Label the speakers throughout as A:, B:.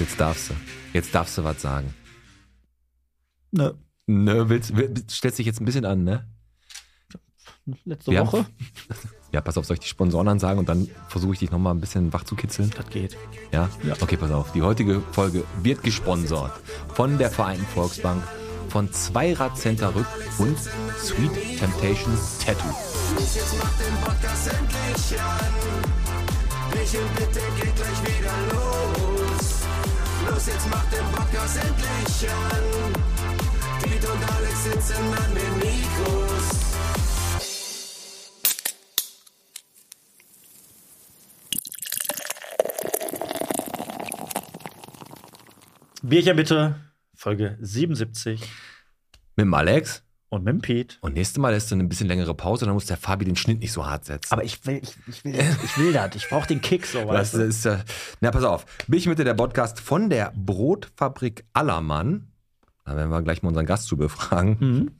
A: jetzt darfst du. Jetzt darfst du was sagen.
B: Nö.
A: Nö, Ne, willst, will, stellst dich jetzt ein bisschen an, ne?
B: Letzte
A: Wir haben-
B: Woche?
A: Ja, pass auf, soll ich die Sponsoren ansagen und dann versuche ich dich nochmal ein bisschen wach zu kitzeln?
B: Das geht.
A: Ja? Okay, pass auf. Die heutige Folge wird gesponsert von der Vereinten Volksbank, von Zweirad Center Rück und Sweet Temptation Tattoo.
B: Bierchen bitte. Folge 77.
A: Mit dem Alex.
B: Und mit dem Pete.
A: Und nächstes Mal lässt du eine bisschen längere Pause, dann muss der Fabi den Schnitt nicht so hart setzen.
B: Aber ich will, ich, ich will, ich will das. Ich brauche den Kick, so
A: das
B: weißt du.
A: ist, äh, na, pass auf. Mich mit der Podcast von der Brotfabrik Allermann. Da werden wir gleich mal unseren Gast zu befragen.
B: Mhm.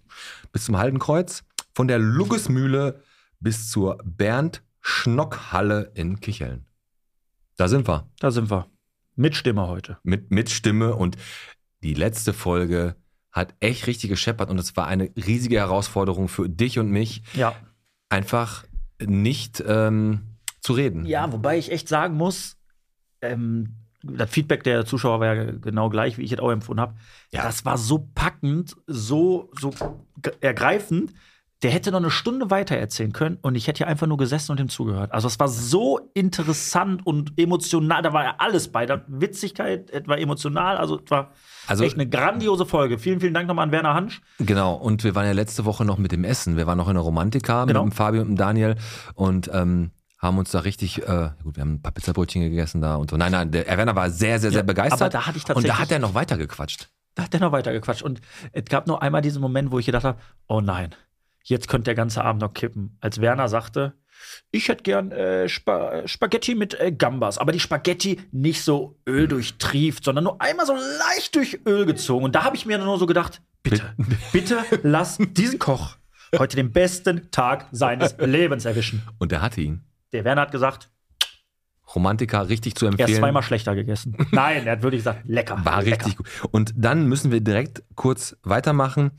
A: bis zum Haldenkreuz, von der Luggesmühle bis zur Bernd-Schnock-Halle in Kicheln. Da sind wir.
B: Da sind wir. Mit Stimme heute.
A: Mit, mit Stimme und die letzte Folge hat echt richtig gescheppert und es war eine riesige Herausforderung für dich und mich,
B: Ja.
A: einfach nicht ähm, zu reden.
B: Ja, wobei ich echt sagen muss, ähm, das Feedback der Zuschauer war ja genau gleich, wie ich es auch empfunden habe.
A: Ja.
B: Das war so packend, so, so g- ergreifend. Der hätte noch eine Stunde weiter erzählen können und ich hätte hier einfach nur gesessen und ihm zugehört. Also es war so interessant und emotional, da war ja alles bei. Da Witzigkeit, etwa emotional, also es war
A: Also-
B: echt eine grandiose Folge. Vielen, vielen Dank nochmal an Werner Hansch.
A: Genau, und wir waren ja letzte Woche noch mit dem Essen. Wir waren noch in der Romantika
B: Genau.
A: mit dem Fabio und dem Daniel und ähm, haben uns da richtig, äh, gut, wir haben ein paar Pizzabrötchen gegessen da und so. Nein, nein, der Herr Werner war sehr, sehr, sehr
B: Ja,
A: begeistert.
B: aber da hatte ich
A: Und
B: tatsächlich-
A: da hat er noch weitergequatscht.
B: Da hat er noch weitergequatscht. Und es gab nur einmal diesen Moment, wo ich gedacht habe: Oh nein, jetzt könnte der ganze Abend noch kippen. Als Werner sagte, ich hätte gern äh, Spa Spaghetti mit äh, Gambas, aber die Spaghetti nicht so Öl durchtrieft, sondern nur einmal so leicht durch Öl gezogen. Und da habe ich mir nur so gedacht: Bitte, bitte lass diesen Koch heute den besten Tag seines Lebens erwischen.
A: Und er hatte ihn.
B: Der Werner hat gesagt,
A: Romantika richtig zu
B: er
A: empfehlen.
B: ist zweimal schlechter gegessen. Nein, er hat wirklich gesagt, lecker.
A: War
B: lecker.
A: richtig gut. Und dann müssen wir direkt kurz weitermachen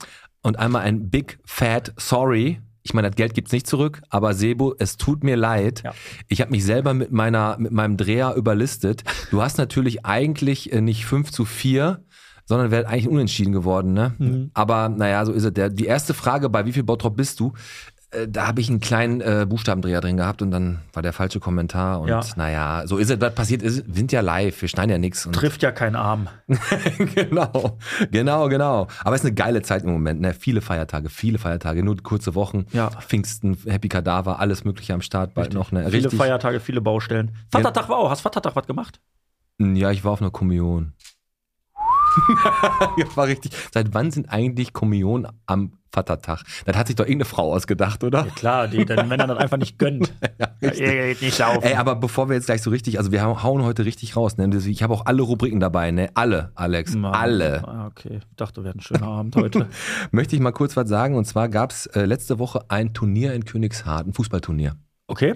A: und einmal ein Big Fat Sorry. Ich meine, das Geld gibt's nicht zurück, aber Sebo, es tut mir leid.
B: Ja.
A: Ich habe mich selber mit meiner mit meinem Dreher überlistet. Du hast natürlich eigentlich äh, nicht 5 zu 4, sondern wäre eigentlich unentschieden geworden, ne?
B: Mhm.
A: Aber naja, so ist es. Der, die erste Frage, bei wie viel Bottrop bist du? Äh, Da habe ich einen kleinen äh, Buchstabendreher drin gehabt und dann war der falsche Kommentar. Und
B: Ja.
A: naja, so ist es, was passiert ist. Wir sind ja live, wir schneiden ja nichts.
B: Trifft ja keinen Arm.
A: Genau, genau, genau. Aber es ist eine geile Zeit im Moment. Ne? Viele Feiertage, viele Feiertage, nur kurze Wochen.
B: Ja.
A: Pfingsten, Happy Kadaver, alles Mögliche am Start. Bald noch ne? eine
B: Viele Feiertage, viele Baustellen. Vatertag war auch. Hast Vatertag was gemacht?
A: Ja, ich war auf einer Kommunion. ja, war richtig. Seit wann sind eigentlich Kommunion am Vatertag? Das hat sich doch irgendeine Frau ausgedacht, oder?
B: Klar, die den Männern das einfach nicht gönnt. Ihr geht nicht auf.
A: Ey, aber bevor wir jetzt gleich so richtig, also wir hau- hauen heute richtig raus. Ne? Deswegen- Ich habe auch alle Rubriken dabei, ne? Alle, Alex, alle.
B: Ah, Okay, ich dachte, wir hätten einen schönen Abend heute.
A: Möchte ich mal kurz was sagen. Und zwar gab es äh, letzte Woche ein Turnier in Königshaard, ein Fußballturnier.
B: Okay.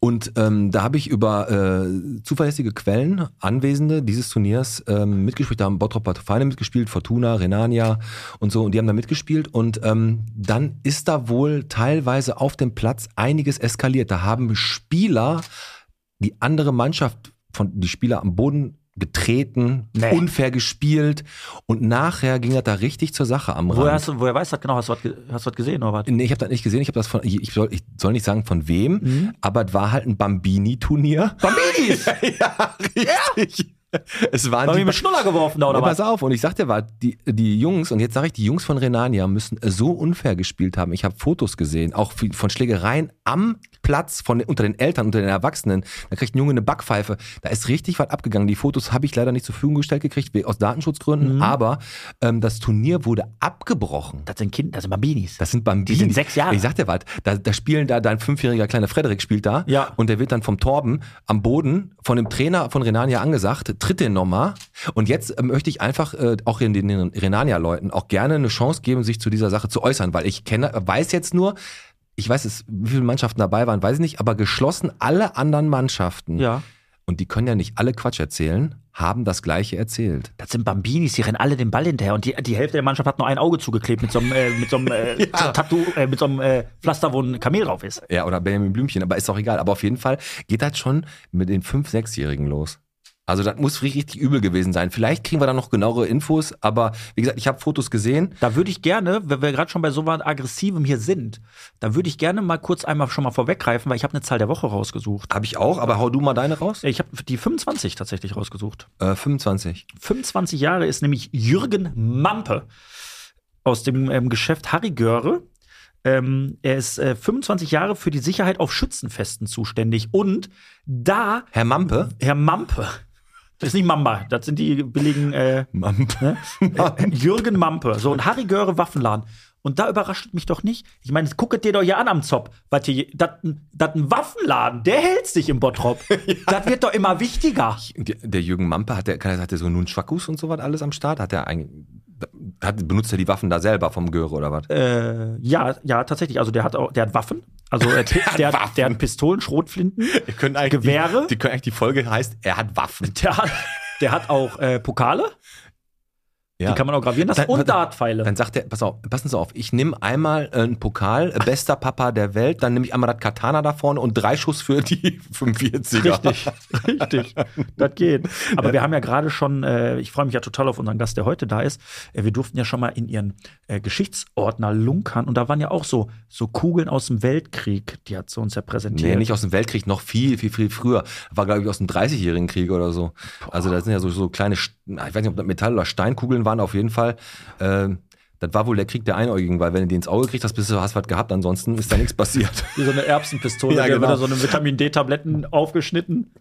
A: Und ähm, da habe ich über äh, zuverlässige Quellen, Anwesende dieses Turniers ähm, mitgespielt. Da haben Bottrop Feine mitgespielt, Fortuna, Renania und so. Und die haben da mitgespielt. Und ähm, dann ist da wohl teilweise auf dem Platz einiges eskaliert. Da haben Spieler die andere Mannschaft, von die Spieler am Boden getreten,
B: Nee.
A: unfair gespielt. Und nachher ging das da richtig zur Sache am
B: Woher,
A: Rand.
B: hast du, woher weißt du das genau? Hast du was, ge- hast du was gesehen oder was?
A: Nee, ich habe das nicht gesehen. Ich habe das von, ich ich soll, ich soll nicht sagen von wem, aber es war halt ein Bambini-Turnier.
B: Mhm. Bambinis!
A: ja, richtig. Es waren
B: Haben die
A: die.
B: mit Schnuller geworfen da oder
A: Nee, pass
B: was?
A: auf, und ich sag dir was, die, die Jungs, und jetzt sage ich, die Jungs von Renania müssen so unfair gespielt haben. Ich habe Fotos gesehen, auch viel- von Schlägereien am Platz, von, unter den Eltern, unter den Erwachsenen. Da kriegt ein Junge eine Backpfeife. Da ist richtig was abgegangen. Die Fotos habe ich leider nicht zur Verfügung gestellt gekriegt, we- aus Datenschutzgründen,
B: Mhm.
A: aber ähm, das Turnier wurde abgebrochen.
B: Das sind Kinder, das sind Bambinis.
A: Das sind Bambini.
B: Die sind sechs Jahre.
A: Ich sag dir was, da, da spielen da dein fünfjähriger kleiner Frederik spielt da
B: Ja.
A: und der wird dann vom Torben am Boden von dem Trainer von Renania angesagt, tritt den nochmal. Und jetzt äh, möchte ich einfach äh, auch den, den Renania-Leuten auch gerne eine Chance geben, sich zu dieser Sache zu äußern, weil ich kenne, weiß jetzt nur, ich weiß es, wie viele Mannschaften dabei waren, weiß ich nicht, aber geschlossen alle anderen Mannschaften.
B: ja.
A: Und die können ja nicht alle Quatsch erzählen, haben das Gleiche erzählt.
B: Das sind Bambinis, die rennen alle den Ball hinterher und die, die Hälfte der Mannschaft hat nur ein Auge zugeklebt mit so einem, äh, mit so einem äh, Tattoo, äh, mit so einem äh, Pflaster, wo ein Kamel drauf ist.
A: Ja, oder Benjamin Blümchen, aber ist doch egal. Aber auf jeden Fall geht das schon mit den 5-, 6-Jährigen los. Also das muss richtig, richtig übel gewesen sein. Vielleicht kriegen wir da noch genauere Infos, aber wie gesagt, ich habe Fotos gesehen.
B: Da würde ich gerne, wenn wir gerade schon bei so was Aggressivem hier sind, da würde ich gerne mal kurz einmal schon mal vorweggreifen, weil ich habe eine Zahl der Woche rausgesucht.
A: Habe ich auch, aber hau du mal deine raus.
B: Ich habe die 25 tatsächlich rausgesucht.
A: Äh, 25.
B: 25 Jahre ist nämlich Jürgen Mampe aus dem ähm, Geschäft Harry Göre. Ähm, er ist äh, 25 Jahre für die Sicherheit auf Schützenfesten zuständig. Und da,
A: Herr Mampe?
B: Herr Mampe, das ist nicht Mamba, das sind die billigen äh,
A: Mampe.
B: ne? Äh, Jürgen Mampe, so ein Harry Göre Waffenladen. Und da überrascht es mich doch nicht. Ich meine, gucket dir doch hier an am Zopf. Was hier, das ein das ein Waffenladen, der hält sich im Bottrop. Das wird doch immer wichtiger.
A: Der, der Jürgen Mampe, hat der, kann er- hat der so Nunchakus und sowas alles am Start? Hat der eigentlich, hat, benutzt er die Waffen da selber vom Göre oder was?
B: Äh, ja, ja, tatsächlich. Also der hat auch, der hat Waffen. Also er, der, hat, der,
A: Waffen.
B: hat, der hat Pistolen, Schrotflinten. Gewehre.
A: Die, die, können eigentlich die Folge heißt, er hat Waffen.
B: Der hat, der hat auch äh, Pokale.
A: Ja.
B: Die kann man auch gravieren lassen.
A: Dann-
B: und Dartpfeile.
A: Dann sagt er, pass auf, passen Sie auf, ich nehme einmal äh, einen Pokal, äh, bester Papa der Welt, dann nehme ich einmal das Katana da vorne und drei Schuss für die 45er.
B: Richtig, richtig. Das geht. Aber wir haben ja gerade schon, äh, ich freue mich ja total auf unseren Gast, der heute da ist. Äh, wir durften ja schon mal in ihren äh, Geschichtsordner lunkern und da waren ja auch so, so Kugeln aus dem Weltkrieg, die hat sie uns ja präsentiert.
A: Nee, nicht aus dem Weltkrieg, noch viel, viel, viel früher. War, glaube ich, aus dem 30-jährigen Krieg oder so. Also da sind ja so, so kleine, St- na, ich weiß nicht, ob das Metall- oder Steinkugeln waren, auf jeden Fall. Ähm, das war wohl der Krieg der Einäugigen, weil wenn du die ins Auge kriegst, das bist du, hast was gehabt, ansonsten ist da nichts passiert.
B: Wie so eine Erbsenpistole,
A: Ja,
B: der
A: genau.
B: wird da so eine Vitamin D-Tabletten aufgeschnitten,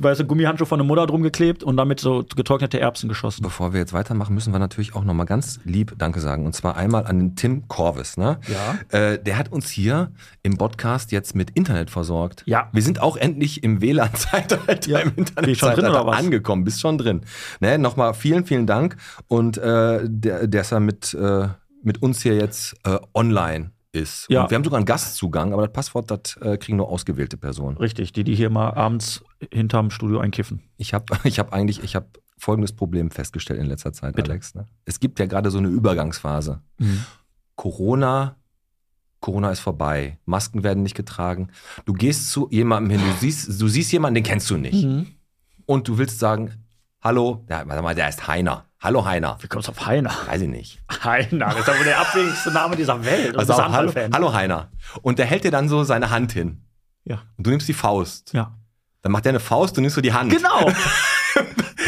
B: weißt du, Gummihandschuh von der Mutter drum geklebt und damit so getrocknete Erbsen geschossen.
A: Bevor wir jetzt weitermachen, müssen wir natürlich auch nochmal ganz lieb Danke sagen. Und zwar einmal an den Tim Corvis. Ne?
B: Ja.
A: Äh, der hat uns hier im Podcast jetzt mit Internet versorgt.
B: Ja.
A: Wir sind auch endlich im WLAN-Zeitalter,
B: Ja.
A: im
B: Bin ich schon drin
A: Internet-Zeitalter
B: oder was?
A: angekommen. Bist schon drin. Ne? Nochmal vielen, vielen Dank. Und äh, der, der ist ja mit, äh, mit uns hier jetzt äh, online ist.
B: Ja.
A: Und wir haben sogar einen Gastzugang, aber das Passwort, das äh, kriegen nur ausgewählte Personen.
B: Richtig, die, die hier mal abends hinterm Studio einkiffen.
A: Ich habe ich hab eigentlich, ich habe folgendes Problem festgestellt in letzter Zeit,
B: Bitte.
A: Alex. Ne? Es gibt ja gerade so eine Übergangsphase. Corona, Corona ist vorbei, Masken werden nicht getragen. Du gehst zu jemandem hin, du siehst, du siehst jemanden, den kennst du nicht.
B: Mhm.
A: Und du willst sagen, hallo, der, warte mal, der heißt Heiner. Hallo Heiner.
B: Wie kommst du auf Heiner?
A: Weiß ich nicht.
B: Heiner, das ist aber der abwegigste Name dieser Welt.
A: Also auch, hallo,
B: Handballfan.
A: hallo Heiner. Und der hält dir dann so seine Hand hin.
B: Ja.
A: Und du nimmst die Faust.
B: ja.
A: Dann macht er eine Faust, du nimmst so die Hand.
B: Genau.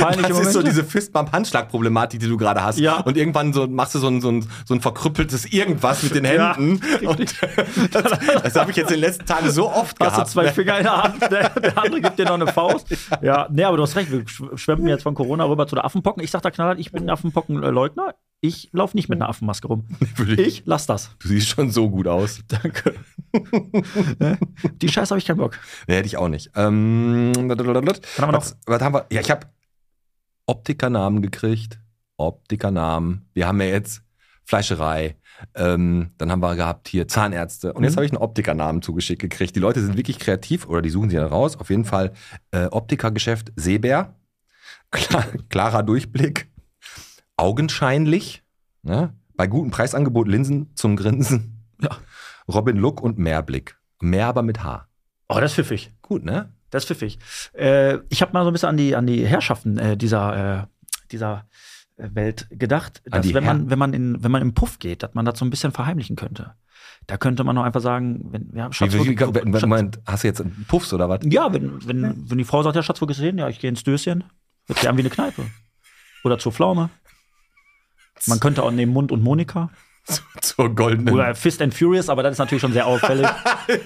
B: Peinliche
A: Das ist so
B: Momente.
A: diese Fistbump-Handschlag-Problematik, die du gerade hast.
B: Ja.
A: Und irgendwann so machst du so ein, so ein, so ein verkrüppeltes Irgendwas mit den
B: Ja.
A: Händen. Und das, das habe ich jetzt in den letzten Tagen so oft
B: Hast du
A: gehabt. ne?
B: zwei Finger in der Hand, der, der andere gibt dir noch eine Faust. Ja, nee, aber du hast recht, wir schw- schwemmen jetzt von Corona rüber zu der Affenpocken. Ich sag da knallhart, ich bin ein Affenpockenleugner. Ich laufe nicht mit einer Affenmaske rum. Ich lass das.
A: Du siehst schon so gut aus.
B: Danke. Die Scheiße habe ich keinen Bock.
A: Nee, hätte ich auch nicht. Ähm, was,
B: Dann haben wir noch.
A: was, haben wir? Ja, ich habe Optikernamen gekriegt. Optikernamen. Wir haben ja jetzt Fleischerei. Ähm, dann haben wir gehabt hier Zahnärzte. Und jetzt
B: Mhm.
A: habe ich einen Optikernamen zugeschickt gekriegt. Die Leute sind wirklich kreativ oder die suchen sie dann raus. Auf jeden Fall äh, Optikergeschäft Seebär. Klar, klarer Durchblick. Augenscheinlich. Ne? Bei gutem Preisangebot Linsen zum Grinsen.
B: Ja.
A: Robin Look und Mehrblick. Mehr aber mit H.
B: Oh, das ist pfiffig.
A: Gut, ne?
B: Das ist pfiffig. Äh, ich habe mal so ein bisschen an die, an die Herrschaften äh, dieser, äh, dieser äh, Welt gedacht,
A: An
B: dass
A: die
B: wenn
A: Herr-
B: man, wenn man in, wenn man im Puff geht, dass man das so ein bisschen verheimlichen könnte. Da könnte man noch einfach sagen, wenn, ja, Schatz,
A: Wie,
B: wo-
A: wie, wie,
B: wo-
A: wenn, wenn,
B: Schatz-
A: Moment, hast du jetzt einen Puffs oder was?
B: ja, wenn, wenn, wenn die Frau sagt, ja, Schatz, wo gehst du hin? Ja, ich gehe ins Döschen. Hört sich an wie eine Kneipe. Oder zur Pflaume. Man könnte auch nehmen Mund und Monika.
A: Zur goldenen.
B: Oder Fist and Furious, aber das ist natürlich schon sehr auffällig.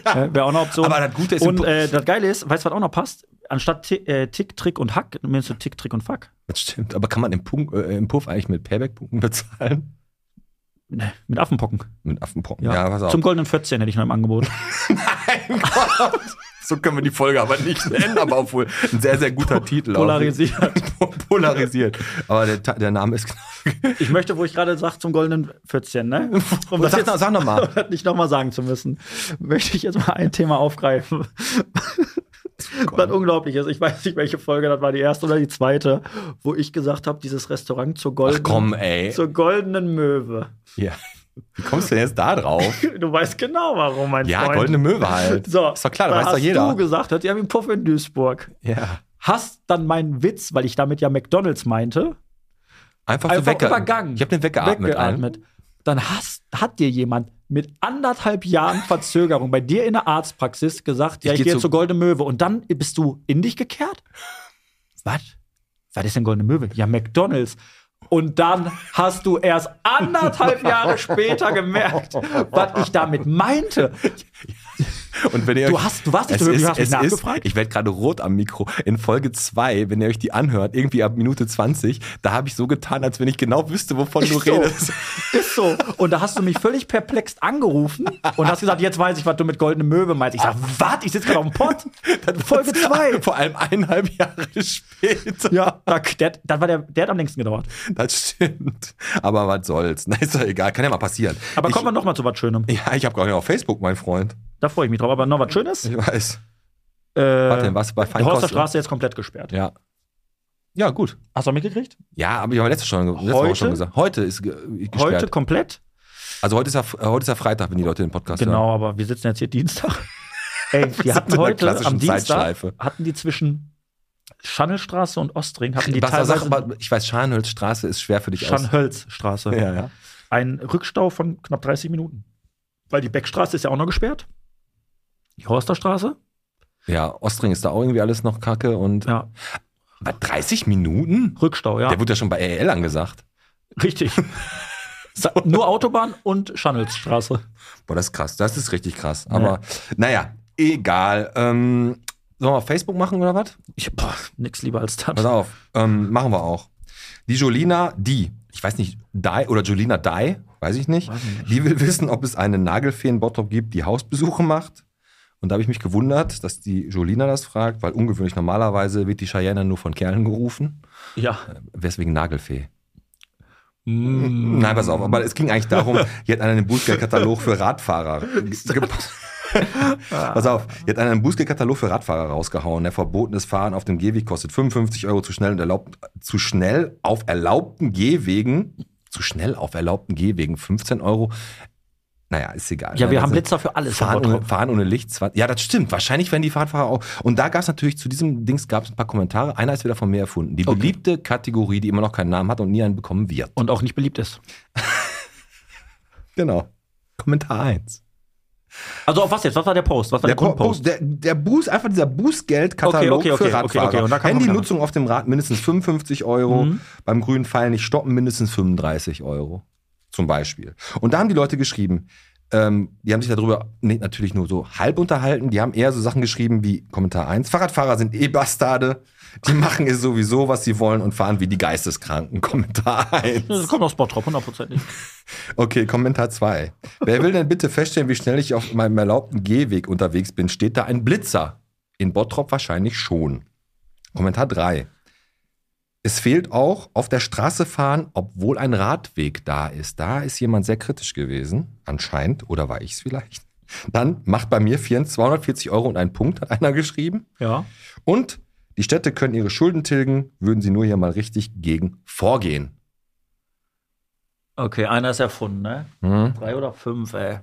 B: Äh, Wäre auch eine Option.
A: Aber das Gute ist, im
B: und
A: Pu-
B: äh, das Geile ist, weißt du, was auch noch passt? Anstatt Ti- äh, Tick, Trick und Hack, nimmst du Tick, Trick und Fuck.
A: das stimmt. Aber kann man im, Punk, äh, im Puff eigentlich mit Payback-Punkten bezahlen?
B: Ne, Mit Affenpocken.
A: Mit Affenpocken. Ja, pass auf.
B: Zum goldenen 14 hätte ich noch im Angebot.
A: Mein Gott. so können wir die Folge aber nicht nennen, aber obwohl ein sehr, sehr guter Titel. auch.
B: Polarisiert.
A: Polarisiert. Aber der, Ta- der Name ist
B: Ich möchte, wo ich gerade sage, zum goldenen 14, ne? Um das
A: Sag,
B: jetzt
A: noch- sag noch mal.
B: nicht nochmal sagen zu müssen, möchte ich jetzt mal ein Thema aufgreifen. Was unglaublich ist. Ich weiß nicht, welche Folge das war, die erste oder die zweite, wo ich gesagt habe, dieses Restaurant zur
A: Ach
B: goldenen,
A: komm, ey.
B: zur goldenen Möwe.
A: Ja. Wie kommst du denn jetzt da drauf?
B: Du weißt genau, warum, mein
A: Ja,
B: Freund.
A: goldene Möwe halt.
B: So,
A: Ist doch klar,
B: da
A: weiß doch
B: hast
A: jeder.
B: du gesagt, hat ja wie ein Puff in Duisburg.
A: Ja.
B: Hast dann meinen Witz, weil ich damit ja McDonalds meinte,
A: Einfach, so
B: einfach
A: wegge-
B: übergangen.
A: Ich habe den weggeatmet. Ein.
B: weggeatmet. Dann hast, hat dir jemand mit anderthalb Jahren Verzögerung bei dir in der Arztpraxis gesagt, ja,
A: Ich
B: ich
A: geh
B: gehe
A: zu-
B: zur Goldene Möwe. Und dann bist du in dich gekehrt? Was? Was ist denn Goldene Möwe? Ja, McDonalds. Und dann hast du erst anderthalb Jahre später gemerkt, was ich damit meinte.
A: Und wenn ihr
B: Du
A: euch-
B: hast- du warst nicht
A: Es
B: so- du
A: ist,
B: hast
A: es
B: nicht
A: ist,
B: nachgefragt?
A: Ich werde gerade rot am Mikro. In Folge 2, wenn ihr euch die anhört, irgendwie ab Minute 20, da habe ich so getan, als wenn ich genau wüsste, wovon du
B: Ist so.
A: redest.
B: Ist so. Und da hast du mich völlig perplex angerufen und hast gesagt, jetzt weiß ich, was du mit goldene Möwe meinst. Ich sag, was? Ich sitze gerade auf dem Pott. Folge 2.
A: Vor allem eineinhalb Jahre später.
B: Ja, da, der, das war der, der hat am längsten gedauert.
A: Das stimmt. Aber was soll's? Na, ist doch egal. Kann ja mal passieren.
B: Aber
A: ich,
B: kommen wir noch mal zu was Schönem.
A: Ja, ich habe gerade auf Facebook, mein Freund.
B: Da freue ich mich drauf. Aber noch was Schönes.
A: Ich weiß.
B: Äh,
A: Warte, was bei
B: die Horster
A: Feinkost?
B: Straße jetzt komplett gesperrt.
A: Ja. Ja, gut.
B: Hast du mitgekriegt?
A: Ja, habe ich aber letzte, schon, letzte Woche
B: Heute?
A: schon gesagt. Heute ist ge gesperrt.
B: Heute komplett.
A: Also heute ist, ja, äh, heute ist ja Freitag, wenn die Leute den Podcast hören.
B: Genau, aber wir sitzen jetzt hier Dienstag. Ey, die hatten
A: in der
B: heute
A: klassischen
B: am Dienstag
A: Zeitschleife.
B: hatten die zwischen Schandelstraße und Ostring hatten die
A: Was er sagt,
B: teilweise
A: aber ich weiß, Scharnhölzstraße ist schwer für dich aus.
B: Schanhölzstraße.
A: Ja, ja.
B: Ein Rückstau von knapp 30 Minuten. Weil die Beckstraße ist ja auch noch gesperrt. Die Horsterstraße.
A: ja, Ostring ist da auch irgendwie alles noch kacke und.
B: Ja.
A: Was, 30 Minuten?
B: Rückstau, ja.
A: Der wurde ja schon bei RL angesagt.
B: Richtig. Nur Autobahn und Schandelstraße.
A: Boah, das ist krass. Das ist richtig krass. Aber naja, egal. Ähm, sollen wir auf Facebook machen oder was?
B: Ich boah, nix lieber als
A: Pass
B: das.
A: auf. Ähm, machen wir auch. Die Jolina, die, ich weiß nicht, Die oder Jolina Die, weiß ich nicht.
B: Weiß ich nicht.
A: Die will wissen, ob es eine Nagelfee in Bottrop gibt, die Hausbesuche macht. Und da habe ich mich gewundert, dass die Jolina das fragt, weil ungewöhnlich normalerweise wird die Cheyenne nur von Kerlen gerufen.
B: Ja. Mm.
A: Weswegen Nagelfee? Nein, pass auf, aber es ging eigentlich darum, hier hat einer einen Bußgeldkatalog für Radfahrer. ge-
B: Ah.
A: pass auf, hier hat einer einen Bußgeldkatalog für Radfahrer rausgehauen. Der verbotenes Fahren auf dem Gehweg kostet 55 Euro zu schnell und erlaubt, zu schnell auf erlaubten Gehwegen, zu schnell auf erlaubten Gehwegen 15 Euro. Naja, ist egal.
B: Ja,
A: Ne,
B: wir
A: das
B: haben
A: sind-
B: Blitzer für alles.
A: Fahren
B: aber
A: ohne,
B: drauf.
A: fahren ohne Licht. 20, ja, das stimmt. Wahrscheinlich werden die Fahrradfahrer auch. Und da gab es natürlich zu diesem Dings gab es ein paar Kommentare. Einer ist wieder von mir erfunden. Die beliebte Kategorie, die immer noch keinen Namen hat und nie einen bekommen wird.
B: Und auch nicht beliebt ist.
A: Genau. Kommentar 1.
B: Also auf was jetzt? Was war der Post? Was war
A: Der,
B: der,
A: Po-
B: Grundpost?
A: Post, der, der Buß, einfach dieser Bußgeldkatalog
B: Okay, okay, okay,
A: für Radfahrer.
B: okay, okay. Und da kann man-
A: Handynutzung auf dem Rad mindestens 55 Euro,
B: Mhm.
A: beim grünen Pfeil nicht stoppen mindestens 35 Euro zum Beispiel. Und da haben die Leute geschrieben, ähm, die haben sich darüber nee, natürlich nur so halb unterhalten, die haben eher so Sachen geschrieben wie Kommentar 1, Fahrradfahrer sind eh Bastarde, die machen es sowieso, was sie wollen und fahren wie die Geisteskranken. Kommentar 1.
B: Das kommt aus Bottrop, hundertprozentig.
A: Okay, Kommentar 2. Wer will denn bitte feststellen, wie schnell ich auf meinem erlaubten Gehweg unterwegs bin? Steht da ein Blitzer? In Bottrop wahrscheinlich schon. Kommentar 3. Es fehlt auch auf der Straße fahren, obwohl ein Radweg da ist. Da ist jemand sehr kritisch gewesen, anscheinend, oder war ich es vielleicht? Dann macht bei mir 24 240 Euro und einen Punkt, hat einer geschrieben.
B: Ja.
A: Und die Städte können ihre Schulden tilgen, würden sie nur hier mal richtig gegen vorgehen.
B: Okay, einer ist erfunden, ne?
A: Hm?
B: Drei oder fünf, ey.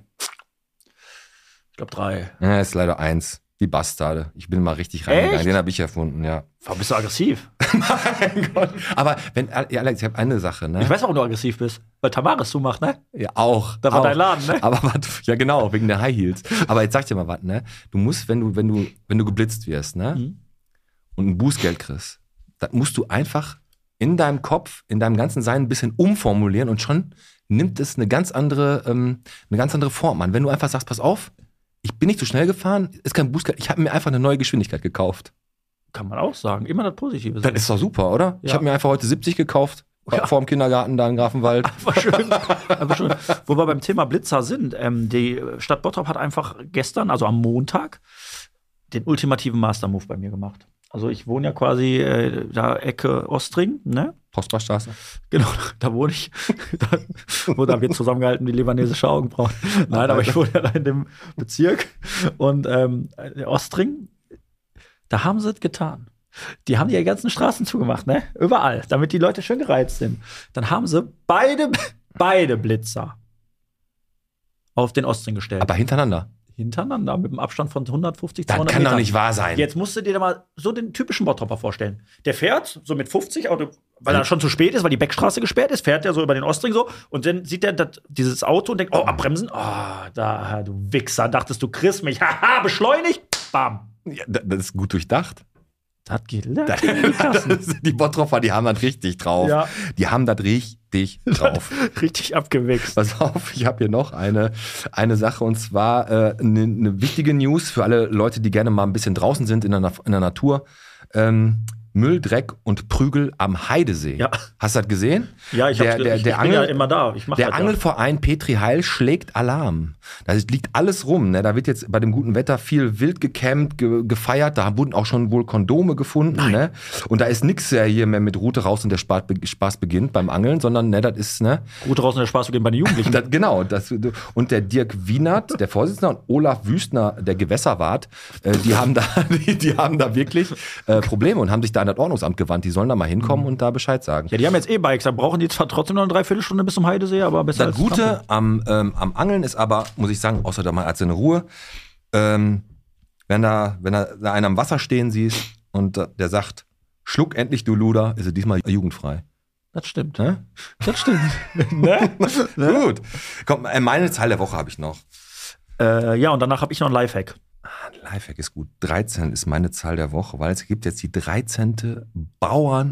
B: Ich glaube drei.
A: Ja, ist leider eins. Die Bastarde. Ich bin mal richtig reingegangen. Den habe ich erfunden, ja.
B: Warum bist du aggressiv?
A: mein Gott. Aber wenn, ja, Alex, ich habe eine Sache, ne?
B: Ich weiß, warum du aggressiv bist. Weil Tamaris zumacht, ne?
A: ja, auch.
B: Da war
A: auch.
B: dein Laden, ne?
A: Aber warte, ja genau, wegen der High Heels. Aber jetzt sag ich dir mal was, ne? Du musst, wenn du, wenn du, wenn du geblitzt wirst, ne?
B: Mhm.
A: Und ein Bußgeld kriegst, dann musst du einfach in deinem Kopf, in deinem ganzen Sein ein bisschen umformulieren und schon nimmt es eine ganz andere, ähm, eine ganz andere Form an. Wenn du einfach sagst, pass auf, ich bin nicht zu schnell gefahren, ist kein Bußgeld, ich habe mir einfach eine neue Geschwindigkeit gekauft.
B: Kann man auch sagen. Immer das Positive.
A: Dann ist doch super, oder? Ich
B: Ja.
A: habe mir einfach heute 70 gekauft,
B: Ja. Ah.
A: vor dem Kindergarten da in Grafenwald.
B: Einfach schön. Einfach schön. Wo wir beim Thema Blitzer sind, ähm, die Stadt Bottrop hat einfach gestern, also am Montag, den ultimativen Master-Move bei mir gemacht. Also ich wohne ja quasi äh, da Ecke Ostring, ne?
A: Postbachstraße.
B: Genau, da wohne ich. Da, wo da wird zusammengehalten wie libanesische Augenbrauen. Nein, aber ich wohne ja da in dem Bezirk. Und ähm, Ostring Da haben sie es getan. Die haben die ganzen Straßen zugemacht, ne? Überall, damit die Leute schön gereizt sind. Dann haben sie beide, beide Blitzer auf den Osten gestellt.
A: Aber hintereinander.
B: hintereinander mit einem Abstand von 150,
A: Das
B: 200
A: kann doch
B: Metern.
A: nicht wahr sein.
B: Jetzt musst du dir da mal so den typischen Bottropper vorstellen. Der fährt so mit 50, Auto, weil er schon zu spät ist, weil die Beckstraße gesperrt ist, fährt er so über den Ostring so und dann sieht er das, dieses Auto und denkt, oh, abbremsen, oh, da, du Wichser, dachtest du kriegst mich, haha, beschleunigt, bam.
A: Ja, da- das ist gut durchdacht.
B: Das geht leer
A: Das-
B: gegen die Kassen.
A: das- die Bottropper, die haben das richtig drauf.
B: Ja.
A: Die haben das richtig drauf.
B: Richtig abgewichst.
A: Pass auf, ich habe hier noch eine, eine Sache und zwar eine äh, ne- ne wichtige News für alle Leute, die gerne mal ein bisschen draußen sind in der, Na in der Natur. Ähm, Müll, Dreck und Prügel am Heidesee.
B: Ja.
A: Hast du das gesehen?
B: Ja, ich,
A: Der-
B: hab's-
A: der-
B: ich,
A: der
B: ich bin ja
A: Angel-
B: immer da. Ich mach
A: Der
B: das
A: Angelverein Petri Heil schlägt Alarm. Da liegt alles rum. Ne? Da wird jetzt bei dem guten Wetter viel wild gecampt, ge gefeiert. Da wurden auch schon wohl Kondome gefunden. Ne? Und da ist nix ja hier mehr mit Rute raus und der Spaß, be Spaß beginnt beim Angeln, sondern ne, das ist, ne?
B: ja. Gut draußen der Spaß zu gehen bei den Jugendlichen.
A: Das, genau. Das, und der Dirk Wienert, der Vorsitzende, und Olaf Wüstner, der Gewässerwart, äh, die, haben da, die, die haben da wirklich äh, Probleme und haben sich da an das Ordnungsamt gewandt. Die sollen da mal hinkommen und da Bescheid sagen.
B: ja, die haben jetzt E-Bikes, dann brauchen die zwar trotzdem noch eine Dreiviertelstunde bis zum Heidesee, aber besser
A: Das
B: als Trampen.
A: Gute am, ähm, am Angeln ist aber, muss ich sagen, außer da mal als in Ruhe, ähm, wenn da, wenn da da einer am Wasser stehen siehst und äh, der sagt, schluck endlich du Luder, ist er diesmal jugendfrei.
B: Das stimmt.
A: Ne?
B: Das stimmt. Ne?
A: Gut. Komm, äh, meine Zahl der Woche habe ich noch.
B: Äh, ja, und danach habe ich noch einen Lifehack.
A: Ah, Lifehack ist gut. 13 ist meine Zahl der Woche, weil es gibt jetzt die 13.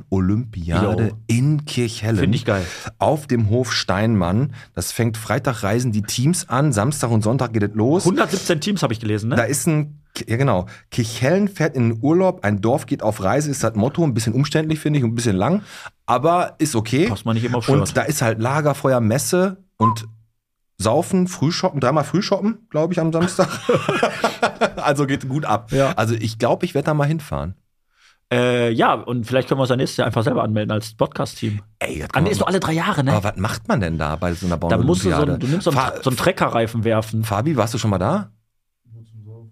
A: Bauern-Olympiade
B: Jo.
A: in Kirchhellen.
B: Finde ich geil.
A: Auf dem Hof Steinmann. Das fängt Freitag reisen die Teams an, Samstag und Sonntag geht es los.
B: 117 Teams habe ich gelesen,
A: Da
B: ne?
A: ist ein, ja genau, Kichellen fährt in den Urlaub, ein Dorf geht auf Reise, ist das Motto, ein bisschen umständlich finde ich, und ein bisschen lang, aber ist okay.
B: Passt man nicht immer auf
A: Und
B: Shirt.
A: da ist halt Lagerfeuer, Messe und Saufen, Frühshoppen, dreimal Frühshoppen, glaube ich, am Samstag. also geht gut ab.
B: Ja.
A: Also ich glaube, ich werde da mal hinfahren.
B: Äh, ja, und vielleicht können wir uns dann nächstes Jahr einfach selber anmelden als Podcast-Team.
A: Ey, das
B: Ah,
A: kann
B: nee,
A: man
B: ist doch alle drei Jahre, ne?
A: Aber was macht man denn da bei so einer
B: Da musst du so,
A: Bauernolympiade?
B: du nimmst so einen,
A: Fa-
B: Tra- so einen Treckerreifen werfen.
A: Fabi, warst du schon mal da?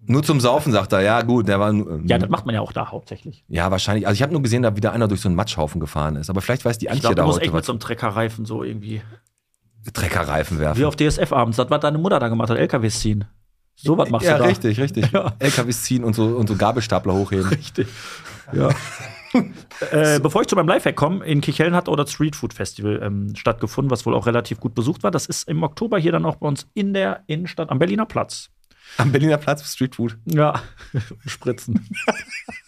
A: Nur zum Saufen, sagt er. Ja, gut, der war nur. ähm,
B: Ja, das macht man ja auch da hauptsächlich.
A: Ja, wahrscheinlich. Also ich habe nur gesehen, da wieder einer durch so einen Matschhaufen gefahren ist. Aber vielleicht weiß die
B: Ich
A: Antje
B: glaube, du
A: da
B: musst echt
A: heute
B: mit
A: was.
B: so einem Treckerreifen so irgendwie.
A: Treckerreifen
B: Wie
A: werfen.
B: auf DSF abends. Das, was deine Mutter da gemacht hat, LKWs ziehen. So was machst
A: ja,
B: du da.
A: richtig, richtig.
B: Ja.
A: LKWs ziehen und so, und so Gabelstapler hochheben.
B: Richtig. Ja. äh, bevor ich zu meinem Lifehack komme, in Kichellen hat auch das Street Food Festival ähm, stattgefunden, was wohl auch relativ gut besucht war. Das ist im Oktober hier dann auch bei uns in der Innenstadt am Berliner Platz.
A: Am Berliner Platz Streetfood.
B: Ja, spritzen.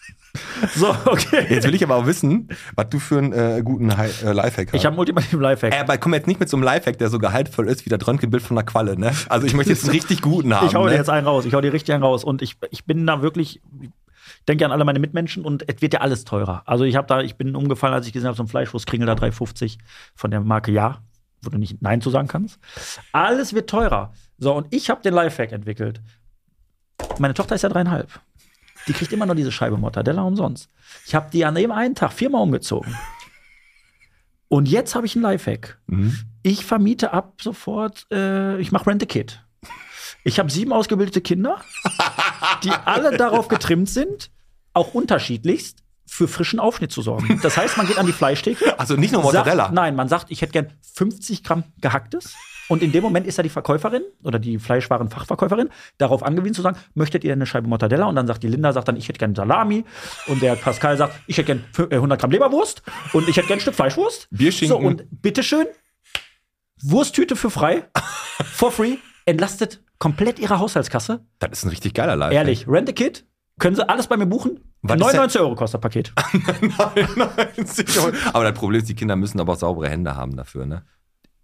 B: so, okay.
A: Jetzt will ich aber auch wissen, was du für einen äh, guten Hi äh, Lifehack hast.
B: Ich habe einen ultimativen Lifehack.
A: Äh, aber komm jetzt nicht mit so einem Lifehack, der so gehaltvoll ist wie das Röntgenbild von der Qualle, ne? Also ich möchte jetzt einen richtig guten haben.
B: Ich hau
A: ne?
B: dir jetzt einen raus. Ich hau dir richtig einen raus. Und ich, ich bin da wirklich, ich denke an alle meine Mitmenschen und es wird ja alles teurer. Also ich habe da, ich bin umgefallen, als ich gesehen habe, so ein Fleischwurstkringel da 3,50 von der Marke Ja, wo du nicht Nein zu sagen kannst. Alles wird teurer. So, und ich habe den Lifehack entwickelt. Meine Tochter ist ja dreieinhalb. Die kriegt immer nur diese Scheibe Mortadella umsonst. Ich habe die an dem einen Tag viermal umgezogen. Und jetzt habe ich einen Lifehack.
A: Mhm.
B: Ich vermiete ab sofort, äh, ich mache Rent a Kid. Ich habe sieben ausgebildete Kinder, die alle darauf getrimmt sind, auch unterschiedlichst für frischen Aufschnitt zu sorgen. Das heißt, man geht an die Fleischtheke.
A: Also nicht nur Mortadella.
B: Sagt, nein, man sagt, ich hätte gern 50 Gramm gehacktes. Und in dem Moment ist da die Verkäuferin oder die Fleischwarenfachverkäuferin darauf angewiesen zu sagen, möchtet ihr denn eine Scheibe Mortadella? Und dann sagt die Linda, sagt dann, ich hätte gern Salami. Und der Pascal sagt, ich hätte gern fü- äh, 100 Gramm Leberwurst. Und ich hätte gern ein Stück Fleischwurst.
A: Bierschinken.
B: So, und bitteschön, Wursttüte für frei, for free, entlastet komplett ihre Haushaltskasse.
A: Das ist ein richtig geiler Lifehack.
B: Ehrlich, Rent a Kid, können sie alles bei mir buchen.
A: Was ist
B: 99 Euro kostet das Paket.
A: aber das Problem ist, die Kinder müssen aber auch saubere Hände haben dafür, ne?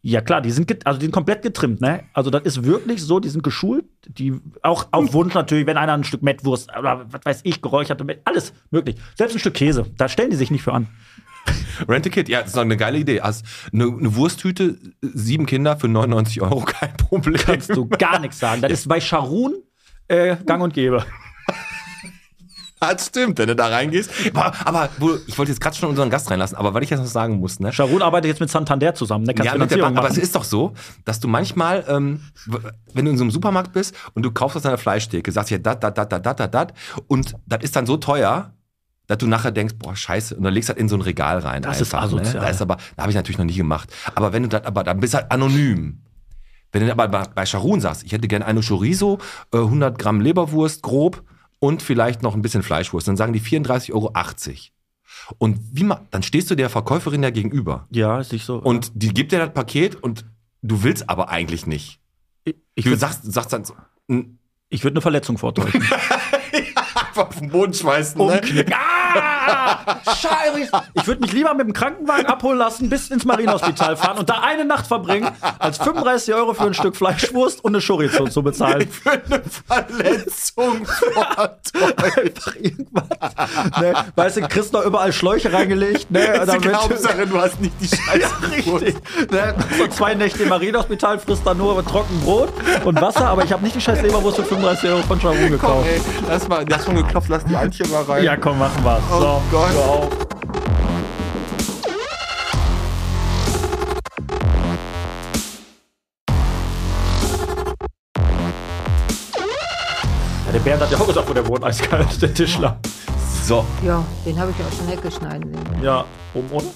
B: Ja klar, die sind get- also die sind komplett getrimmt, ne? Also das ist wirklich so, die sind geschult, die auch auf Wunsch natürlich, wenn einer ein Stück Mettwurst oder was weiß ich, geräucherte Mett, alles möglich. Selbst ein Stück Käse, da stellen die sich nicht für an.
A: Rent a Kid, ja, das ist doch eine geile Idee. Hast eine, eine Wursttüte, sieben Kinder für 99 Euro, kein Problem.
B: Kannst du gar nichts sagen. Das ist bei Charun äh, gang und gäbe.
A: Das stimmt, wenn du da reingehst. Aber, aber wo- ich wollte jetzt gerade schon unseren Gast reinlassen, aber weil ich jetzt noch sagen muss, ne?
B: Sharon arbeitet jetzt mit Santander zusammen. Ne? Kannst
A: Ja,
B: du
A: mit der
B: Finanzierung
A: Bank, aber es
B: machen.
A: ist doch so, dass du manchmal, ähm, w- wenn du in so einem Supermarkt bist und du kaufst aus einer Fleischtheke, sagst ja dat, dat, dat, dat, dat, dat, dat, und das ist dann so teuer, dass du nachher denkst, boah, scheiße, und dann legst du das in so ein Regal rein. ne?
B: Das ist asozial.
A: Da ist aber, da habe ich natürlich noch nie gemacht. Aber wenn du das, aber dann bist du halt anonym. Wenn du aber bei, bei Charun sagst, ich hätte gerne eine Chorizo, äh, 100 Gramm Leberwurst, grob, und vielleicht noch ein bisschen Fleischwurst, dann sagen die 34,80 Euro. Und wie ma dann stehst du der Verkäuferin ja gegenüber.
B: ja, ist nicht so.
A: Und die gibt dir das Paket und du willst aber eigentlich nicht.
B: ich, ich
A: Du
B: würde
A: sagst, sagst dann so, n-
B: ich würd eine Verletzung vortäuschen.
A: einfach auf den Boden schmeißen. Ne?
B: Ah! Scheiße! Ich würde mich lieber mit dem Krankenwagen abholen lassen, bis ins Marienhospital fahren und da eine Nacht verbringen, als 35 Euro für ein Stück Fleischwurst und eine Chorizo zu bezahlen.
A: Für eine ne Verletzung.
B: Einfach irgendwas. Ne? Weißt du, kriegst noch überall Schläuche reingelegt, ne? Damit,
A: du hast nicht die Scheiße.
B: richtig. Ne? So zwei Nächte im Marienhospital frisst dann nur trockenes Brot und Wasser, aber ich habe nicht die scheiß Leberwurst für 35 Euro von Sharon gekauft.
A: lass mal, lass mal geklopft, lass die Antje mal rein.
B: Ja, komm, machen wir's. So,
A: Oh Gott.
B: hör auf. Ja, der Bernd hat ja auch gesagt, wo der wohnt, eiskalt, der Tischler.
A: So,
C: Ja, den habe ich auch schon weggeschneiden sehen.
B: Ja, oben ohne?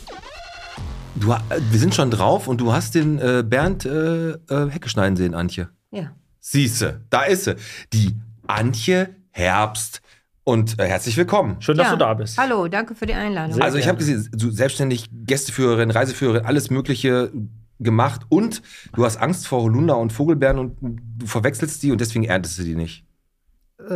A: du, ha- äh, wir sind schon drauf und du hast den äh, Bernd äh, äh, Heckeschneiden sehen, Antje.
C: Ja.
A: Siehste, da ist sie. Die Antje Herbst. Und äh, herzlich willkommen.
B: Schön, dass
C: ja.
B: du da bist.
C: Hallo, danke für die Einladung.
B: Sehr
A: also ich habe
B: gerne.
A: gesehen, du selbstständig Gästeführerin, Reiseführerin, alles Mögliche gemacht und du hast Angst vor Holunder und Vogelbeeren und du verwechselst die und deswegen erntest du die nicht.
C: äh,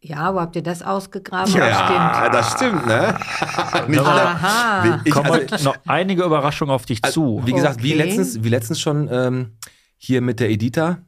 C: ja, wo habt ihr das ausgegraben?
A: das stimmt, ne? Nicht
C: stimmt. Aha.
A: Ich,
B: Kommen
A: also,
B: noch einige Überraschungen auf dich zu.
A: wie gesagt, wie,
C: Okay.
A: letztens, wie letztens schon ähm, hier mit der Editha,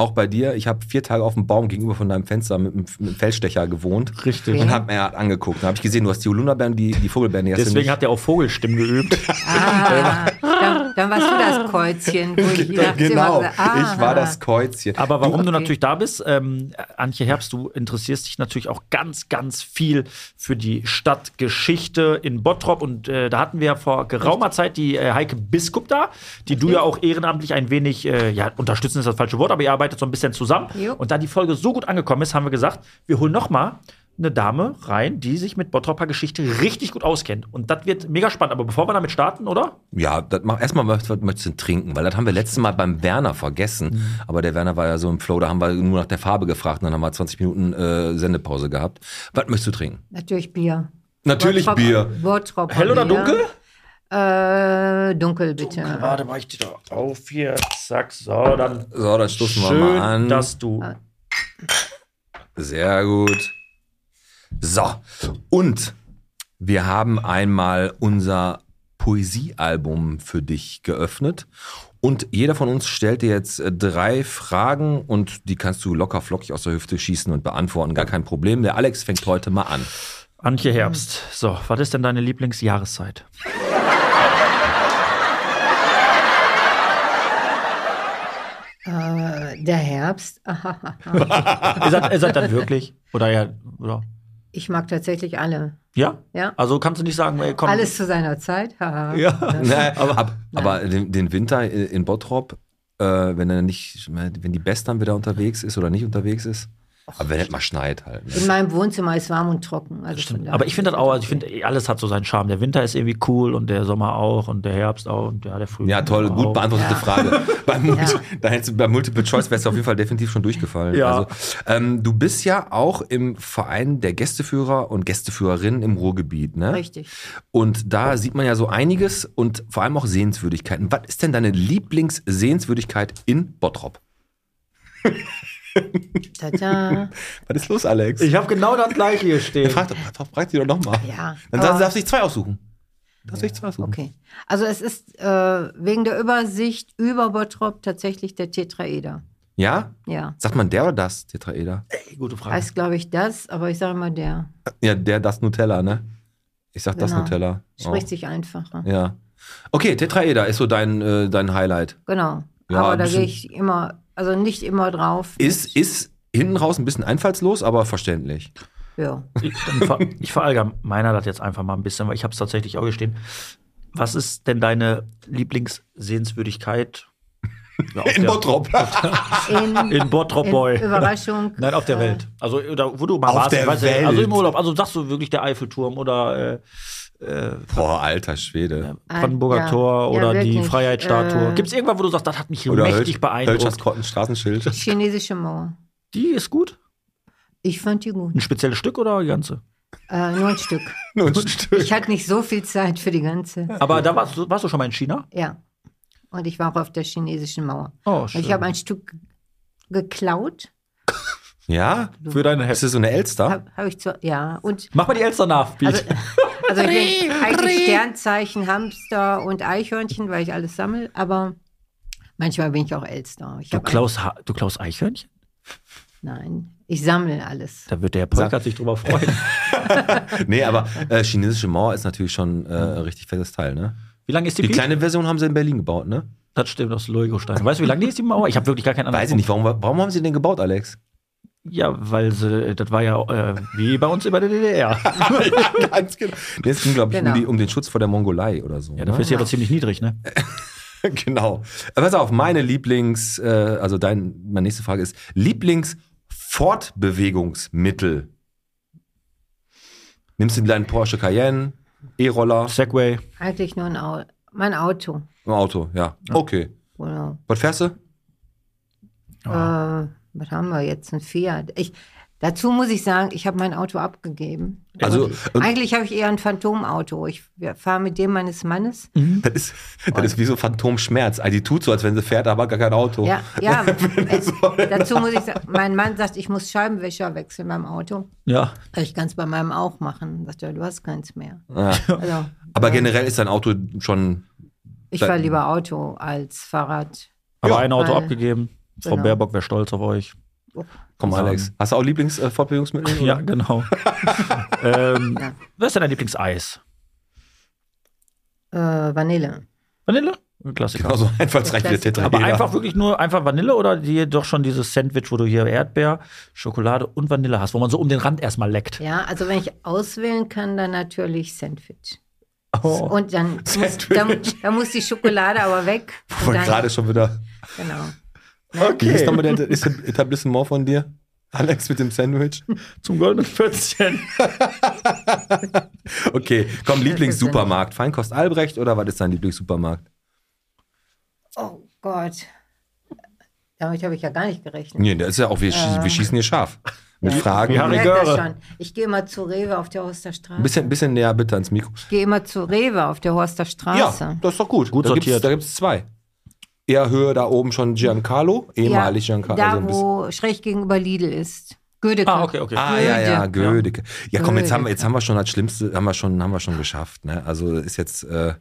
A: auch bei dir, ich habe vier Tage auf dem Baum gegenüber von deinem Fenster mit, einem- mit einem Feldstecher gewohnt
B: Richtig.
A: und habe mir halt angeguckt. Da habe ich gesehen, du hast die Holunderbeeren, die, die Vogelbeeren, die hast du
B: Deswegen
A: also nicht.
B: hat er auch Vogelstimmen geübt.
C: Ah, dann, dann warst du das Kreuzchen, wo ich dachte,
A: genau,
C: immer, ah,
A: ich war das Käuzchen.
B: Aber warum du
C: Okay.
B: natürlich da bist, ähm, Antje Herbst, du interessierst dich natürlich auch ganz, ganz viel für die Stadtgeschichte in Bottrop. Und äh, da hatten wir ja vor geraumer Zeit die äh, Heike Biskup da, die du ja auch ehrenamtlich ein wenig, äh, ja, unterstützen ist das falsche Wort, aber ihr arbeitet so ein bisschen zusammen.
C: Jo.
B: Und da die Folge so gut angekommen ist, haben wir gesagt, wir holen noch mal eine Dame rein, die sich mit Bottroper Geschichte richtig gut auskennt. Und das wird mega spannend. Aber bevor wir damit starten, oder?
A: Ja, das mach, erstmal möcht- was möchtest du denn trinken, weil das haben wir letztes Mal beim Werner vergessen. Aber der Werner war ja so im Flow, da haben wir nur nach der Farbe gefragt und dann haben wir 20 Minuten äh, Sendepause gehabt. Was möchtest du trinken?
C: Ah, Natürlich Bier.
A: Natürlich
C: Bottrop-
A: Bier.
C: Bottrop
B: Hell oder
C: Bier.
B: dunkel?
C: Äh, dunkel bitte.
B: Warte, mach ich die da auf hier. Zack, so, dann
A: So, dann stoßen
B: Schön,
A: wir mal an.
B: dass du.
A: Sehr gut. So, und wir haben einmal unser Poesiealbum für dich geöffnet. Und jeder von uns stellt dir jetzt äh, drei Fragen und die kannst du locker flockig aus der Hüfte schießen und beantworten. Gar kein Problem. Der Alex fängt heute mal an.
B: Antje Herbst. So, was ist denn deine Lieblingsjahreszeit?
C: Äh, der Herbst.
B: Ihr seid, ihr seid dann wirklich? Oder ja, oder?
C: ich mag tatsächlich alle.
B: Ja?
C: Ja.
B: Also kannst du nicht sagen, ey, komm.
C: Alles zu seiner Zeit. ja.
B: Ja.
A: Nee, aber Ne? ab, aber den, den Winter in in Bottrop, äh, wenn er nicht, wenn die Best dann wieder unterwegs ist oder nicht unterwegs ist, aber wenn es mal schneit halt. Ne?
C: In meinem Wohnzimmer ist warm und trocken. Also von daher
B: Aber ich finde das auch, also ich
C: okay.
B: finde, alles hat so seinen Charme. Der Winter ist irgendwie cool und der Sommer auch und der Herbst auch und ja, der Frühling.
A: Ja, toll, gut
B: auch.
A: beantwortete
C: Ja.
A: Frage. Bei, Multi,
C: Ja.
A: da hättest, du- bei Multiple Choice wärst du auf jeden Fall definitiv schon durchgefallen.
B: Ja.
A: Also, ähm, du bist ja auch im Verein der Gästeführer und Gästeführerinnen im Ruhrgebiet, ne?
C: Richtig.
A: Und da sieht man ja so einiges und vor allem auch Sehenswürdigkeiten. Was ist denn deine Lieblingssehenswürdigkeit in Bottrop?
C: Tada.
A: Was ist los, Alex?
B: Ich habe genau das gleiche hier stehen.
A: frag, doch- frag, frag die doch nochmal.
C: Ja.
A: Dann darfst-
C: Aber-
A: darfst du dich zwei aussuchen. Darfst du dich zwei aussuchen.
C: Okay. Also es ist äh, wegen der Übersicht über Bottrop tatsächlich der Tetraeder.
A: Ja?
C: Ja.
A: Sagt man der oder das, Tetraeder?
B: Ey, Gute Frage.
C: Heißt, glaube ich, das, aber ich sage immer der.
A: Ja, der, das Nutella, ne? Ich sag das
C: Genau.
A: Nutella.
C: Spricht sich einfacher.
A: Oh. Ja. Okay, Tetraeder ist so dein, äh, dein Highlight.
C: Genau.
A: Ja,
C: aber da
A: bisschen-
C: gehe ich immer, also nicht immer drauf.
A: Ist, ist hinten raus ein bisschen einfallslos, aber verständlich.
C: Ja.
B: Ich, dann ver ich verallgemeiner das jetzt einfach mal ein bisschen, weil ich habe es tatsächlich auch gestehen. Was ist denn deine Lieblingssehenswürdigkeit? Ja, auf
A: In
B: der-
A: Bottrop.
C: In,
B: In Bottrop Boy.
C: Überraschung.
B: Nein, auf der
C: äh,
B: Welt. Also oder wo du mal
A: Auf
B: warst,
A: der
B: weißt du,
A: Welt.
B: also im Urlaub. Also sagst du wirklich der Eiffelturm oder äh, äh,
A: Boah, alter Schwede.
B: Brandenburger
C: Ah, ja.
B: Tor
C: Ja,
B: oder die
C: wirklich.
B: Freiheitsstatue.
C: Äh,
B: Gibt es irgendwann, wo du sagst, das hat mich
A: Oder
B: mächtig
A: Höl-
B: beeindruckt?
A: Hölschers Kor- Straßenschild.
C: Chinesische Mauer.
B: Die ist gut.
C: Ich fand die gut.
B: Ein spezielles Stück oder die ganze?
C: Äh, nur ein Stück.
A: Nur ein Stück.
C: Ich hatte nicht so viel Zeit für die ganze.
B: Aber da warst du, warst du schon mal in China?
C: Ja. Und ich war auch auf der chinesischen Mauer.
B: Oh,
C: Und ich habe ein Stück geklaut.
A: Ja?
B: Für deine
A: Ist
B: Hälfte.
A: das so eine Elster?
C: Habe hab ich zu, ja, und
B: Mach mal die Elster nach, Piet.
C: Also, also ich bin eigentlich Sternzeichen, Hamster und Eichhörnchen, weil ich alles sammle, aber manchmal bin ich auch Elster. Ich
B: du,
C: hab ein-
B: Klaus Ha- du Klaus Eichhörnchen?
C: Nein, ich sammle alles.
B: Da wird der Herr Polkert sich drüber freuen.
A: Nee, aber äh, chinesische Mauer ist natürlich schon äh, ein richtig fettes Teil, ne?
B: Wie lange ist die,
A: Die
B: Piet?
A: kleine Version haben sie in Berlin gebaut, ne?
B: Das stimmt aus Leugostein. Weißt du, wie lange die ist, die Mauer? Ich habe wirklich gar keinen
A: Weiß ich nicht. Warum, warum haben sie den gebaut, Alex?
B: Ja, weil sie, das war ja äh, wie bei uns über der DDR.
A: Ganz genau. Nee, es ging, glaube ich,
C: Genau.
A: um, die, um den Schutz vor der Mongolei oder so.
B: Ja,
A: ne?
B: dafür ist sie aber ziemlich niedrig, ne?
A: Genau. Aber pass auf, meine Lieblings, äh, also dein, meine nächste Frage ist Lieblingsfortbewegungsmittel. Nimmst du deinen Porsche Cayenne, E-Roller,
B: Segway.
C: Eigentlich nur ein Au mein Auto.
A: ein Auto, ja. Okay.
C: Genau.
A: Was fährst du?
C: Äh, was haben wir jetzt? Ein Fiat. Ich, dazu muss ich sagen, ich habe mein Auto abgegeben.
A: Also,
C: Und
A: äh,
C: Eigentlich habe ich eher ein Phantomauto. Ich fahre mit dem meines Mannes.
B: mhm.
A: das ist,
B: Oh.
A: das ist wie so Phantomschmerz. Also, die tut so, als wenn sie fährt, aber gar kein Auto.
C: Ja, ja. äh,
A: Oh. so-
C: dazu muss ich sagen, mein Mann sagt, ich muss Scheibenwischer wechseln beim Auto.
B: Ja.
C: Ich kann es bei meinem auch machen. Sagt er, du hast keins mehr.
A: Ja.
C: Also,
A: Aber generell ist dein Auto schon.
C: ich
A: da-
C: fahre lieber Auto als Fahrrad.
B: Aber
A: Ja.
B: ein Auto
C: Weil-
B: abgegeben. Frau
C: Genau.
B: Baerbock wäre stolz auf euch.
A: Komm,
B: Sagen.
A: Alex. Hast du auch Lieblingsfortbewegungsmittel?
B: Ja, genau. ähm,
C: Ja.
B: Was ist denn dein Lieblingseis?
C: Äh, Vanille.
B: Vanille? Ein Klassiker.
A: Genau so einfallsreich wie der Tetra.
B: Aber einfach wirklich nur einfach Vanille oder dir doch schon dieses Sandwich, wo du hier Erdbeer, Schokolade und Vanille hast, wo man so um den Rand erstmal leckt.
C: Ja, also wenn ich auswählen kann, dann natürlich Sandwich.
B: Oh.
C: Und dann muss,
A: Sandwich.
C: dann, dann muss die Schokolade aber weg. Und
A: Voll
C: dann-
A: gerade schon wieder.
C: Genau.
A: Wie ist nochmal der ist das Etablissement von dir? Alex mit dem Sandwich?
B: Zum goldenen Pfötzchen.
A: Okay, komm, Lieblingssupermarkt. Feinkost Albrecht oder was ist dein Lieblingssupermarkt?
C: Oh Gott. Damit habe ich ja gar nicht gerechnet.
A: Nee, das ist ja auch, wir, schießen- wir schießen hier scharf. Mit Fragen.
B: Ja,
A: Ein
C: Ich
B: Harry-
C: merke das
B: Göre.
C: schon. Ich gehe immer zu Rewe auf der Horster Straße.
A: bisschen, bisschen näher bitte ans Mikro.
C: Ich gehe immer zu Rewe auf der Horster
A: Ja,
C: Straße.
A: das ist doch gut.
B: Gut
A: da Gibt's,
B: sortiert.
A: da gibt es zwei. Eher Höhe da oben schon Giancarlo, ehemalig Giancarlo.
C: Da,
A: also ein bisschen-
C: wo schräg gegenüber Lidl ist. Gödeke.
B: Ah, okay, okay.
A: Ah, ja, ja, Gödeke. Ja, komm, jetzt haben, wir,
C: Gödeke.
A: jetzt haben wir schon das Schlimmste, haben wir schon, haben wir schon geschafft. Ne? Also ist jetzt äh,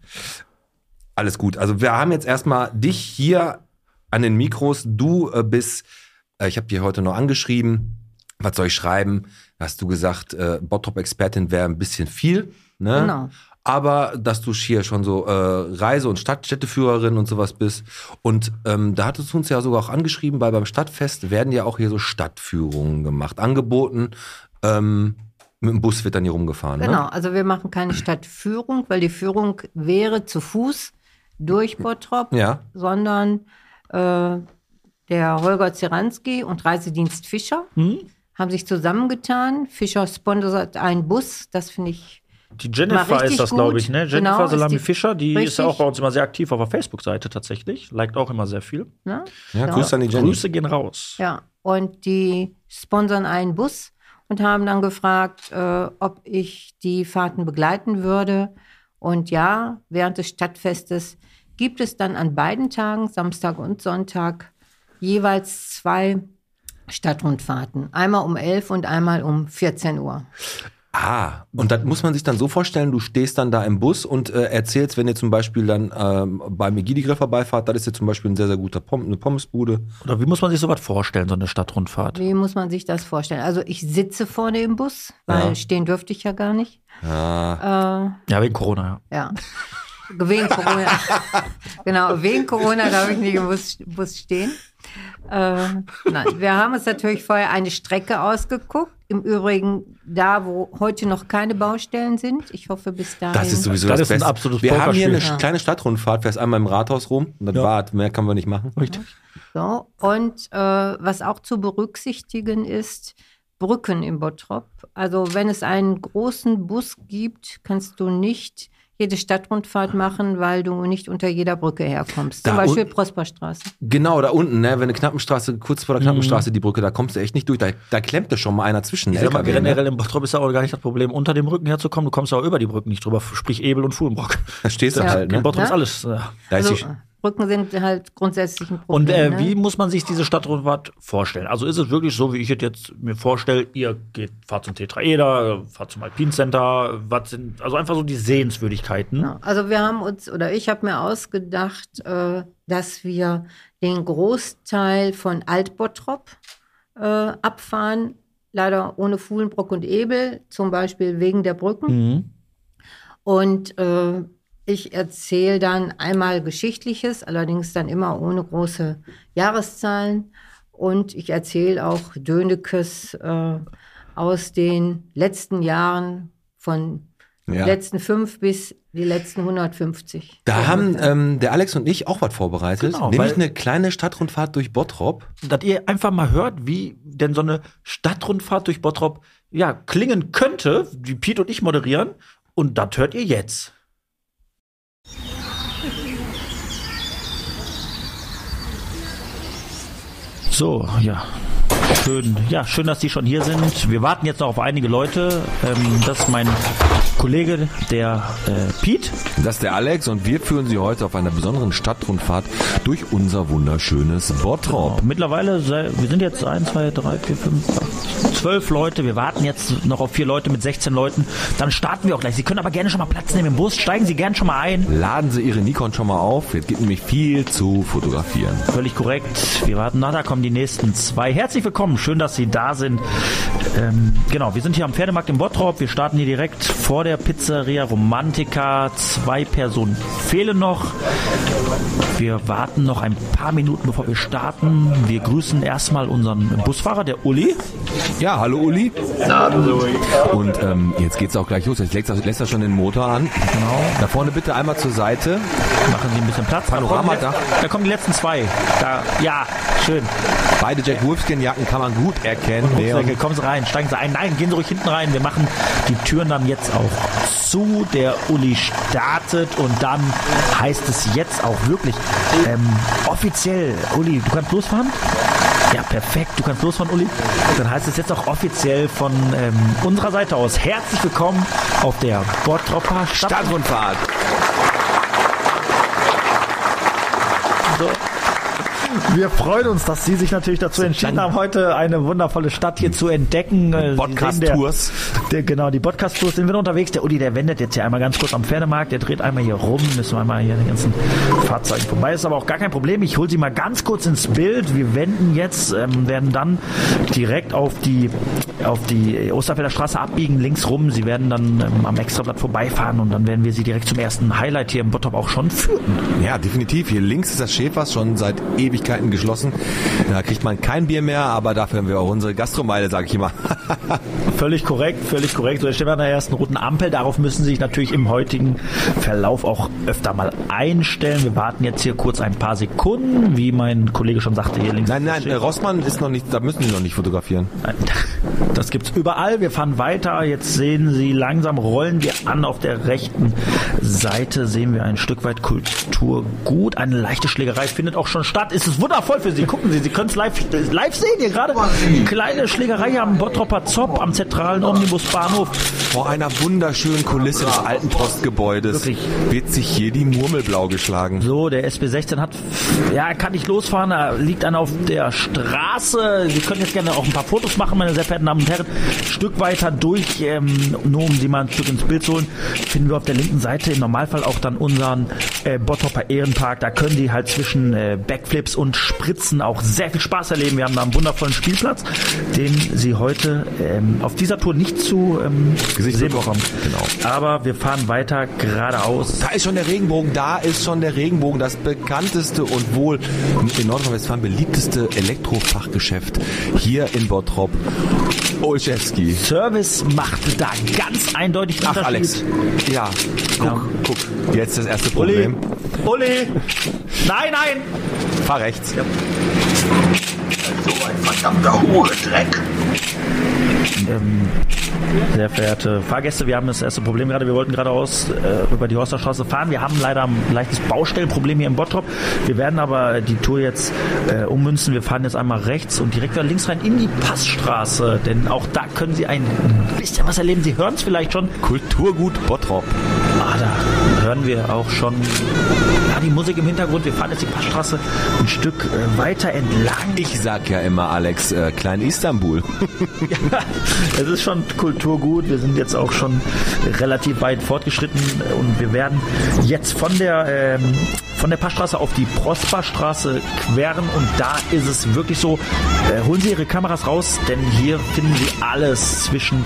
A: alles gut. Also wir haben jetzt erstmal dich hier an den Mikros. Du äh, bist, äh, ich habe dir heute noch angeschrieben, was soll ich schreiben? Da Hast du gesagt, äh, Bottrop-Expertin wäre ein bisschen viel. Ne?
C: Genau.
A: Aber dass du hier schon so äh, Reise- und Stadt Städteführerin und sowas bist. Und ähm, da hattest du uns ja sogar auch angeschrieben, weil beim Stadtfest werden ja auch hier so Stadtführungen gemacht, angeboten. Ähm, mit dem Bus wird dann hier rumgefahren.
C: Genau,
A: Ne?
C: also wir machen keine Stadtführung, weil die Führung wäre zu Fuß durch Bottrop,
A: Ja.
C: sondern äh, der Holger Zeranski und Reisedienst Fischer
B: Hm?
C: haben sich zusammengetan. Fischer sponsert einen Bus, das finde ich.
B: Die
C: War
B: Jennifer
C: richtig
B: ist das,
C: gut.
B: glaube ich, ne? Jennifer
C: Genau, ist
B: Salami
C: die-
B: Fischer, die ist
C: richtig.
B: auch bei uns immer sehr aktiv auf der Facebook-Seite tatsächlich. Liked auch immer sehr viel.
C: Ne?
A: Ja,
C: Ja.
A: Grüße an die Jenny.
B: Grüße gehen raus.
C: Ja, und die sponsern einen Bus und haben dann gefragt, äh, ob ich die Fahrten begleiten würde. Und ja, während des Stadtfestes gibt es dann an beiden Tagen, Samstag und Sonntag, jeweils zwei Stadtrundfahrten. Einmal um 11 und einmal um 14 Uhr.
A: Ah, und das muss man sich dann so vorstellen, du stehst dann da im Bus und äh, erzählst, wenn ihr zum Beispiel dann ähm, bei Megidi-Grill vorbeifahrt, das ist ja zum Beispiel ein sehr, sehr guter Pom eine Pommesbude.
B: Oder wie muss man sich sowas vorstellen, so eine Stadtrundfahrt?
C: Wie muss man sich das vorstellen? Also ich sitze vorne im Bus, weil
A: Ja.
C: stehen dürfte ich ja gar nicht.
A: Ja,
C: Äh,
B: Ja, wegen Corona, ja.
C: Ja. Wegen Corona. genau, wegen Corona darf ich nicht im Bus, Bus stehen. Äh, nein, wir haben uns natürlich vorher eine Strecke ausgeguckt. Im Übrigen da, wo heute noch keine Baustellen sind. Ich hoffe, bis dahin.
A: Das ist sowieso das,
B: Das ist ein
A: Beste.
B: absolutes
A: wir haben hier eine
B: Pokerspiel.
A: sch- kleine Stadtrundfahrt, fährst einmal im Rathaus rum und dann
B: Ja.
A: wart, mehr können wir nicht machen.
B: Richtig.
C: So, und äh, was auch zu berücksichtigen ist, Brücken im Bottrop. Also wenn es einen großen Bus gibt, kannst du nicht jede Stadtrundfahrt machen, weil du nicht unter jeder Brücke herkommst. Zum
A: Da
C: Beispiel
A: un-
C: Prosperstraße.
A: Genau, da unten, ne, wenn eine Knappenstraße, kurz
B: Mhm.
A: vor der Knappenstraße die Brücke, da kommst du echt nicht durch, da, da klemmte schon mal einer zwischen.
B: Ich sag mal,
A: LKW,
B: generell
A: ne?
B: im Bottrop ist ja auch gar nicht das Problem, unter dem Rücken herzukommen. Du kommst ja auch über die Brücken nicht drüber, sprich Ebel und Fulenbrock.
A: Da stehst du
C: Ja.
A: halt,
B: In
A: ne?
B: Bottrop
C: Ja.
B: ist alles. Ja.
A: Da ist
C: also,
A: die, Sch-
C: Brücken sind halt grundsätzlich ein Problem.
B: Und äh,
C: ne?
B: wie muss man sich diese Stadtrundfahrt vorstellen? Also ist es wirklich so, wie ich es jetzt mir vorstelle, ihr geht, fahrt zum Tetraeder, fahrt zum Alpine Center, was sind, also einfach so die Sehenswürdigkeiten.
C: Genau. Also wir haben uns, oder ich habe mir ausgedacht, äh, dass wir den Großteil von Altbottrop äh, abfahren, leider ohne Fuhlenbrock und Ebel, zum Beispiel wegen der Brücken.
B: Mhm.
C: Und äh, ich erzähle dann einmal Geschichtliches, allerdings dann immer ohne große Jahreszahlen. Und ich erzähle auch Dönekes äh, aus den letzten Jahren von
A: Ja.
C: letzten fünf bis die letzten 150.
A: da
C: So
A: haben
C: ungefähr.
A: ähm, der Alex und ich auch was vorbereitet,
B: Genau,
A: nämlich
B: weil-
A: eine kleine Stadtrundfahrt durch Bottrop.
B: Dass ihr einfach mal hört, wie denn so eine Stadtrundfahrt durch Bottrop ja, klingen könnte, die Piet und ich moderieren. Und das hört ihr jetzt. So, ja. Schön. Ja, schön, dass Sie schon hier sind. Wir warten jetzt noch auf einige Leute. Ähm, das ist mein Kollege, der äh, Piet.
A: Das ist der Alex und wir führen Sie heute auf einer besonderen Stadtrundfahrt durch unser wunderschönes Bottrop.
B: Mittlerweile, sei, wir sind jetzt 1, 2, 3, 4, 5, 8, 12 Leute. Wir warten jetzt noch auf vier Leute mit 16 Leuten. Dann starten wir auch gleich. Sie können aber gerne schon mal Platz nehmen im Bus. Steigen Sie gerne schon mal ein.
A: Laden Sie Ihre Nikon schon mal auf, es gibt nämlich viel zu fotografieren.
B: Völlig korrekt. Wir warten. Na, da kommen die nächsten zwei. Herzlich willkommen. Schön, dass Sie da sind. Ähm, genau, wir sind hier am Pferdemarkt in Bottrop. Wir starten hier direkt vor der Pizzeria Romantica. Zwei Personen fehlen noch. Wir warten noch ein paar Minuten, bevor wir starten. Wir grüßen erstmal unseren Busfahrer, der Uli.
A: Ja, hallo Uli. Und ähm, jetzt geht's auch gleich los. Jetzt lässt er, lässt er schon den Motor an.
B: Genau.
A: Da vorne bitte einmal zur Seite.
B: Machen Sie ein bisschen Platz. Da
A: Panoramadach.
B: kommen die, letzten- da kommen die letzten zwei. Da, ja, schön.
A: Beide Jack Wolfskin-Jacken kann man gut erkennen. Der-
B: Rucksäcke, kommen Sie rein, steigen Sie ein. Nein, gehen Sie ruhig hinten rein. Wir machen die Türen dann jetzt auch zu. Der Uli startet und dann heißt es jetzt auch wirklich ähm, offiziell. Uli, du kannst losfahren? Ja, perfekt. Du kannst losfahren, Uli. Dann heißt es jetzt auch offiziell von ähm, unserer Seite aus herzlich willkommen auf der Bottropper Stadt.
A: Stadtrundfahrt.
B: So. Wir freuen uns, dass Sie sich natürlich dazu entschieden haben, heute eine wundervolle Stadt hier zu entdecken. Äh, Sie sehen, der-
A: Podcast-Tours.
B: Der, genau, die Podcast-Tours sind wir noch unterwegs. Der Uli, der wendet jetzt hier einmal ganz kurz am Pferdemarkt. Der dreht einmal hier rum. Müssen wir einmal hier den ganzen Fahrzeugen vorbei. Ist aber auch gar kein Problem. Ich hole Sie mal ganz kurz ins Bild. Wir wenden jetzt, ähm, werden dann direkt auf die, auf die Osterfelder Straße abbiegen, links rum. Sie werden dann ähm, am Extrablatt vorbeifahren und dann werden wir Sie direkt zum ersten Highlight hier im Bottrop auch schon führen.
A: Ja, definitiv. Hier links ist das Schäfers schon seit Ewigkeiten geschlossen. Da kriegt man kein Bier mehr, aber dafür haben wir auch unsere Gastromeile, sag ich immer.
B: Völlig korrekt, völlig korrekt. So, jetzt stehen wir an der ersten roten Ampel. Darauf müssen Sie sich natürlich im heutigen Verlauf auch öfter mal einstellen. Wir warten jetzt hier kurz ein paar Sekunden, wie mein Kollege schon sagte, hier links.
A: Nein, nein, äh, Rossmann ist noch nicht, da müssen Sie noch nicht fotografieren.
B: Das gibt's überall. Wir fahren weiter. Jetzt sehen Sie, langsam rollen wir an. Auf der rechten Seite sehen wir ein Stück weit Kulturgut. Eine leichte Schlägerei findet auch schon statt. Es ist wundervoll für Sie. Gucken Sie, Sie können es live, live sehen hier gerade. Kleine Schlägerei hier am Bottropper Zopp, am zentralen Omnibusbahnhof.
A: Vor einer wunderschönen Kulisse des alten Postgebäudes
B: Wirklich.
A: wird sich hier die Murmel blau geschlagen.
B: So, der SB16 hat, ja, er kann nicht losfahren, da liegt einer auf der Straße. Sie können jetzt gerne auch ein paar Fotos machen, meine sehr verehrten Damen und Herren. Ein Stück weiter durch, ähm, nur um sie mal ein Stück ins Bild zu holen, finden wir auf der linken Seite im Normalfall auch dann unseren äh, Bottropper Ehrenpark. Da können die halt zwischen äh, Backflips und Spritzen auch sehr viel Spaß erleben. Wir haben da einen wundervollen Spielplatz, den sie heute ähm, auf dieser Tour nicht zu zu ähm,
A: Gesicht
B: sehen bekommen.
A: Genau.
B: Aber wir fahren weiter geradeaus.
A: Da ist schon der Regenbogen, da ist schon der Regenbogen, das bekannteste und wohl in Nordrhein-Westfalen beliebteste Elektrofachgeschäft hier in Bottrop. Olszewski.
B: Service macht da ganz eindeutig
A: Ach, Alex. Ja, guck,
B: Ja.
A: guck. Jetzt das erste
B: Uli,
A: Problem.
B: Uli, nein, nein.
A: Fahr rechts.
D: So ein verdammter Hure-Dreck.
B: Sehr verehrte Fahrgäste, wir haben das erste Problem gerade. Wir wollten geradeaus äh, über die Horsterstraße fahren. Wir haben leider ein leichtes Baustellenproblem hier in Bottrop. Wir werden aber die Tour jetzt äh, ummünzen. Wir fahren jetzt einmal rechts und direkt dann links rein in die Passstraße. Denn auch da können Sie ein bisschen was erleben. Sie hören es vielleicht schon.
A: Kulturgut Bottrop.
B: Ah, da hören wir auch schon ja, die Musik im Hintergrund. Wir fahren jetzt die Passstraße ein Stück äh, weiter entlang.
A: Ich sag ja immer, Alex, äh, Klein Istanbul.
B: Es ist schon Kulturgut. Wir sind jetzt auch schon relativ weit fortgeschritten und wir werden jetzt von der ähm, von der Passstraße auf die Prosperstraße queren und da ist es wirklich so. Äh, holen Sie Ihre Kameras raus, denn hier finden Sie alles zwischen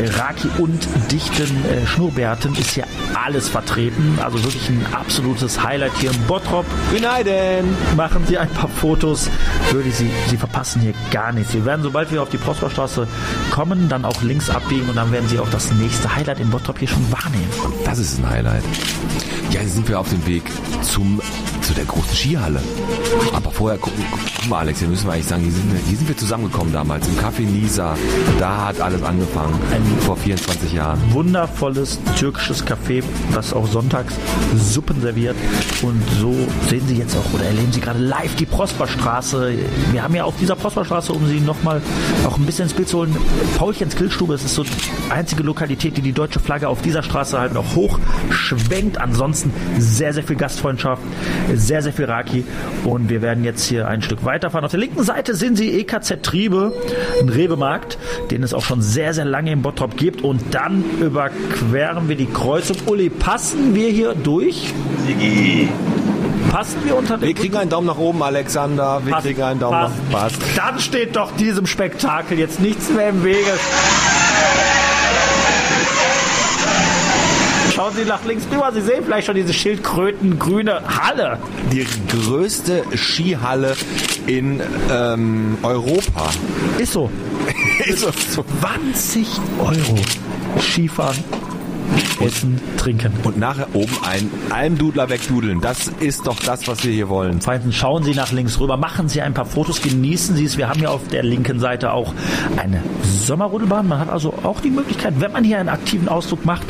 B: äh, Raki und dichten äh, Schnurrbärten ist hier alles vertreten. Also wirklich ein absolutes Highlight hier in Bottrop.
A: Beneiden.
B: Machen Sie ein paar Fotos, würde ich Sie, Sie verpassen hier gar nichts. Wir werden, sobald wir auf die Prosperstraße kommen, dann auch links abbiegen und dann werden Sie auch das nächste Highlight in Bottrop hier schon wahrnehmen.
A: Das ist ein Highlight. Ja, jetzt sind wir auf dem Weg zum, zu der großen Skihalle. Aber vorher, guck, guck mal, Alex, hier müssen wir eigentlich sagen, hier sind, wir- hier sind wir zusammengekommen damals, im Café Nisa. Da hat alles angefangen, vor 24 Jahren.
B: Wundervolles türkisches Café, das auch sonntags Suppen serviert. Und so sehen Sie jetzt auch oder erleben Sie gerade live die Prosperstraße. Wir haben ja auf dieser Prosperstraße, um Sie nochmal auch ein bisschen ins Bild zu holen, Paulchens Grillstube. Es ist so die einzige Lokalität, die die deutsche Flagge auf dieser Straße halt noch hoch schwenkt. Ansonsten sehr, sehr viel Gastfreundschaft, sehr, sehr viel Raki. Und wir werden jetzt hier ein Stück weiterfahren. Auf der linken Seite sehen Sie EKZ Triebe, ein Rewe-Markt, den es auch schon sehr, sehr lange in Bottrop gibt. Und dann überqueren wir die Kreuzung. Uli, passen wir hier durch?
D: Sigi.
B: Passen wir unter den
A: Wir kriegen einen Daumen nach oben, Alexander. Wir
B: Passt,
A: kriegen einen Daumen
B: passt.
A: nach oben.
B: Dann steht doch diesem Spektakel jetzt nichts mehr im Wege. Schauen Sie nach links rüber, Sie sehen vielleicht schon diese Schildkrötengrüne Halle.
A: Die größte Skihalle in ähm, Europa.
B: Ist so.
A: Ist das so?
B: 20 Euro. Skifahren, Essen, Trinken.
A: Und nachher oben ein Almdudler wegdudeln. Das ist doch das, was wir hier wollen.
B: Feinden, schauen Sie nach links rüber, machen Sie ein paar Fotos, genießen Sie es. Wir haben ja auf der linken Seite auch eine Sommerrodelbahn. Man hat also auch die Möglichkeit, wenn man hier einen aktiven Ausflug macht,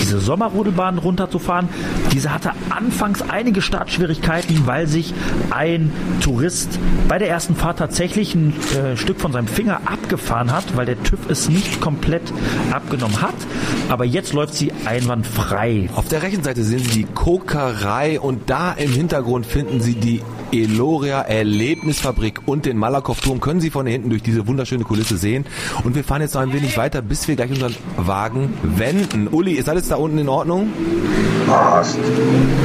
B: diese Sommerrodelbahn runterzufahren. Diese hatte anfangs einige Startschwierigkeiten, weil sich ein Tourist bei der ersten Fahrt tatsächlich ein äh, Stück von seinem Finger abgefahren hat, weil der TÜV es nicht komplett abgenommen hat. Aber jetzt läuft sie einwandfrei.
A: Auf der rechten Seite sehen Sie die Kokerei und da im Hintergrund finden Sie die Eloria Erlebnisfabrik und den Malakoff Turm. Können Sie von hinten durch diese wunderschöne Kulisse sehen. Und wir fahren jetzt noch ein wenig weiter, bis wir gleich unseren Wagen wenden. Uli, ist alles da unten in Ordnung?
D: Passt.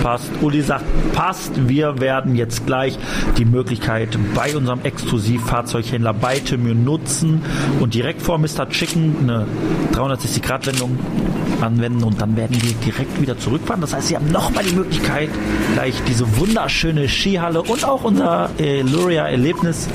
B: Passt. Uli sagt, passt. Wir werden jetzt gleich die Möglichkeit bei unserem Exklusivfahrzeughändler bei Timio nutzen und direkt vor Mr. Chicken eine 360-Grad-Wendung anwenden und dann werden wir direkt wieder zurückfahren. Das heißt, Sie haben nochmal die Möglichkeit, gleich diese wunderschöne Skihalle und auch unser äh, Luria Erlebnis,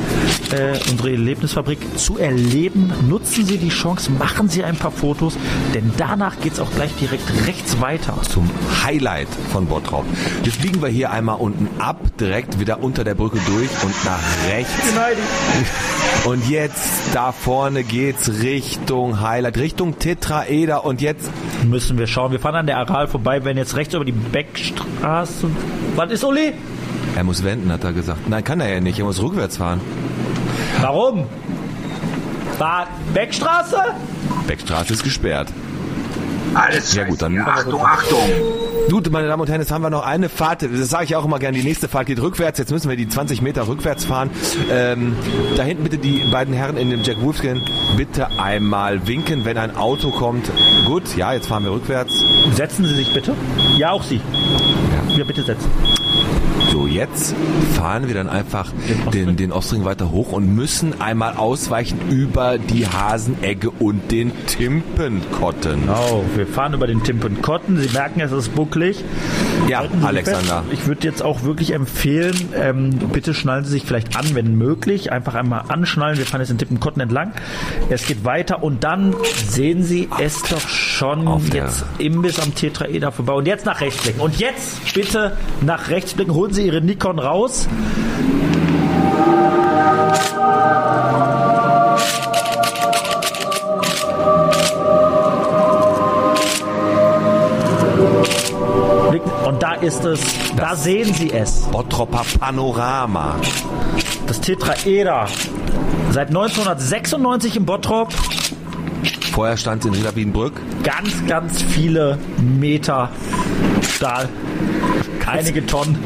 B: äh, unsere Erlebnisfabrik zu erleben. Nutzen Sie die Chance, machen Sie ein paar Fotos, denn danach geht es auch gleich direkt rechts weiter.
A: Zum Highlight von Bottrop. Jetzt biegen wir hier einmal unten ab, direkt wieder unter der Brücke durch und nach rechts. Und jetzt da vorne geht's Richtung Highlight, Richtung Tetraeder und jetzt
B: Müssen wir schauen. Wir fahren an der Aral vorbei, werden jetzt rechts über die Beckstraße. Was ist Uli?
A: Er muss wenden, hat er gesagt. Nein, kann er ja nicht. Er muss rückwärts fahren.
B: Warum? War Beckstraße?
A: Beckstraße ist gesperrt.
D: Alles
A: Ja, gut, dann-
D: scheiße. Achtung, Achtung.
A: Du, meine Damen und Herren, jetzt haben wir noch eine Fahrt. Das sage ich auch immer gerne. Die nächste Fahrt geht rückwärts. Jetzt müssen wir die 20 Meter rückwärts fahren. Ähm, da hinten bitte die beiden Herren in dem Jack Wolfskin bitte einmal winken, wenn ein Auto kommt. Gut, ja, jetzt fahren wir rückwärts.
B: Setzen Sie sich bitte. Ja, auch Sie.
A: Ja.
B: Ja, bitte setzen.
A: So, jetzt fahren wir dann einfach den, den Ostring weiter hoch und müssen einmal ausweichen über die Hasenegge und den Timpenkotten.
B: Genau, wir fahren über den Timpenkotten. Sie merken, es ist bucklig.
A: Ja,
B: Halten Sie
A: Alexander.
B: Fest. Ich würde jetzt auch wirklich empfehlen, ähm, bitte schnallen Sie sich vielleicht an, wenn möglich. Einfach einmal anschnallen. Wir fahren jetzt den Timpenkotten entlang. Es geht weiter und dann sehen Sie es doch schon
A: Auf der-
B: jetzt Imbiss am Tetraeder vorbei. Und jetzt nach rechts blicken. Und jetzt bitte nach rechts blicken. Holen Sie Ihre Nikon raus. Blicken. Und da ist es. Da sehen Sie es.
A: Bottropper Panorama.
B: Das Tetraeder. Seit 1996 im Bottrop.
A: Vorher stand es in Reda Wiedenbrück.
B: Ganz, ganz viele Meter Stahl. Einige Tonnen.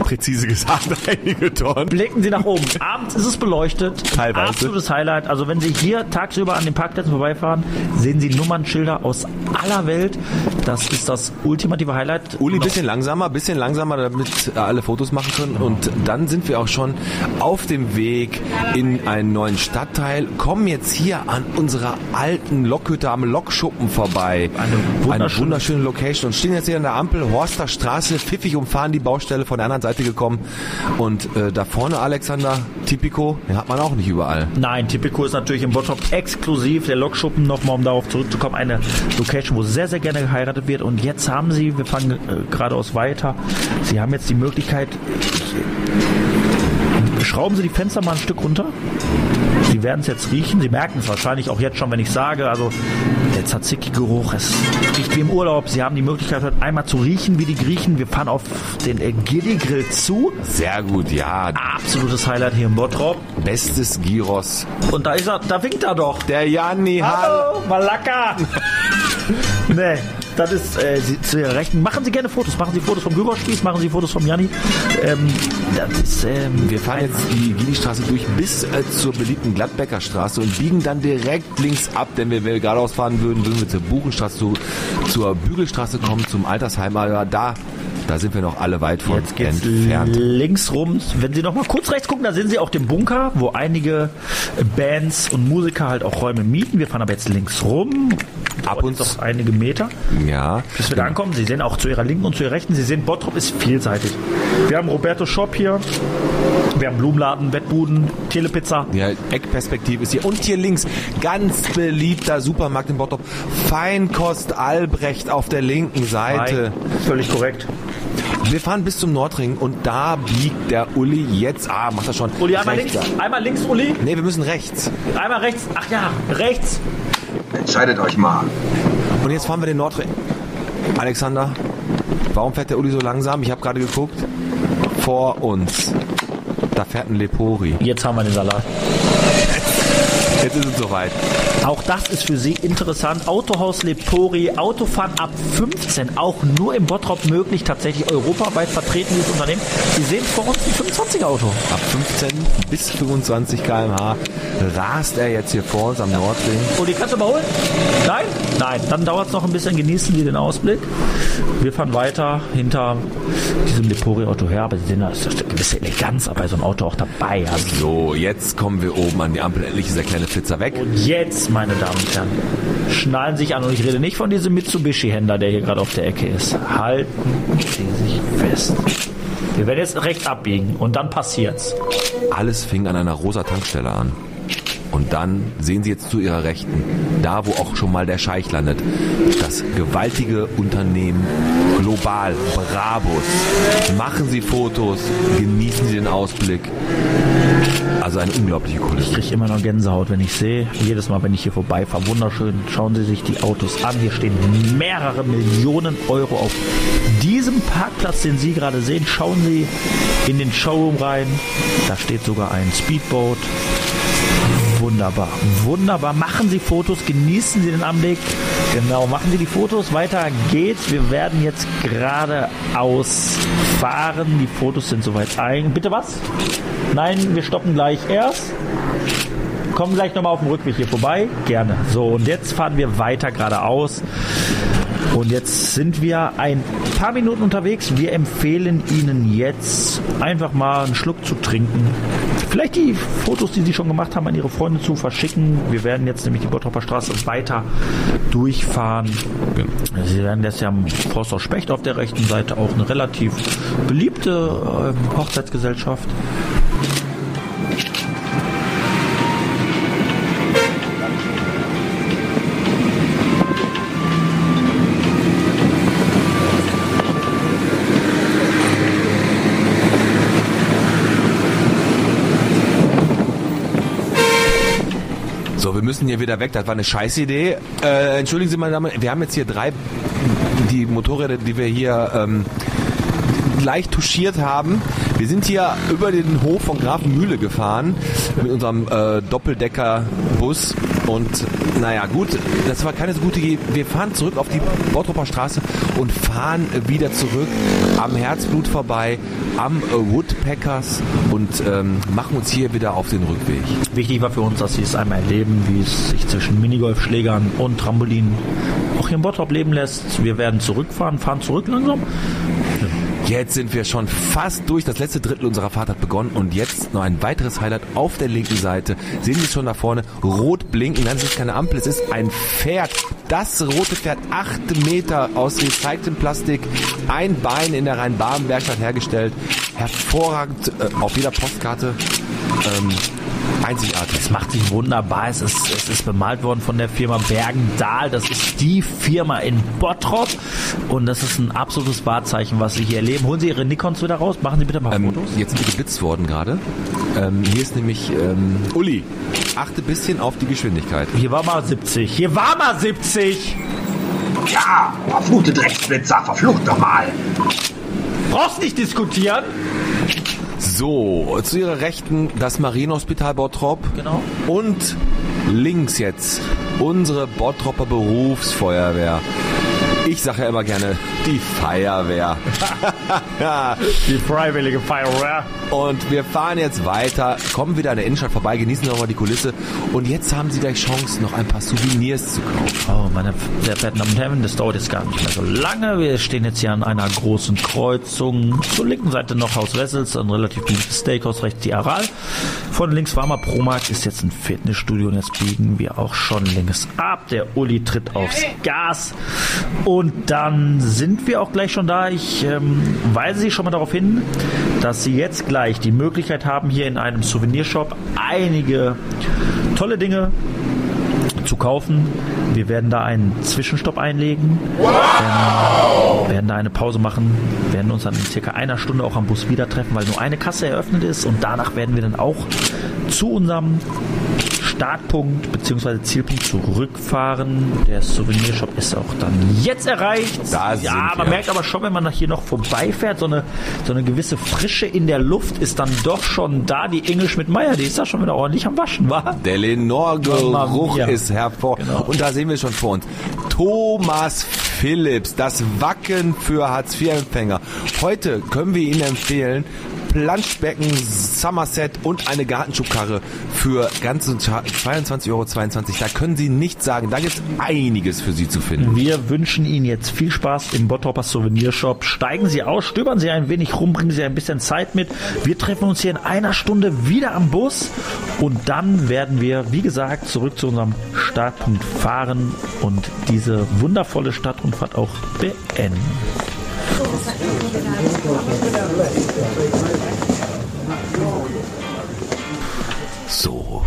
A: Präzise gesagt, einige Tonnen.
B: Blicken Sie nach oben. Abends ist es beleuchtet.
A: Teilweise.
B: Absolutes Highlight. Also wenn Sie hier tagsüber an den Parkplätzen vorbeifahren, sehen Sie Nummernschilder aus aller Welt. Das ist das ultimative Highlight.
A: Uli,
B: Noch-
A: bisschen langsamer, bisschen langsamer, damit alle Fotos machen können. Und dann sind wir auch schon auf dem Weg in einen neuen Stadtteil, kommen jetzt hier an unserer alten Lokhütte am Lokschuppen vorbei.
B: Eine
A: Eine
B: wunderschöne-
A: wunderschöne Location. Und stehen jetzt hier an der Ampel Horster Straße, pfiffig umfahren die Baustelle von der anderen Seite gekommen. Und äh, da vorne, Alexander, Tipico, den hat man auch nicht überall.
B: Nein, Tipico ist natürlich im Bottrop exklusiv. Der Lokschuppen, nochmal um darauf zurückzukommen, eine Location, wo sehr, sehr gerne geheiratet wird. Und jetzt haben sie, wir fangen äh, geradeaus weiter, sie haben jetzt die Möglichkeit, schrauben sie die Fenster mal ein Stück runter. Sie werden es jetzt riechen, sie merken es wahrscheinlich auch jetzt schon, wenn ich sage, also der Tzatziki-Geruch, es riecht wie im Urlaub. Sie haben die Möglichkeit, heute einmal zu riechen wie die Griechen. Wir fahren auf den Gilly-Grill zu.
A: Sehr gut, ja.
B: Absolutes Highlight hier im Bottrop.
A: Bestes Giros.
B: Und da ist er, da winkt er doch.
A: Der Janni Hall.
B: Hallo, Malaka! nee, das ist äh, Sie, zu Ihrer Rechten. Machen Sie gerne Fotos. Machen Sie Fotos vom Gürospieß, machen Sie Fotos vom Janni. Ähm, das ist, ähm,
A: Wir fahren jetzt die Gili-Straße durch bis äh, zur beliebten Gladbecker Straße und biegen dann direkt links ab, denn wenn wir geradeaus fahren würden, würden wir zur Buchenstraße, zu, zur Bügelstraße kommen, zum Altersheim, aber da, da sind wir noch alle weit von
B: Jetzt geht's
A: entfernt.
B: links rum. Wenn Sie noch mal kurz rechts gucken, da sehen Sie auch den Bunker, wo einige Bands und Musiker halt auch Räume mieten. Wir fahren aber jetzt links rum.
A: Ab und-
B: noch einige Meter.
A: Ja,
B: Bis wir da ankommen, Sie sehen auch zu Ihrer Linken und zu Ihrer Rechten, Sie sehen, Bottrop ist vielseitig. Wir haben Roberto Shop hier, wir haben Blumenladen, Wettbuden, Telepizza.
A: die Eckperspektive ist hier. Und hier links, ganz beliebter Supermarkt in Bottrop, Feinkost Albrecht auf der linken Seite.
B: Nein, völlig korrekt.
A: Wir fahren bis zum Nordring und da biegt der Uli jetzt, ah, macht er schon.
B: Uli, einmal
A: rechts
B: links,
A: ab.
B: einmal links, Uli,
A: Nee, wir müssen rechts.
B: einmal rechts. Ach ja, rechts.
D: Entscheidet euch mal.
A: Und jetzt fahren wir den Nordring. Alexander, warum fährt der Uli so langsam? Ich habe gerade geguckt. Vor uns. Da fährt ein Lepori.
B: Jetzt haben wir den Salat.
A: Jetzt ist es soweit.
B: Auch das ist für Sie interessant. Autohaus Lepori, Autofahren ab 15, auch nur im Bottrop möglich, tatsächlich europaweit vertreten dieses Unternehmen. Sie sehen vor uns ein 25er-Auto.
A: Ab 15 bis 25 km/h rast er jetzt hier vor uns am Nordring.
B: Uli, kannst du überholen? Nein? Nein. Dann dauert es noch ein bisschen. Genießen Sie den Ausblick. Wir fahren weiter hinter diesem Lepori-Auto her. Aber Sie sehen, da ist eine gewisse Eleganz bei so einem Auto auch dabei. Also
A: So, jetzt kommen wir oben an die Ampel. Endlich ist der kleine Flitzer weg.
B: jetzt, meine Damen und Herren, schnallen sich an. Und ich rede nicht von diesem Mitsubishi-Händler, der hier gerade auf der Ecke ist. Halten Sie sich fest. Wir werden jetzt rechts abbiegen und dann passiert's.
A: Alles fing an einer rosa Tankstelle an. Und dann sehen Sie jetzt zu Ihrer Rechten, da wo auch schon mal der Scheich landet, das gewaltige Unternehmen Global Brabus. Machen Sie Fotos, genießen Sie den Ausblick. Also eine unglaubliche
B: Ich
A: Kulisse.
B: kriege immer noch Gänsehaut, wenn ich sehe. Jedes Mal, wenn ich hier vorbeifahre, wunderschön. Schauen Sie sich die Autos an. Hier stehen mehrere Millionen Euro auf diesem Parkplatz, den Sie gerade sehen. Schauen Sie in den Showroom rein. Da steht sogar ein Speedboat. Wunderbar, wunderbar. Machen Sie Fotos, genießen Sie den Anblick. Genau, machen Sie die Fotos. Weiter geht's. Wir werden jetzt geradeaus fahren. Die Fotos sind soweit ein. Bitte was? Nein, wir stoppen gleich erst. Kommen gleich nochmal auf dem Rückweg hier vorbei. Gerne. So, und jetzt fahren wir weiter geradeaus. Und jetzt sind wir ein paar Minuten unterwegs. Wir empfehlen Ihnen jetzt einfach mal einen Schluck zu trinken. Vielleicht die Fotos, die Sie schon gemacht haben, an Ihre Freunde zu verschicken. Wir werden jetzt nämlich die Bottroper Straße weiter durchfahren. Sie werden das ja am Forster Specht auf der rechten Seite auch eine relativ beliebte äh, Hochzeitsgesellschaft.
A: So, wir müssen hier wieder weg. Das war eine Scheißidee. Äh, entschuldigen Sie, meine Damen, wir haben jetzt hier drei, die Motorräder, die wir hier ähm, leicht touchiert haben. Wir sind hier über den Hof von Grafenmühle gefahren mit unserem äh, Doppeldecker-Bus. Und naja, gut, das war keine so gute Idee. Wir fahren zurück auf die Bottroper Straße und fahren äh, wieder zurück am Herzblut vorbei, am äh, Woodpeckers und ähm, machen uns hier wieder auf den Rückweg.
B: Wichtig war für uns, dass sie es einmal erleben, wie es sich zwischen Minigolfschlägern und Trampolinen auch hier im Bottrop leben lässt. Wir werden zurückfahren, fahren zurück langsam.
A: Jetzt sind wir schon fast durch. Das letzte Drittel unserer Fahrt hat begonnen und jetzt noch ein weiteres Highlight auf der linken Seite. Sehen Sie es schon da vorne? Rot blinken. Nein, es ist keine Ampel, es ist ein Pferd. Das rote Pferd, acht Meter aus recyceltem Plastik, ein Bein in der Rhein-Baden-Werkstatt hergestellt. Hervorragend äh, auf jeder Postkarte. Ähm, einzigartig.
B: Es macht sich wunderbar. Es ist, es ist bemalt worden von der Firma Bergendahl. Das ist die Firma in Bottrop. Und das ist ein absolutes Wahrzeichen, was Sie hier erleben. Holen Sie Ihre Nikons wieder raus. Machen Sie bitte mal
A: Ähm,
B: Fotos.
A: jetzt sind wir geblitzt worden gerade. Ähm, hier ist nämlich ähm, Uli. Achte bisschen auf die Geschwindigkeit.
B: Hier war mal 70. Hier war mal 70.
D: Ja, verfluchte Drecksblitzer, verflucht doch mal.
B: Brauchst nicht diskutieren.
A: So, zu Ihrer Rechten das Marienhospital Bottrop.
B: Genau.
A: Und links jetzt unsere Bottropper Berufsfeuerwehr. Ich sage ja immer gerne die Feuerwehr.
B: Die freiwillige Feuerwehr.
A: Und wir fahren jetzt weiter, kommen wieder an der Innenstadt vorbei, genießen nochmal die Kulisse. Und jetzt haben Sie gleich Chance, noch ein paar Souvenirs zu kaufen.
B: Oh, meine sehr verehrten Damen und Herren, das dauert jetzt gar nicht mehr so lange. Wir stehen jetzt hier an einer großen Kreuzung. Zur linken Seite noch Haus Wessels, ein relativ beliebtes Steakhouse, rechts die Aral. Von links war mal Promarkt, ist jetzt ein Fitnessstudio und jetzt biegen wir auch schon links ab. Der Uli tritt aufs Gas. Und dann sind wir auch gleich schon da. Ich ähm, weise Sie schon mal darauf hin, dass Sie jetzt gleich die Möglichkeit haben, hier in einem Souvenirshop einige tolle Dinge zu kaufen. Wir werden da einen Zwischenstopp einlegen, werden, werden da eine Pause machen, werden uns dann in circa einer Stunde auch am Bus wieder treffen, weil nur eine Kasse eröffnet ist und danach werden wir dann auch zu unserem Startpunkt bzw. Zielpunkt zurückfahren. Der Souvenirshop ist auch dann jetzt erreicht.
A: Da sind
B: ja, man
A: wir.
B: merkt aber schon, wenn man hier noch vorbeifährt, so eine, so eine gewisse Frische in der Luft ist dann doch schon da. Die Englisch mit Meier, die ist da schon wieder ordentlich am Waschen, war?
A: Der Lenore-Geruch
B: Mamma mia. Genau.
A: ist hervor. Und da sehen wir schon vor uns. Thomas Philips, das Wacken für Hartz-IV-Empfänger. Heute können wir Ihnen empfehlen, Planschbecken, Somerset und eine Gartenschubkarre für ganze 22,22 Euro. Da können Sie nicht sagen, da gibt es einiges für Sie zu finden.
B: Wir wünschen Ihnen jetzt viel Spaß im Bottropper Souvenirshop. Steigen Sie aus, stöbern Sie ein wenig rum, bringen Sie ein bisschen Zeit mit. Wir treffen uns hier in einer Stunde wieder am Bus und dann werden wir, wie gesagt, zurück zu unserem Startpunkt fahren und diese wundervolle Stadtrundfahrt auch beenden.
A: So,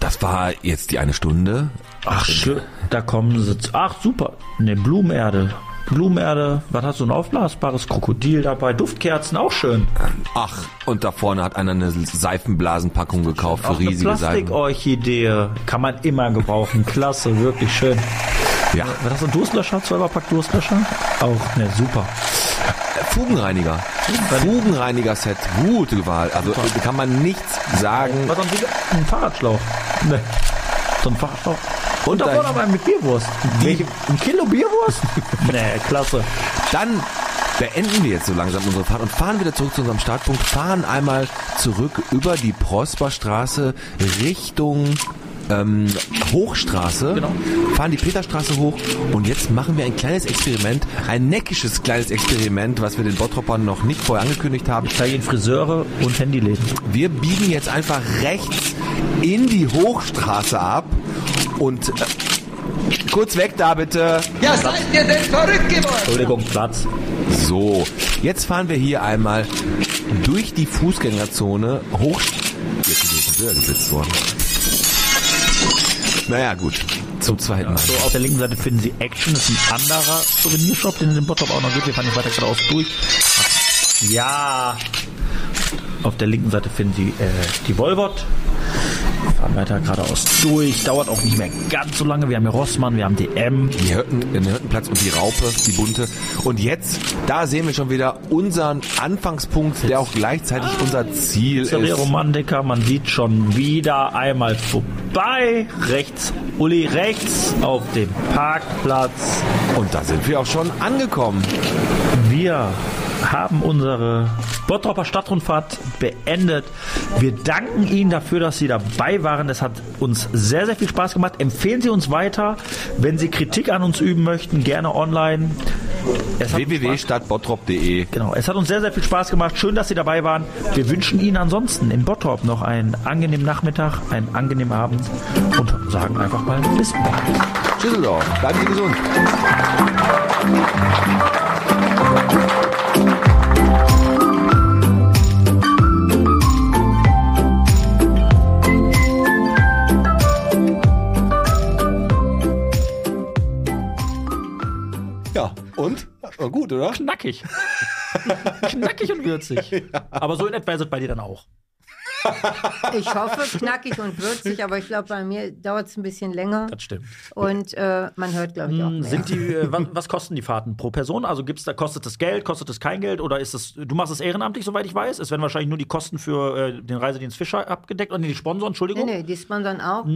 A: das war jetzt die eine Stunde.
B: Ach, schön. Da kommen sie. zu- Ach, super. Ne, Blumenerde. Blumenerde. Was hast du? Ein aufblasbares Krokodil dabei. Duftkerzen, auch schön.
A: Ach, und da vorne hat einer eine Seifenblasenpackung gekauft für
B: Auch eine
A: riesige Seifen.
B: Plastikorchidee kann man immer gebrauchen. Klasse, wirklich schön.
A: Ja.
B: War das ein Durstlöscher? Zwölferpack Durstlöscher? Auch, ne, super.
A: Fugenreiniger. Fugenreiniger-Set. Gute Wahl. Also äh, kann man nichts sagen.
B: Was ein, Ding- ein Fahrradschlauch? Ne. So ein Fahrradschlauch. Und da
A: ein-
B: vorne aber einen mit Bierwurst. Welche? Ein Kilo Bierwurst? ne, klasse.
A: Dann beenden wir jetzt so langsam unsere Fahrt und fahren wieder zurück zu unserem Startpunkt. Fahren einmal zurück über die Prosperstraße Richtung ähm, Hochstraße,
B: Genau.
A: fahren die Peterstraße hoch und jetzt machen wir ein kleines Experiment, ein neckisches kleines Experiment, was wir den Bottropern noch nicht vorher angekündigt haben.
B: Ich zeige Ihnen Friseure und Handyläden.
A: Wir biegen jetzt einfach rechts in die Hochstraße ab und äh, kurz weg da bitte.
D: Ja, seid ihr denn verrückt geworden?
B: Entschuldigung, Platz.
A: So, jetzt fahren wir hier einmal durch die Fußgängerzone hoch. Jetzt ist ein Gewehr geblitzt worden. Naja, gut. Zum zweiten Mal.
B: So, auf der linken Seite finden Sie Action. Das ist ein anderer Souvenirshop, den es in Bottrop auch noch gibt. Wir fahren nicht weiter geradeaus durch. Ja. Auf der linken Seite finden Sie äh, die Volvot. Wir fahren weiter geradeaus durch. Dauert auch nicht mehr ganz so lange. Wir haben hier Rossmann, wir haben DM.
A: Die Hirten, den Hirtenplatz und die Raupe, die bunte. Und jetzt, da sehen wir schon wieder unseren Anfangspunkt, der auch gleichzeitig unser Ziel ist.
B: Pizzeria Romantica, man sieht schon wieder einmal vorbei. Rechts, Uli, rechts auf dem Parkplatz.
A: Und da sind wir auch schon angekommen.
B: Wir haben unsere Bottropper Stadtrundfahrt beendet. Wir danken Ihnen dafür, dass Sie dabei waren. Das hat uns sehr, sehr viel Spaß gemacht. Empfehlen Sie uns weiter. Wenn Sie Kritik an uns üben möchten, gerne online. Es hat uns Spaß-
A: www.stadtbottrop.de
B: Genau, es hat uns sehr, sehr viel Spaß gemacht. Schön, dass Sie dabei waren. Wir wünschen Ihnen ansonsten in Bottrop noch einen angenehmen Nachmittag, einen angenehmen Abend und sagen einfach mal bis bald.
A: Schüsseldorf, bleiben Sie gesund. Ja, und? War gut, oder?
B: Knackig. Knackig und würzig. Aber so in etwa ist es bei dir dann auch.
C: Ich hoffe, knackig und würzig, aber ich glaube, bei mir dauert es ein bisschen länger
B: Das stimmt.
C: und äh, man hört, glaube ich, auch mehr.
B: Sind die, äh, was, was kosten die Fahrten pro Person? Also gibt's da, kostet das Geld, kostet das kein Geld oder ist es, du machst es ehrenamtlich, soweit ich weiß? Es werden wahrscheinlich nur die Kosten für äh, den Reisedienst Fischer abgedeckt und die Sponsoren,
C: nee,
B: Entschuldigung. Hm?
C: nee, die sponsern auch.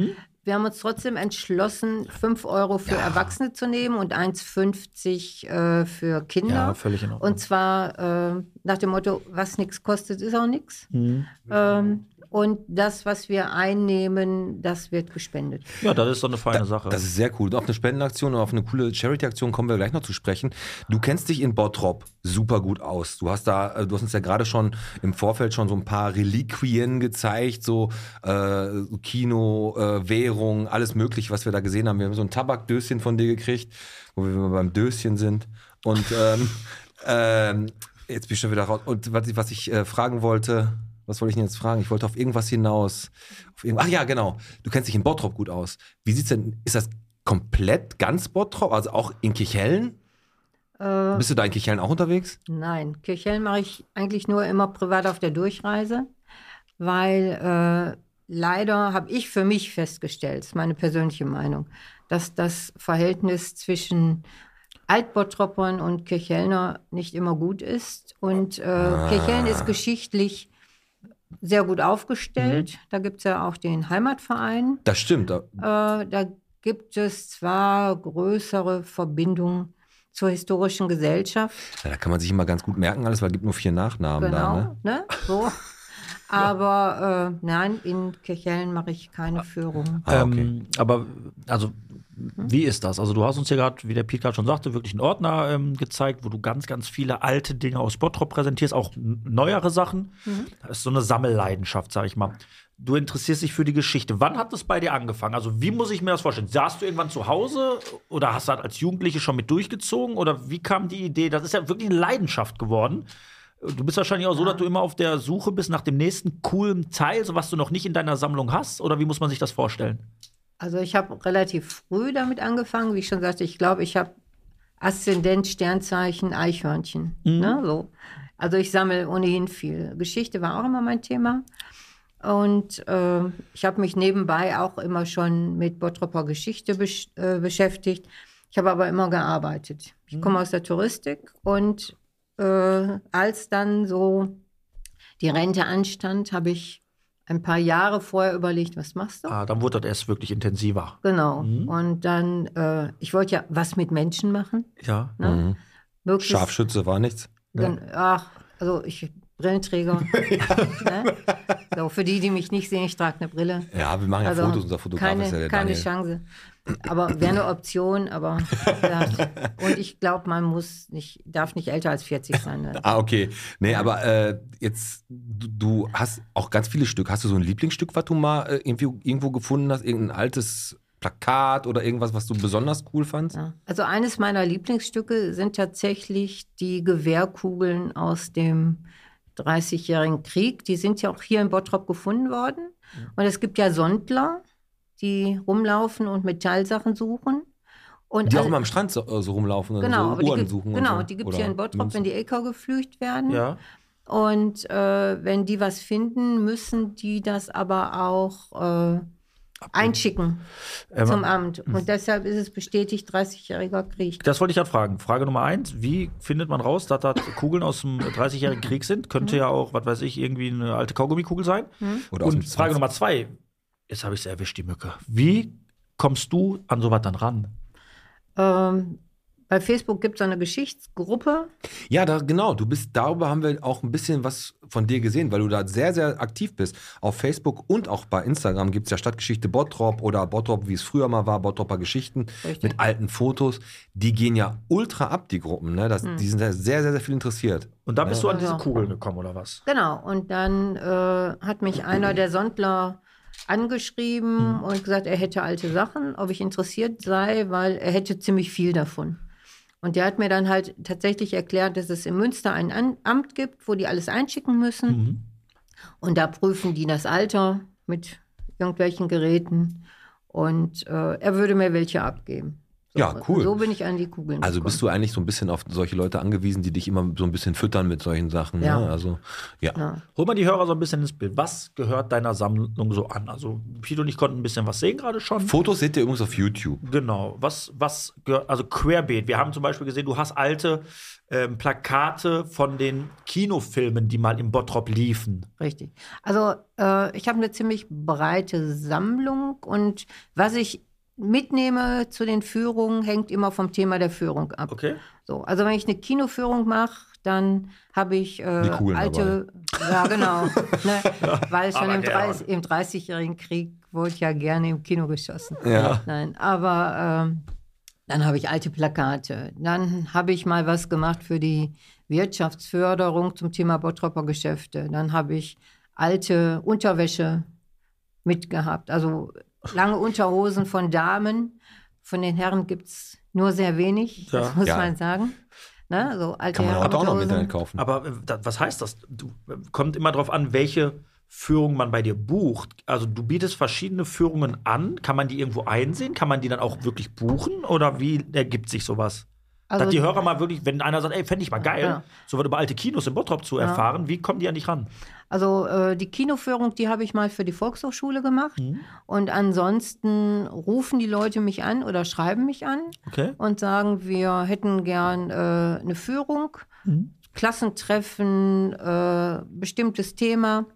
C: Wir haben uns trotzdem entschlossen, 5 Euro für Erwachsene zu nehmen und 1,50 äh, für Kinder.
B: Ja, völlig in Ordnung.
C: Und zwar äh, nach dem Motto, was nichts kostet, ist auch nichts.
B: Hm.
C: Ähm, und das, was wir einnehmen, das wird gespendet.
B: Ja, das ist so eine feine Sache.
A: Das ist sehr cool. Und auf eine Spendenaktion und auf eine coole Charity-Aktion kommen wir gleich noch zu sprechen. Du kennst dich in Bottrop super gut aus. Du hast da, äh, du hast uns ja gerade schon im Vorfeld schon so ein paar Reliquien gezeigt, so äh, Kino, äh, Währung, alles mögliche, was wir da gesehen haben. Wir haben so ein Tabakdöschen von dir gekriegt, wo wir beim Döschen sind. Und ähm, ähm, jetzt bin ich schon wieder raus. Und was, ich- was ich äh, fragen wollte. Was wollte ich denn jetzt fragen? Ich wollte auf irgendwas hinaus. Auf irgend Ach ja, genau. Du kennst dich in Bottrop gut aus. Wie sieht's denn? Ist das komplett ganz Bottrop? Also auch in Kichellen?
C: Äh,
A: Bist du da in Kichellen auch unterwegs?
C: Nein, Kirchhellen mache ich eigentlich nur immer privat auf der Durchreise, weil äh, leider habe ich für mich festgestellt, ist meine persönliche Meinung, dass das Verhältnis zwischen Altbottropern und Kirchhellner nicht immer gut ist. Und äh, Kirchhellen ist geschichtlich sehr gut aufgestellt. Da gibt es ja auch den Heimatverein.
A: Das stimmt. Da-
C: Äh, da gibt es zwar größere Verbindungen zur historischen Gesellschaft,
A: Da kann man sich immer ganz gut merken alles, weil es gibt nur vier Nachnamen
C: Genau,
A: da. Ne?
C: ne? So. Aber äh, nein, in Kirchhellen mache ich keine Führung.
A: Ah, okay.
B: Ähm, aber also wie ist das? Also du hast uns ja gerade, wie der Piet gerade schon sagte, wirklich einen Ordner ähm, gezeigt, wo du ganz, ganz viele alte Dinge aus Bottrop präsentierst, auch n- neuere Sachen. Das ist so eine Sammelleidenschaft, sag ich mal. Du interessierst dich für die Geschichte. Wann hat das bei dir angefangen? Also wie muss ich mir das vorstellen? Saßt du irgendwann zu Hause oder hast du halt als Jugendliche schon mit durchgezogen? Oder wie kam die Idee? Das ist ja wirklich eine Leidenschaft geworden. Du bist wahrscheinlich auch so, dass du immer auf der Suche bist nach dem nächsten coolen Teil, so was du noch nicht in deiner Sammlung hast. Oder wie muss man sich das vorstellen?
C: Also ich habe relativ früh damit angefangen, wie ich schon sagte, ich glaube, ich habe Aszendent, Sternzeichen, Eichhörnchen. Ne? So. Also ich sammle ohnehin viel. Geschichte war auch immer mein Thema. Und äh, ich habe mich nebenbei auch immer schon mit Bottroper Geschichte besch äh, beschäftigt. Ich habe aber immer gearbeitet. Ich komme aus der Touristik und äh, als dann so die Rente anstand, habe ich ein paar Jahre vorher überlegt, was machst du?
B: Ah, dann wurde das erst wirklich intensiver.
C: Genau.
B: Mhm.
C: Und dann, äh, ich wollte ja was mit Menschen machen.
B: Ja.
C: Ne?
A: Mhm.
C: Möglichst-
A: Scharfschütze war nichts.
C: Gen- Ach, also ich Brillenträger. ne? So, für die, die mich nicht sehen, ich trage eine Brille. Also
A: Ja, wir machen ja Fotos, unser Fotograf
C: keine,
A: ist ja der
C: keine
A: Daniel.
C: Chance. Aber wäre eine Option, aber ja. und ich glaube, man muss nicht, darf nicht älter als 40 sein. Ne?
A: Ah, okay. Nee, aber äh, jetzt, du, du hast auch ganz viele Stück. Hast du so ein Lieblingsstück, was du mal äh, irgendwie, irgendwo gefunden hast? Irgendein altes Plakat oder irgendwas, was du besonders cool fandst?
C: Ja. Also eines meiner Lieblingsstücke sind tatsächlich die Gewehrkugeln aus dem 30-jährigen Krieg. Die sind ja auch hier in Bottrop gefunden worden. Und es gibt ja Sondler, die rumlaufen und Metallsachen suchen. Und
A: Die auch
C: alle-
A: immer am Strand so, äh, so rumlaufen und
C: Also genau,
A: so
C: aber die
A: Uhren
C: gibt,
A: suchen.
C: genau,
A: und so.
C: die gibt es
A: Oder
C: hier in Bottrop, wenn
A: Münzen.
C: die Elkau gepflügt werden.
B: Ja.
C: Und äh, wenn die was finden, müssen die das aber auch äh, einschicken
B: Ähm,
C: zum Amt.
A: Hm.
C: Und deshalb ist es bestätigt 30-jähriger Krieg.
B: Das wollte ich gerade fragen. Frage Nummer eins: Wie findet man raus, dass das Kugeln aus dem 30-jährigen Krieg sind? Könnte ja auch, was weiß ich, irgendwie eine alte Kaugummikugel sein.
A: Oder aus
B: Und
A: dem
B: Frage Nummer zwei: Jetzt habe ich es erwischt, die Mücke. Wie kommst du an sowas dann ran?
C: Ähm, bei Facebook gibt es eine Geschichtsgruppe.
A: Ja, da, genau. Du bist, darüber haben wir auch ein bisschen was von dir gesehen, weil du da sehr, sehr aktiv bist. Auf Facebook und auch bei Instagram gibt es ja Stadtgeschichte Bottrop oder Bottrop, wie es früher mal war, Bottroper Geschichten
C: Richtig.
A: mit alten Fotos. Die gehen ja ultra ab, die Gruppen. Ne?
C: Hm.
A: Das, Die sind ja sehr, sehr, sehr viel interessiert.
B: Und da bist du an diese
C: Ja. Also.
B: Kugeln gekommen, oder was?
C: Genau. Und dann äh, hat mich einer der Sondler angeschrieben
A: Hm.
C: und gesagt, er hätte alte Sachen, ob ich interessiert sei, weil er hätte ziemlich viel davon. Und der hat mir dann halt tatsächlich erklärt, dass es in Münster ein An Amt gibt, wo die alles einschicken müssen.
A: Mhm.
C: Und da prüfen die das Alter mit irgendwelchen Geräten. Und äh, er würde mir welche abgeben. So,
A: Ja, cool.
C: So bin ich an die Kugeln
A: Also bist du eigentlich so ein bisschen auf solche Leute angewiesen, die dich immer so ein bisschen füttern mit solchen Sachen.
C: Ja.
A: Ne? Also, ja.
C: Ja.
B: Hol mal die Hörer so ein bisschen ins Bild. Was gehört deiner Sammlung so an? Also, Piet und ich konnten ein bisschen was sehen gerade schon.
A: Fotos seht ihr übrigens auf YouTube.
B: Genau. Was, was gehört, also Querbeet. Wir haben zum Beispiel gesehen, du hast alte ähm, Plakate von den Kinofilmen, die mal im Bottrop liefen.
C: Richtig. Also äh, ich habe eine ziemlich breite Sammlung und was ich mitnehme zu den Führungen, hängt immer vom Thema der Führung ab.
B: Okay.
C: So, also wenn ich eine Kinoführung mache, dann habe ich äh,
A: Die Kugeln
C: alte. Ja, genau. ne? Weil schon
B: aber
C: im,
B: der-
C: 30, im 30-jährigen Krieg wurde ja gerne im Kino geschossen.
A: Ja.
C: Nein, aber ähm, dann habe ich alte Plakate. Dann habe ich mal was gemacht für die Wirtschaftsförderung zum Thema Bottroper Geschäfte. Dann habe ich alte Unterwäsche mitgehabt. Also lange Unterhosen von Damen. Von den Herren gibt es nur sehr wenig,
B: Ja.
C: das muss
A: Ja.
C: man sagen. Ne? So alte
A: Kann man heute auch noch im
C: Herrenunterhosen.
A: Internet kaufen.
B: Aber äh, da, was heißt das? Du, äh, kommt immer drauf an, welche Führung man bei dir bucht. Also du bietest verschiedene Führungen an. Kann man die irgendwo einsehen? Kann man die dann auch wirklich buchen? Oder wie ergibt sich sowas?
C: Also-
B: Dass die Hörer mal wirklich, wenn einer sagt, ey, fände ich mal geil,
C: Ja.
B: so was über alte Kinos in Bottrop zu erfahren, wie kommen die an dich ran?
C: Also äh, die Kinoführung, die habe ich mal für die Volkshochschule gemacht.
A: Mhm.
C: Und ansonsten rufen die Leute mich an oder schreiben mich an
B: Okay.
C: und sagen, wir hätten gern äh, eine Führung, Hm. Klassentreffen, äh, bestimmtes Thema.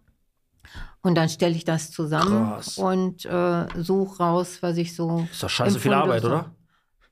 C: Und dann stelle ich das zusammen
B: Krass.
C: und äh, suche raus, was ich so.
B: Ist doch scheiße viel
C: empfunden
B: Arbeit,
C: habe.
B: oder?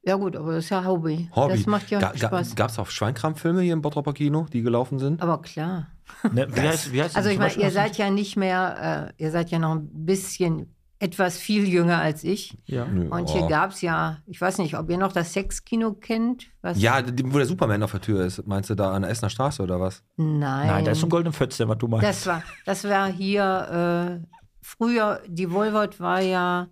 C: Ja, gut, aber das ist ja Hobby.
A: Hobby.
C: Das macht ja
A: Ga- ga-
C: Spaß.
A: Gab's auch Schweinkram-Filme hier im Bottroper Kino, die gelaufen sind?
C: aber klar.
B: Ne, wie heißt, wie heißt
C: Also
B: die
C: ich
B: zum
C: meine, ihr
B: Beispiel?
C: seid ja nicht mehr, äh, ihr seid ja noch ein bisschen etwas viel jünger als ich.
B: Ja.
A: Nö,
C: Und
A: oh.
C: hier gab es ja, ich weiß nicht, ob ihr noch das Sexkino kennt. Was?
A: Ja, die- wo der Superman auf der Tür ist. Meinst du da an der Essener Straße oder was?
C: Nein.
B: Nein, da ist so ein goldener Fötzchen, was du meinst.
C: Ähm, das war, das war hier äh, früher, die Wolvert war ja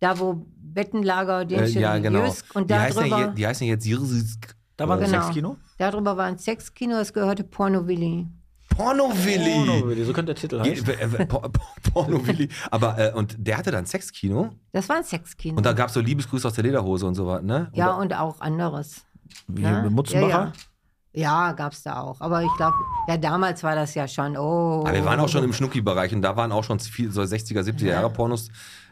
C: da, wo Bettenlager, den
A: Äh, ja, genau. die,
C: und da
A: heißen ja,
C: drüber,
A: je- die heißen ja jetzt Jirsisk.
B: da war ein
C: Genau.
B: Sexkino.
C: da drüber war ein Sexkino, das gehörte Pornovilli.
A: Pornovilli.
B: So könnte der Titel heißen.
A: Ge- äh, äh, Por- Por- Pornovilli. Aber, äh, und der hatte dann Sexkino.
C: Das war ein Sexkino.
A: Und da gab's so Liebesgrüße aus der Lederhose und so was, ne?
C: ja,
A: Und
C: und auch anderes.
B: Wie,
C: Ne?
B: Mutzenbacher?
C: Ja, ja. ja gab es da auch. Aber ich glaube, ja, damals war das ja schon, oh.
A: aber wir waren auch schon im Schnucki-Bereich und da waren auch schon viel, so 60er, 70er Jahre Pornos.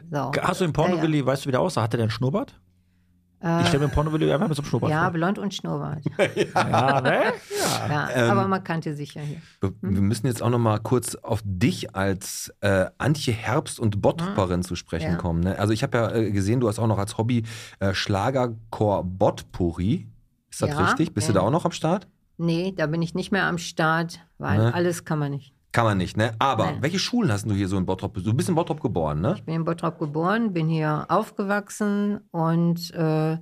C: So.
B: Hast du den Pornovilli, weißt du, wie der aussah? Hatte der einen Schnurrbart? ich stelle mir den Pornovilli einfach mit so einem Schnurrbart
C: Äh, Ja,
B: vor.
C: blond und Schnurrbart.
B: Ja, ne?
C: Ja,
A: ähm,
C: aber man kannte sich ja hier.
A: Wir wir müssen jetzt auch noch mal kurz auf dich als äh, Antje Herbst und Bottroperin zu sprechen
C: Ah, Ja.
A: kommen. Ne? Also ich habe ja äh, gesehen, du hast auch noch als Hobby äh, Schlagerchor Botpuri. Ist das
C: Ja,
A: richtig? Bist du
C: ja.
A: da auch noch am Start?
C: Nee, da bin ich nicht mehr am Start, weil
A: Ne?
C: alles kann man nicht.
A: Kann man nicht, ne? Aber
C: Nein.
A: welche Schulen hast du hier so in Bottrop? besucht? Du bist in Bottrop geboren, ne?
C: Ich bin in Bottrop geboren, bin hier aufgewachsen und äh,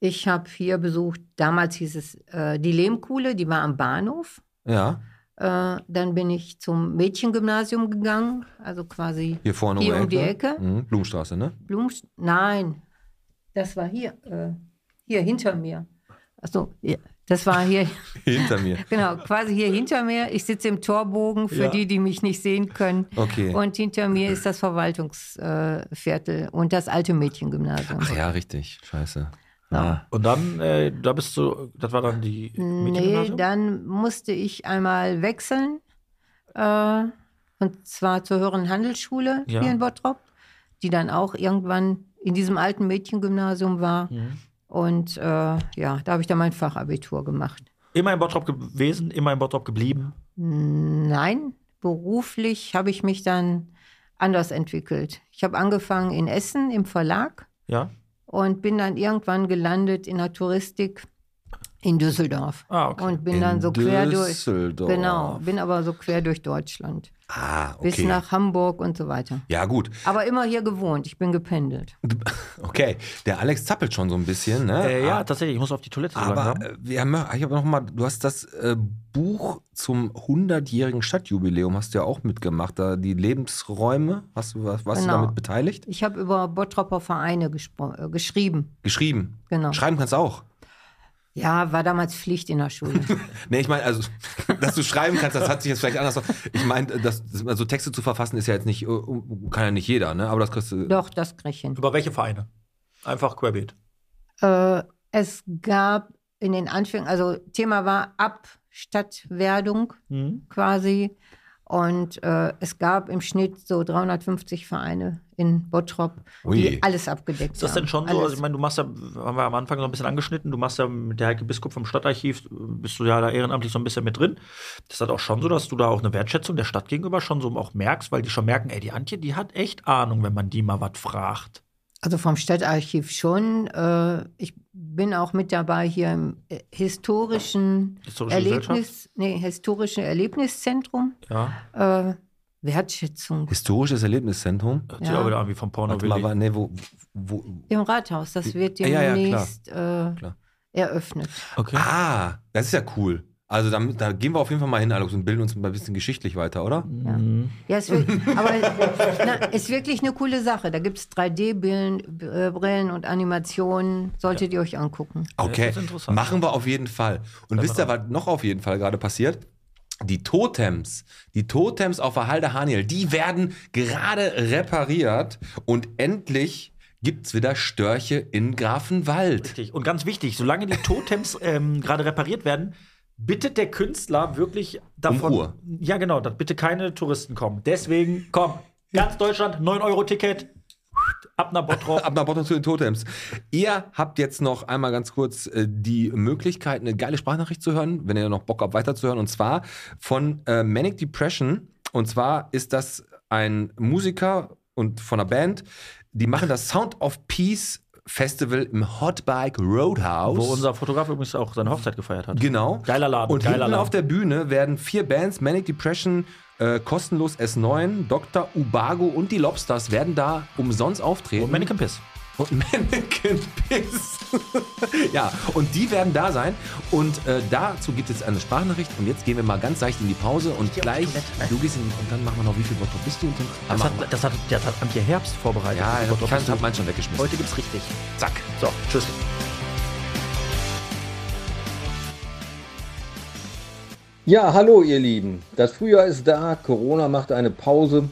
C: ich habe hier besucht, damals hieß es äh, die Lehmkuhle, die war am Bahnhof.
A: Ja,
C: Äh, dann bin ich zum Mädchengymnasium gegangen, also quasi
A: hier vorne
C: Hier
A: um
C: um die Ecke?
A: Mhm, Blumenstraße, ne?
C: Blumenst Nein, das war hier, äh, hier hinter mir. Achso, ja, das war hier,
A: Hinter mir.
C: genau, quasi hier hinter mir. Ich sitze im Torbogen für
B: Ja.
C: die, die mich nicht sehen können.
A: Okay.
C: Und hinter mir ist das Verwaltungsviertel äh, Viertel und das alte Mädchengymnasium.
A: Ach ja, richtig. Scheiße. Ah.
B: Und dann, äh, da bist du, das war dann die
C: Nee,
B: Mädchengymnasium?
C: dann musste ich einmal wechseln. Äh, und zwar zur Höheren Handelsschule
B: Ja.
C: hier in Bottrop, die dann auch irgendwann in diesem alten Mädchengymnasium war.
B: Mhm.
C: Und äh, ja, da habe ich dann mein Fachabitur gemacht.
B: Immer in Bottrop gewesen, immer in Bottrop geblieben.
C: Nein, beruflich habe ich mich dann anders entwickelt. Ich habe angefangen in Essen im Verlag
B: Ja.
C: und bin dann irgendwann gelandet in der Touristik in Düsseldorf.
B: Ah, okay.
C: Und bin
A: In
C: dann so quer durch.
A: Düsseldorf.
C: Genau, bin aber so quer durch Deutschland.
A: Ah, okay.
C: Bis nach Hamburg und so weiter.
A: ja, gut.
C: Aber immer hier gewohnt, ich bin gependelt.
A: Okay. Der Alex zappelt schon so ein bisschen, ne?
B: Äh,
A: Ah,
B: ja, tatsächlich, ich muss auf die Toilette so
A: Aber
B: langsam.
A: äh, wir haben, ich habe noch mal, du hast das äh, Buch zum 100-jährigen Stadtjubiläum hast du ja auch mitgemacht. Da die Lebensräume, hast du, warst du
C: Genau.
A: damit beteiligt?
C: Ich habe über Bottropper Vereine gespro- äh, geschrieben.
A: Geschrieben.
C: Genau.
A: Schreiben kannst du auch.
C: Ja, war damals Pflicht in der Schule.
A: Nee, ich meine, also, dass du schreiben kannst, das hat sich jetzt vielleicht anders. Ich meine, das, also Texte zu verfassen ist ja jetzt nicht, äh, kann ja nicht jeder, ne? Aber das kriegst du.
C: Doch, das krieg ich hin.
B: äh, Über welche Vereine? Einfach querbeet.
C: Äh, es gab in den Anfängen, also Thema war Abstadtwerdung
B: Mhm.
C: quasi. Und äh, es gab im Schnitt so 350 Vereine in Bottrop,
A: Ui.
C: die alles abgedeckt
B: Ist das
C: haben.
B: denn schon so?
C: Alles.
B: Also ich meine, du machst ja, haben wir am Anfang so ein bisschen angeschnitten, du machst ja mit der Heike Biskup vom Stadtarchiv, bist du ja da ehrenamtlich so ein bisschen mit drin. Ist das auch schon so, dass du da auch eine Wertschätzung der Stadt gegenüber schon so auch merkst, weil die schon merken, ey, die Antje, die hat echt Ahnung, wenn man die mal was fragt.
C: Also vom Stadtarchiv schon. Äh, ich bin auch mit dabei hier im äh, historischen
B: Historische
C: Erlebnis, nee, historischen Erlebniszentrum.
B: Ja.
C: Äh, Wertschätzung
A: Historisches Erlebniszentrum.
B: Hört sich
C: Ja.
B: auch wieder an wie vom Porno
A: Warte mal, wa- nee, wo, wo,
C: im Rathaus.
B: Hm.
C: Das wird
A: Ja, ja, klar.
C: demnächst äh,
A: Klar.
C: eröffnet.
B: Okay.
A: Ah, das ist ja cool. Also da, da gehen wir auf jeden Fall mal hin, Alex, und bilden uns mal ein bisschen geschichtlich weiter, oder?
B: Mhm.
C: Ja, es wird, aber na, ist wirklich eine coole Sache. Da gibt es 3D-Brillen äh, Brillen und Animationen. Solltet ihr euch angucken.
A: Okay,
B: das ist interessant.
A: machen wir auf jeden Fall. Und wisst ihr, was noch auf jeden Fall gerade passiert? Die Totems, die Totems auf der Halde Haniel, die werden gerade repariert und endlich gibt's wieder Störche in Grafenwald.
B: Richtig. Und ganz wichtig, solange die Totems ähm, gerade repariert werden, bittet der Künstler wirklich davon.
A: Ruhe.
B: Ja, genau, dass bitte keine Touristen kommen. Deswegen, komm, ganz Deutschland, 9-Euro-Ticket, ab nach Bottrop.
A: Ab nach Bottrop zu den Totems. Ihr habt jetzt noch einmal ganz kurz äh, die Möglichkeit, eine geile Sprachnachricht zu hören, wenn ihr noch Bock habt, weiterzuhören. Und zwar von äh, Manic Depression. Und zwar ist das ein Musiker und von einer Band, die machen das Sound of Peace Festival im Hotbike Roadhouse.
B: Wo unser Fotograf übrigens auch seine Hochzeit gefeiert hat.
A: Genau.
B: Geiler Laden,
A: Und
B: geiler
A: hinten
B: Laden.
A: auf der Bühne werden vier Bands, Manic Depression, äh, kostenlos S9, Dr. Ubago und die Lobsters werden da umsonst auftreten.
B: Und Mannequin Piss.
A: Und Mannequin Piss. ja, und die werden da sein. Und äh, dazu gibt es eine Sprachnachricht. Und jetzt gehen wir mal ganz leicht in die Pause und gleich. Du gehst in, und dann machen wir noch, wie viel Bottrop bist du? Und dann,
B: ne? Das
A: Ah,
B: hat,
A: machen wir.
B: das hat, das hat Antje Herbst vorbereitet.
A: ja,
B: Also
A: ich
B: Bottrop
A: hab- ich
B: Festival.
A: hab meinen schon weggeschmissen.
B: Heute gibt's richtig. Zack. So, tschüss.
E: Ja, hallo ihr Lieben. Das Frühjahr ist da, Corona macht eine Pause,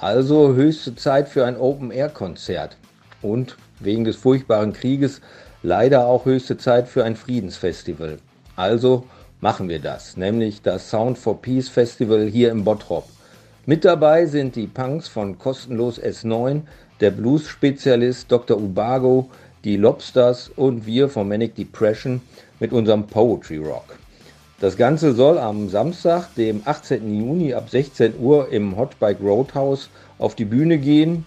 E: also höchste Zeit für ein Open-Air-Konzert. Und wegen des furchtbaren Krieges leider auch höchste Zeit für ein Friedensfestival. Also machen wir das, nämlich das Sound for Peace Festival hier im Bottrop. Mit dabei sind die Punks von Kostenlos S9, der Blues-Spezialist Dr. Ubago, die Lobsters und wir von Manic Depression mit unserem Poetry Rock. Das Ganze soll am Samstag, dem 18. Juni ab 16 Uhr im Hotbike Roadhouse auf die Bühne gehen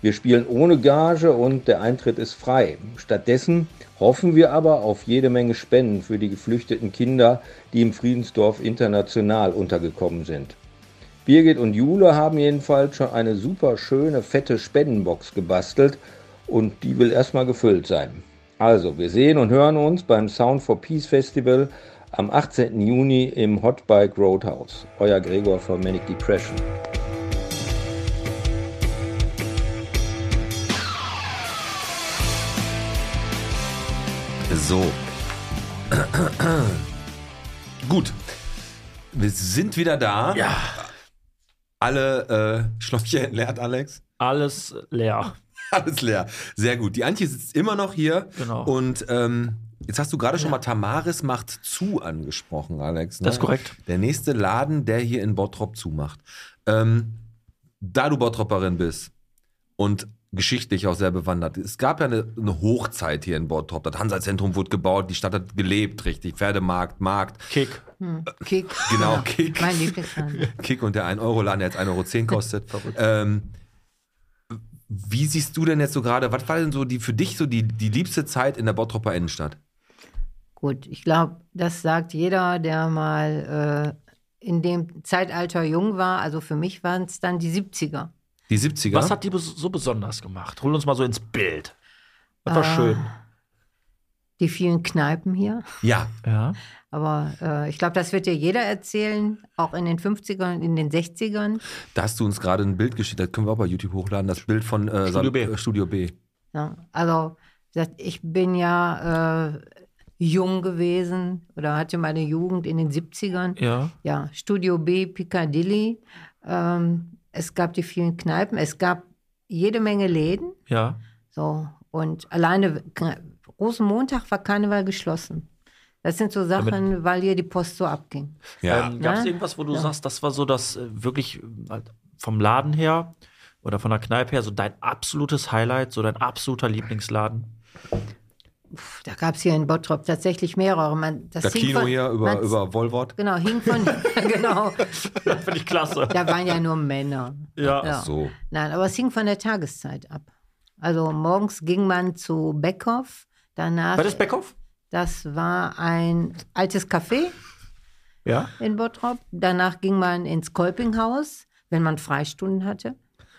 E: Wir spielen ohne Gage und der Eintritt ist frei. Stattdessen hoffen wir aber auf jede Menge Spenden für die geflüchteten Kinder, die im Friedensdorf international untergekommen sind. Birgit und Jule haben jedenfalls schon eine super schöne, fette Spendenbox gebastelt und die will erstmal gefüllt sein. Also, wir sehen und hören uns beim Sound for Peace Festival am 18. Juni im Hot Bike Roadhouse. Euer Gregor von Manic Depression.
A: So. Gut. Wir sind wieder da.
B: Ja,
A: Alle äh, Schlöffchen entleert, Alex.
B: alles leer.
A: Alles leer. Sehr gut. Die Antje sitzt immer noch hier.
B: Genau.
A: Und ähm, jetzt hast du gerade schon mal Tamaris macht zu angesprochen, Alex. Ne?
B: das ist korrekt.
A: Der nächste Laden, der hier in Bottrop zumacht. Ähm, da du Bottropperin bist und geschichtlich auch sehr bewandert, es gab ja eine, eine Hochzeit hier in Bottrop. Das Hansa-Zentrum wurde gebaut, die Stadt hat gelebt, richtig. Pferdemarkt, Markt,
B: Kick.
C: Hm. Kick.
A: genau,
C: Ja,
A: Kick.
C: Mein Lieblingshandel.
A: Kick und der 1-Euro-Laden, der jetzt 1,10 Euro kostet. ähm, wie siehst du denn jetzt so gerade, was war denn so die für dich so die, die liebste Zeit in der Bottroper Innenstadt?
C: Gut, ich glaube, das sagt jeder, der mal äh, in dem Zeitalter jung war. Also für mich waren es dann die 70er.
A: Die 70er?
B: Was hat die bes- so besonders gemacht? Hol uns mal so ins Bild. Das war
C: Ah.
B: schön.
C: Die vielen Kneipen hier.
A: ja,
B: Ja.
C: Aber äh, ich glaube, das wird dir jeder erzählen, auch in den 50ern, in den 60ern.
A: da hast du uns gerade ein Bild geschickt, das können wir auch bei YouTube hochladen, das Bild von äh,
B: Studio
A: Sal-
B: B.
A: äh, Studio B.
C: Ja, also, wie gesagt, ich bin ja äh, jung gewesen oder hatte meine Jugend in den 70ern.
B: Ja.
C: Ja, Studio B, Piccadilly. Ähm, es gab die vielen Kneipen. Es gab jede Menge Läden.
B: Ja.
C: So, und alleine, K- Rosenmontag war Karneval geschlossen. Das sind so Sachen, weil hier die Post so abging.
A: Ja.
B: Ähm, Gab es
C: Ne?
B: irgendwas, wo du
C: Ja.
B: sagst, das war so das äh, wirklich äh, halt vom Laden her oder von der Kneipe her so dein absolutes Highlight, so dein absoluter Lieblingsladen?
C: Pff, da gab es hier in Bottrop tatsächlich mehrere. Man, das
A: das
C: hing
A: Kino
C: von-
A: hier über,
C: man-
A: über Wolwort.
C: Genau, hing von, genau.
B: Finde ich klasse.
C: Da waren ja nur Männer.
B: Ja.
C: Ja.
A: So.
C: Nein, aber es hing von der Tageszeit ab. Also morgens ging man zu Beckhoff, danach.
B: War das Beckhoff?
C: das war ein altes Café
B: Ja.
C: in Bottrop. Danach ging man ins Kolpinghaus, wenn man Freistunden hatte.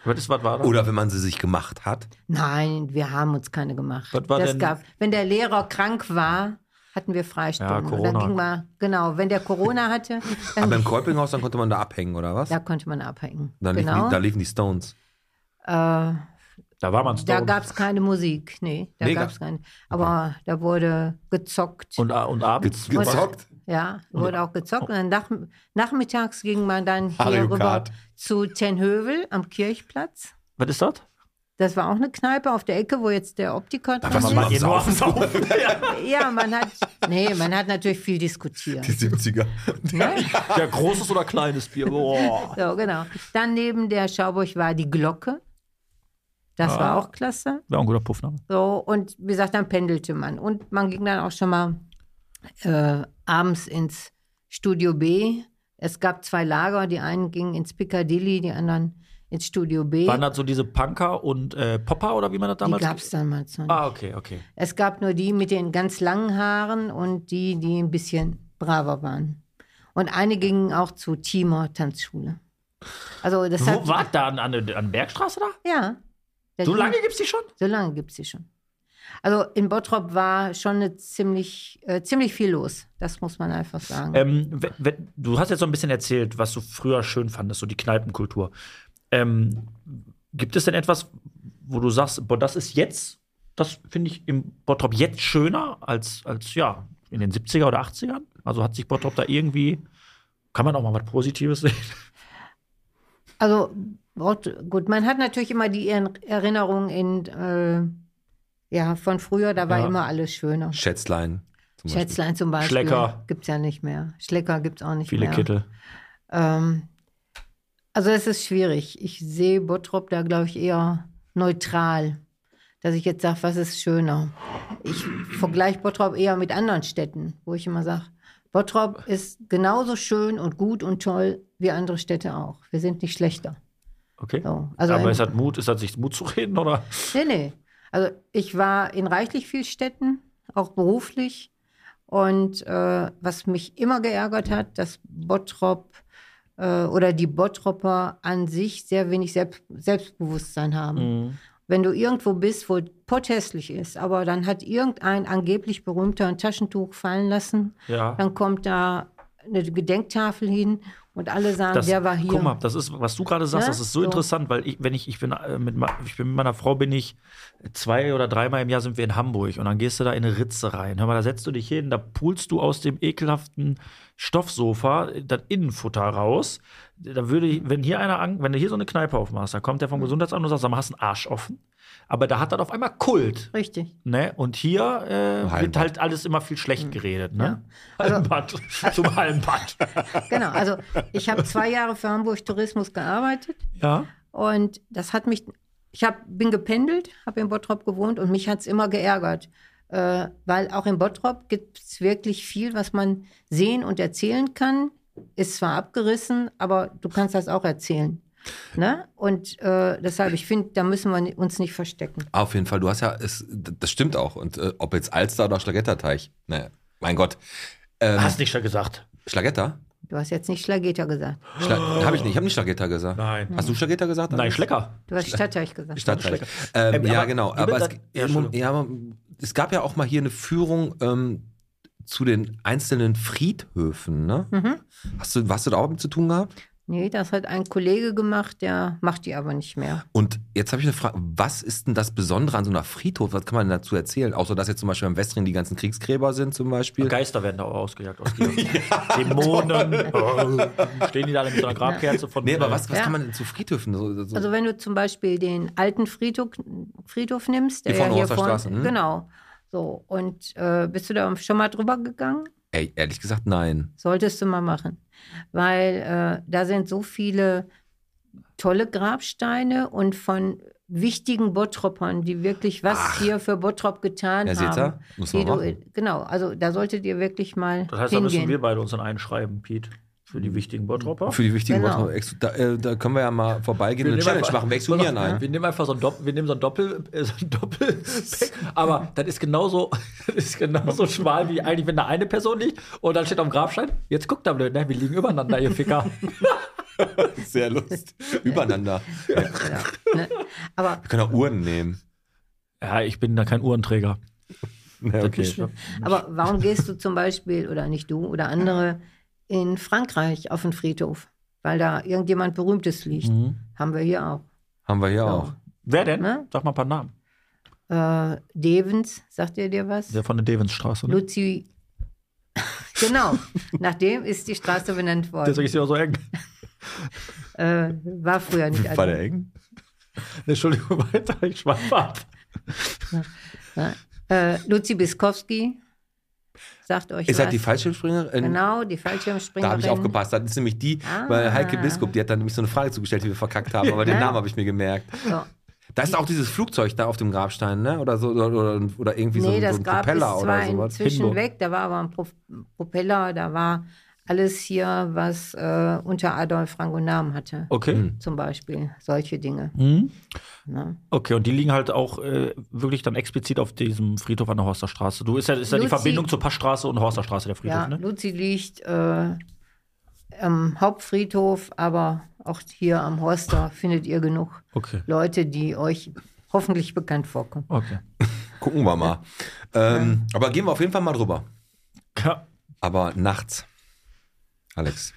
B: Aber das was war das?
A: Oder wenn man sie sich gemacht hat.
C: Nein, wir haben uns keine gemacht.
B: Was war
C: das
B: denn-
C: gab, wenn der Lehrer krank war, hatten wir Freistunden.
B: Ja,
C: Und dann
B: Corona.
C: ging man, genau, wenn der Corona hatte, dann
A: Aber im Kolpinghaus, dann konnte man da abhängen, oder was?
C: da konnte man abhängen.
A: Dann liefen
C: genau.
A: die, da liefen die Stones.
C: äh,
B: Da war man
C: Da gab es keine Musik, nee, da
A: Mega.
C: gab es keine. Aber da wurde gezockt,
B: und, a- und abends?
A: Ge- gezockt?
C: ja, wurde auch gezockt. Und dann nach, nachmittags ging man dann hier
A: Mario
C: rüber
A: Kart.
C: zu Tenhövel am Kirchplatz.
B: Was ist das?
C: Das war auch eine Kneipe auf der Ecke, wo jetzt der Optiker
A: Da
C: drin
A: warst du
C: ist.
A: mal- Saufen.
B: Saufen. ja.
C: Ja, man hat, nee, man hat natürlich viel diskutiert.
A: 70er.
C: Ne?
B: ja, großes oder kleines Bier. Boah.
C: So, genau. Dann neben der Schauburg war die Glocke. Das
B: Ah.
C: war auch klasse.
B: Wäre ein guter Puffname.
C: So, und wie gesagt, dann pendelte man. Und man ging dann auch schon mal äh, abends ins Studio B. Es gab zwei Lager, die einen gingen ins Piccadilly, die anderen ins Studio B.
B: Waren das so diese Punker und äh, Popper oder wie man das
C: die
B: damals
C: gab es damals noch nicht.
B: Ah, okay, okay.
C: Es gab nur die mit den ganz langen Haaren und die, die ein bisschen braver waren. Und eine gingen auch zu Timor Tanzschule. Also das
B: Wo
C: hat Äh,
B: war da an, an der an der Bergstraße da?
C: ja. Da
B: So
C: ging-
B: lange gibt's die schon?
C: So lange gibt es sie schon. Also in Bottrop war schon eine ziemlich, äh, ziemlich viel los. Das muss man einfach sagen.
B: Ähm, we- we- du hast jetzt so ein bisschen erzählt, was du früher schön fandest, so die Kneipenkultur. Ähm, gibt es denn etwas, wo du sagst, boah, das ist jetzt, das finde ich im Bottrop jetzt schöner als, als ja, in den 70er oder 80ern? Also hat sich Bottrop da irgendwie, kann man auch mal was Positives sehen?
C: Also Bott, gut, man hat natürlich immer die Erinner- Erinnerung in, äh, ja, von früher, da war
B: Ja.
C: immer alles schöner.
A: Schätzlein. zum Beispiel.
C: Schätzlein zum Beispiel.
B: Schlecker.
C: Gibt es ja nicht mehr. Schlecker gibt es auch nicht
B: Viele
C: mehr.
B: Kittel.
C: Ähm, also es ist schwierig. Ich sehe Bottrop da, glaube ich, eher neutral. Dass ich jetzt sage, was ist schöner? Ich vergleiche Bottrop eher mit anderen Städten, wo ich immer sage, Bottrop ist genauso schön und gut und toll wie andere Städte auch. Wir sind nicht schlechter.
B: Okay.
C: So. Also
B: Aber
C: in-
B: es hat Mut, es hat sich Mut zu reden, oder?
C: Nee, nee. Also ich war in reichlich vielen Städten, auch beruflich. Und äh, was mich immer geärgert hat, dass Bottrop äh, oder die Bottropper an sich sehr wenig Selbst Selbstbewusstsein
B: Mhm.
C: haben. Wenn du irgendwo bist, wo potthässlich ist, aber dann hat irgendein angeblich berühmter ein Taschentuch fallen lassen,
B: Ja.
C: dann kommt da eine Gedenktafel hin und alle sagen,
B: Das,
C: der war hier.
B: Guck mal, das ist, was du gerade sagst,
C: Ne?
B: das ist so,
C: So.
B: interessant, weil ich, wenn ich, ich bin, äh, mit, ma- ich bin mit meiner Frau bin ich zwei oder dreimal im Jahr sind wir in Hamburg und dann gehst du da in eine Ritze rein. Hör mal, da setzt du dich hin, da pulst du aus dem ekelhaften Stoffsofa äh, das Innenfutter raus. Da würde ich, wenn hier einer, an- wenn du hier so eine Kneipe aufmachst, da kommt der vom
C: Mhm.
B: Gesundheitsamt und sagt, sag mal, hast du einen Arsch offen? Aber da hat dann auf einmal Kult.
C: Richtig.
B: Ne? Und hier äh, wird
A: Hallenbad.
B: halt alles immer viel
C: Mhm.
B: schlecht geredet. Ne?
C: Also
B: Hallenbad. Zum Hallenbad.
C: Genau, also ich habe zwei Jahre für Hamburg Tourismus gearbeitet
B: Ja.
C: und das hat mich, ich hab, bin gependelt, habe in Bottrop gewohnt und mich hat es immer geärgert, äh, weil auch in Bottrop gibt es wirklich viel, was man sehen und erzählen kann. Ist zwar abgerissen, aber du kannst das auch erzählen. Ne? Und äh, deshalb, ich finde, da müssen wir ni- uns nicht verstecken.
A: Auf jeden Fall, du hast ja, es, das stimmt auch. Und äh, ob jetzt Alster oder Schlagetterteich, ne, mein Gott. Ähm,
B: Hast nicht schon gesagt.
A: Schlagetter?
C: Du hast jetzt nicht Schlageter gesagt.
A: Schla habe ich nicht, ich habe nicht Schlagetter gesagt.
B: Nein.
A: Hast du Schlagetter gesagt?
B: Nein,
A: Alex?
B: Schlecker.
C: Du hast Stadtteich gesagt.
A: Stadtteil. Ähm,
B: Ähm, aber
A: ja, genau.
B: die
A: Aber es,
B: Bilder- Ja,
A: ja,
B: Entschuldigung.
A: aber es gab ja auch mal hier eine Führung ähm, zu den einzelnen Friedhöfen. Ne? Hast, du, hast du da auch mit zu tun gehabt?
C: Mhm. Nee, das hat ein Kollege gemacht, der macht die aber nicht mehr.
A: Und jetzt habe ich eine Frage, was ist denn das Besondere an so einer Friedhof? Was kann man denn dazu erzählen? Außer, dass jetzt zum Beispiel im Westring die ganzen Kriegsgräber sind zum Beispiel.
B: Geister werden da auch ausgejagt aus dir. Dämonen. Oh. Stehen die da alle mit so einer Grabkerze von. äh,
A: Nee, aber was, was
C: Ja.
A: kann man denn zu Friedhöfen? So, so,
C: Also wenn du zum Beispiel den alten Friedhof, Friedhof nimmst, der
A: Hier vorne,
C: ja hier
A: Horster
C: vorne,
A: Straße, hm?
C: genau. So und äh, bist du da schon mal drüber gegangen?
A: ey, ehrlich gesagt, nein.
C: Solltest du mal machen, weil äh, da sind so viele tolle Grabsteine und von wichtigen Bottropern, die wirklich was hier für Bottrop getan
A: Ja, seht ihr?
C: haben.
A: Muss
C: die
A: man
C: du,
A: machen.
C: genau, also da solltet ihr wirklich mal
B: Das heißt, da müssen
C: hingehen.
B: wir beide uns dann einschreiben, Pete. Für die wichtigen Bottropper.
A: Für die wichtigen
C: Genau.
A: Worte. ex- Da, äh, da können wir ja mal vorbeigehen und eine Challenge machen. Wächst du hier? Nein.
B: Wir nehmen einfach so ein, Dopp wir nehmen so ein Doppel, äh, so ein Doppel aber das ist genauso, das ist genauso schmal wie eigentlich, wenn da eine Person liegt und dann steht auf dem Grabstein, jetzt guckt da blöd, ne? Wir liegen übereinander, ihr Ficker.
A: Sehr lustig. Übereinander. Wir
C: ja, ne? Aber
A: können auch Uhren nehmen.
B: Ja, ich bin da kein Uhrenträger.
A: Ja,
B: Ich-
C: Aber warum gehst du zum Beispiel, oder nicht du oder andere, in Frankreich auf den Friedhof? Weil da irgendjemand Berühmtes liegt.
A: Hm.
C: Haben wir hier auch.
A: Haben wir hier
C: Ja.
A: auch.
B: Mhm. Wer denn?
C: Ne?
B: Sag mal ein paar Namen.
C: Äh, Devens, sagt ihr dir was?
B: Der von der Devensstraße. Ne?
C: Luzi. genau. Nach dem ist die Straße benannt
B: Deswegen
C: worden.
B: ist sie auch so eng.
C: Äh, war früher nicht.
A: War der eng?
B: Entschuldigung, weiter, ich schweife ab.
C: Ne? Äh, Luzi Biskowski, sagt euch
A: Ist
C: was.
A: halt die Fallschirmspringerin.
C: Genau, die
A: Da habe
C: Fallschirmspringerin.
A: ich aufgepasst. Das ist nämlich die,
C: Ah.
A: weil Heike Biskup, die hat dann nämlich so eine Frage zugestellt, die wir verkackt haben, aber den
C: Ja.
A: Namen habe ich mir gemerkt.
C: So.
A: Da ist auch dieses Flugzeug da auf dem Grabstein, ne? Oder so, oder, oder, oder irgendwie so,
C: nee,
A: ein- so
C: das
A: ein
C: Grab
A: Propeller
C: ist
A: oder
C: zwar
A: sowas.
C: inzwischen
B: Hinburg.
C: weg, da war aber ein Pro Propeller, da war alles hier, was äh, unter Adolf Frank und Namen hatte.
B: Okay.
A: Hm.
C: Zum Beispiel solche Dinge.
A: Mhm.
C: Ne?
B: Okay, und die liegen halt auch äh, wirklich dann explizit auf diesem Friedhof an der Horster Straße. Du ist ja, ist ja die
C: Luzi-
B: Verbindung zur Passstraße und Horster Straße, der Friedhof,
C: Ja,
B: ne?
C: Luzi liegt äh, am Hauptfriedhof, aber auch hier am Horster findet ihr genug
B: Okay.
C: Leute, die euch hoffentlich bekannt vorkommen.
B: Okay.
A: Gucken wir mal. Ähm, aber gehen wir auf jeden Fall mal drüber.
B: Ja.
A: Aber nachts. Alex.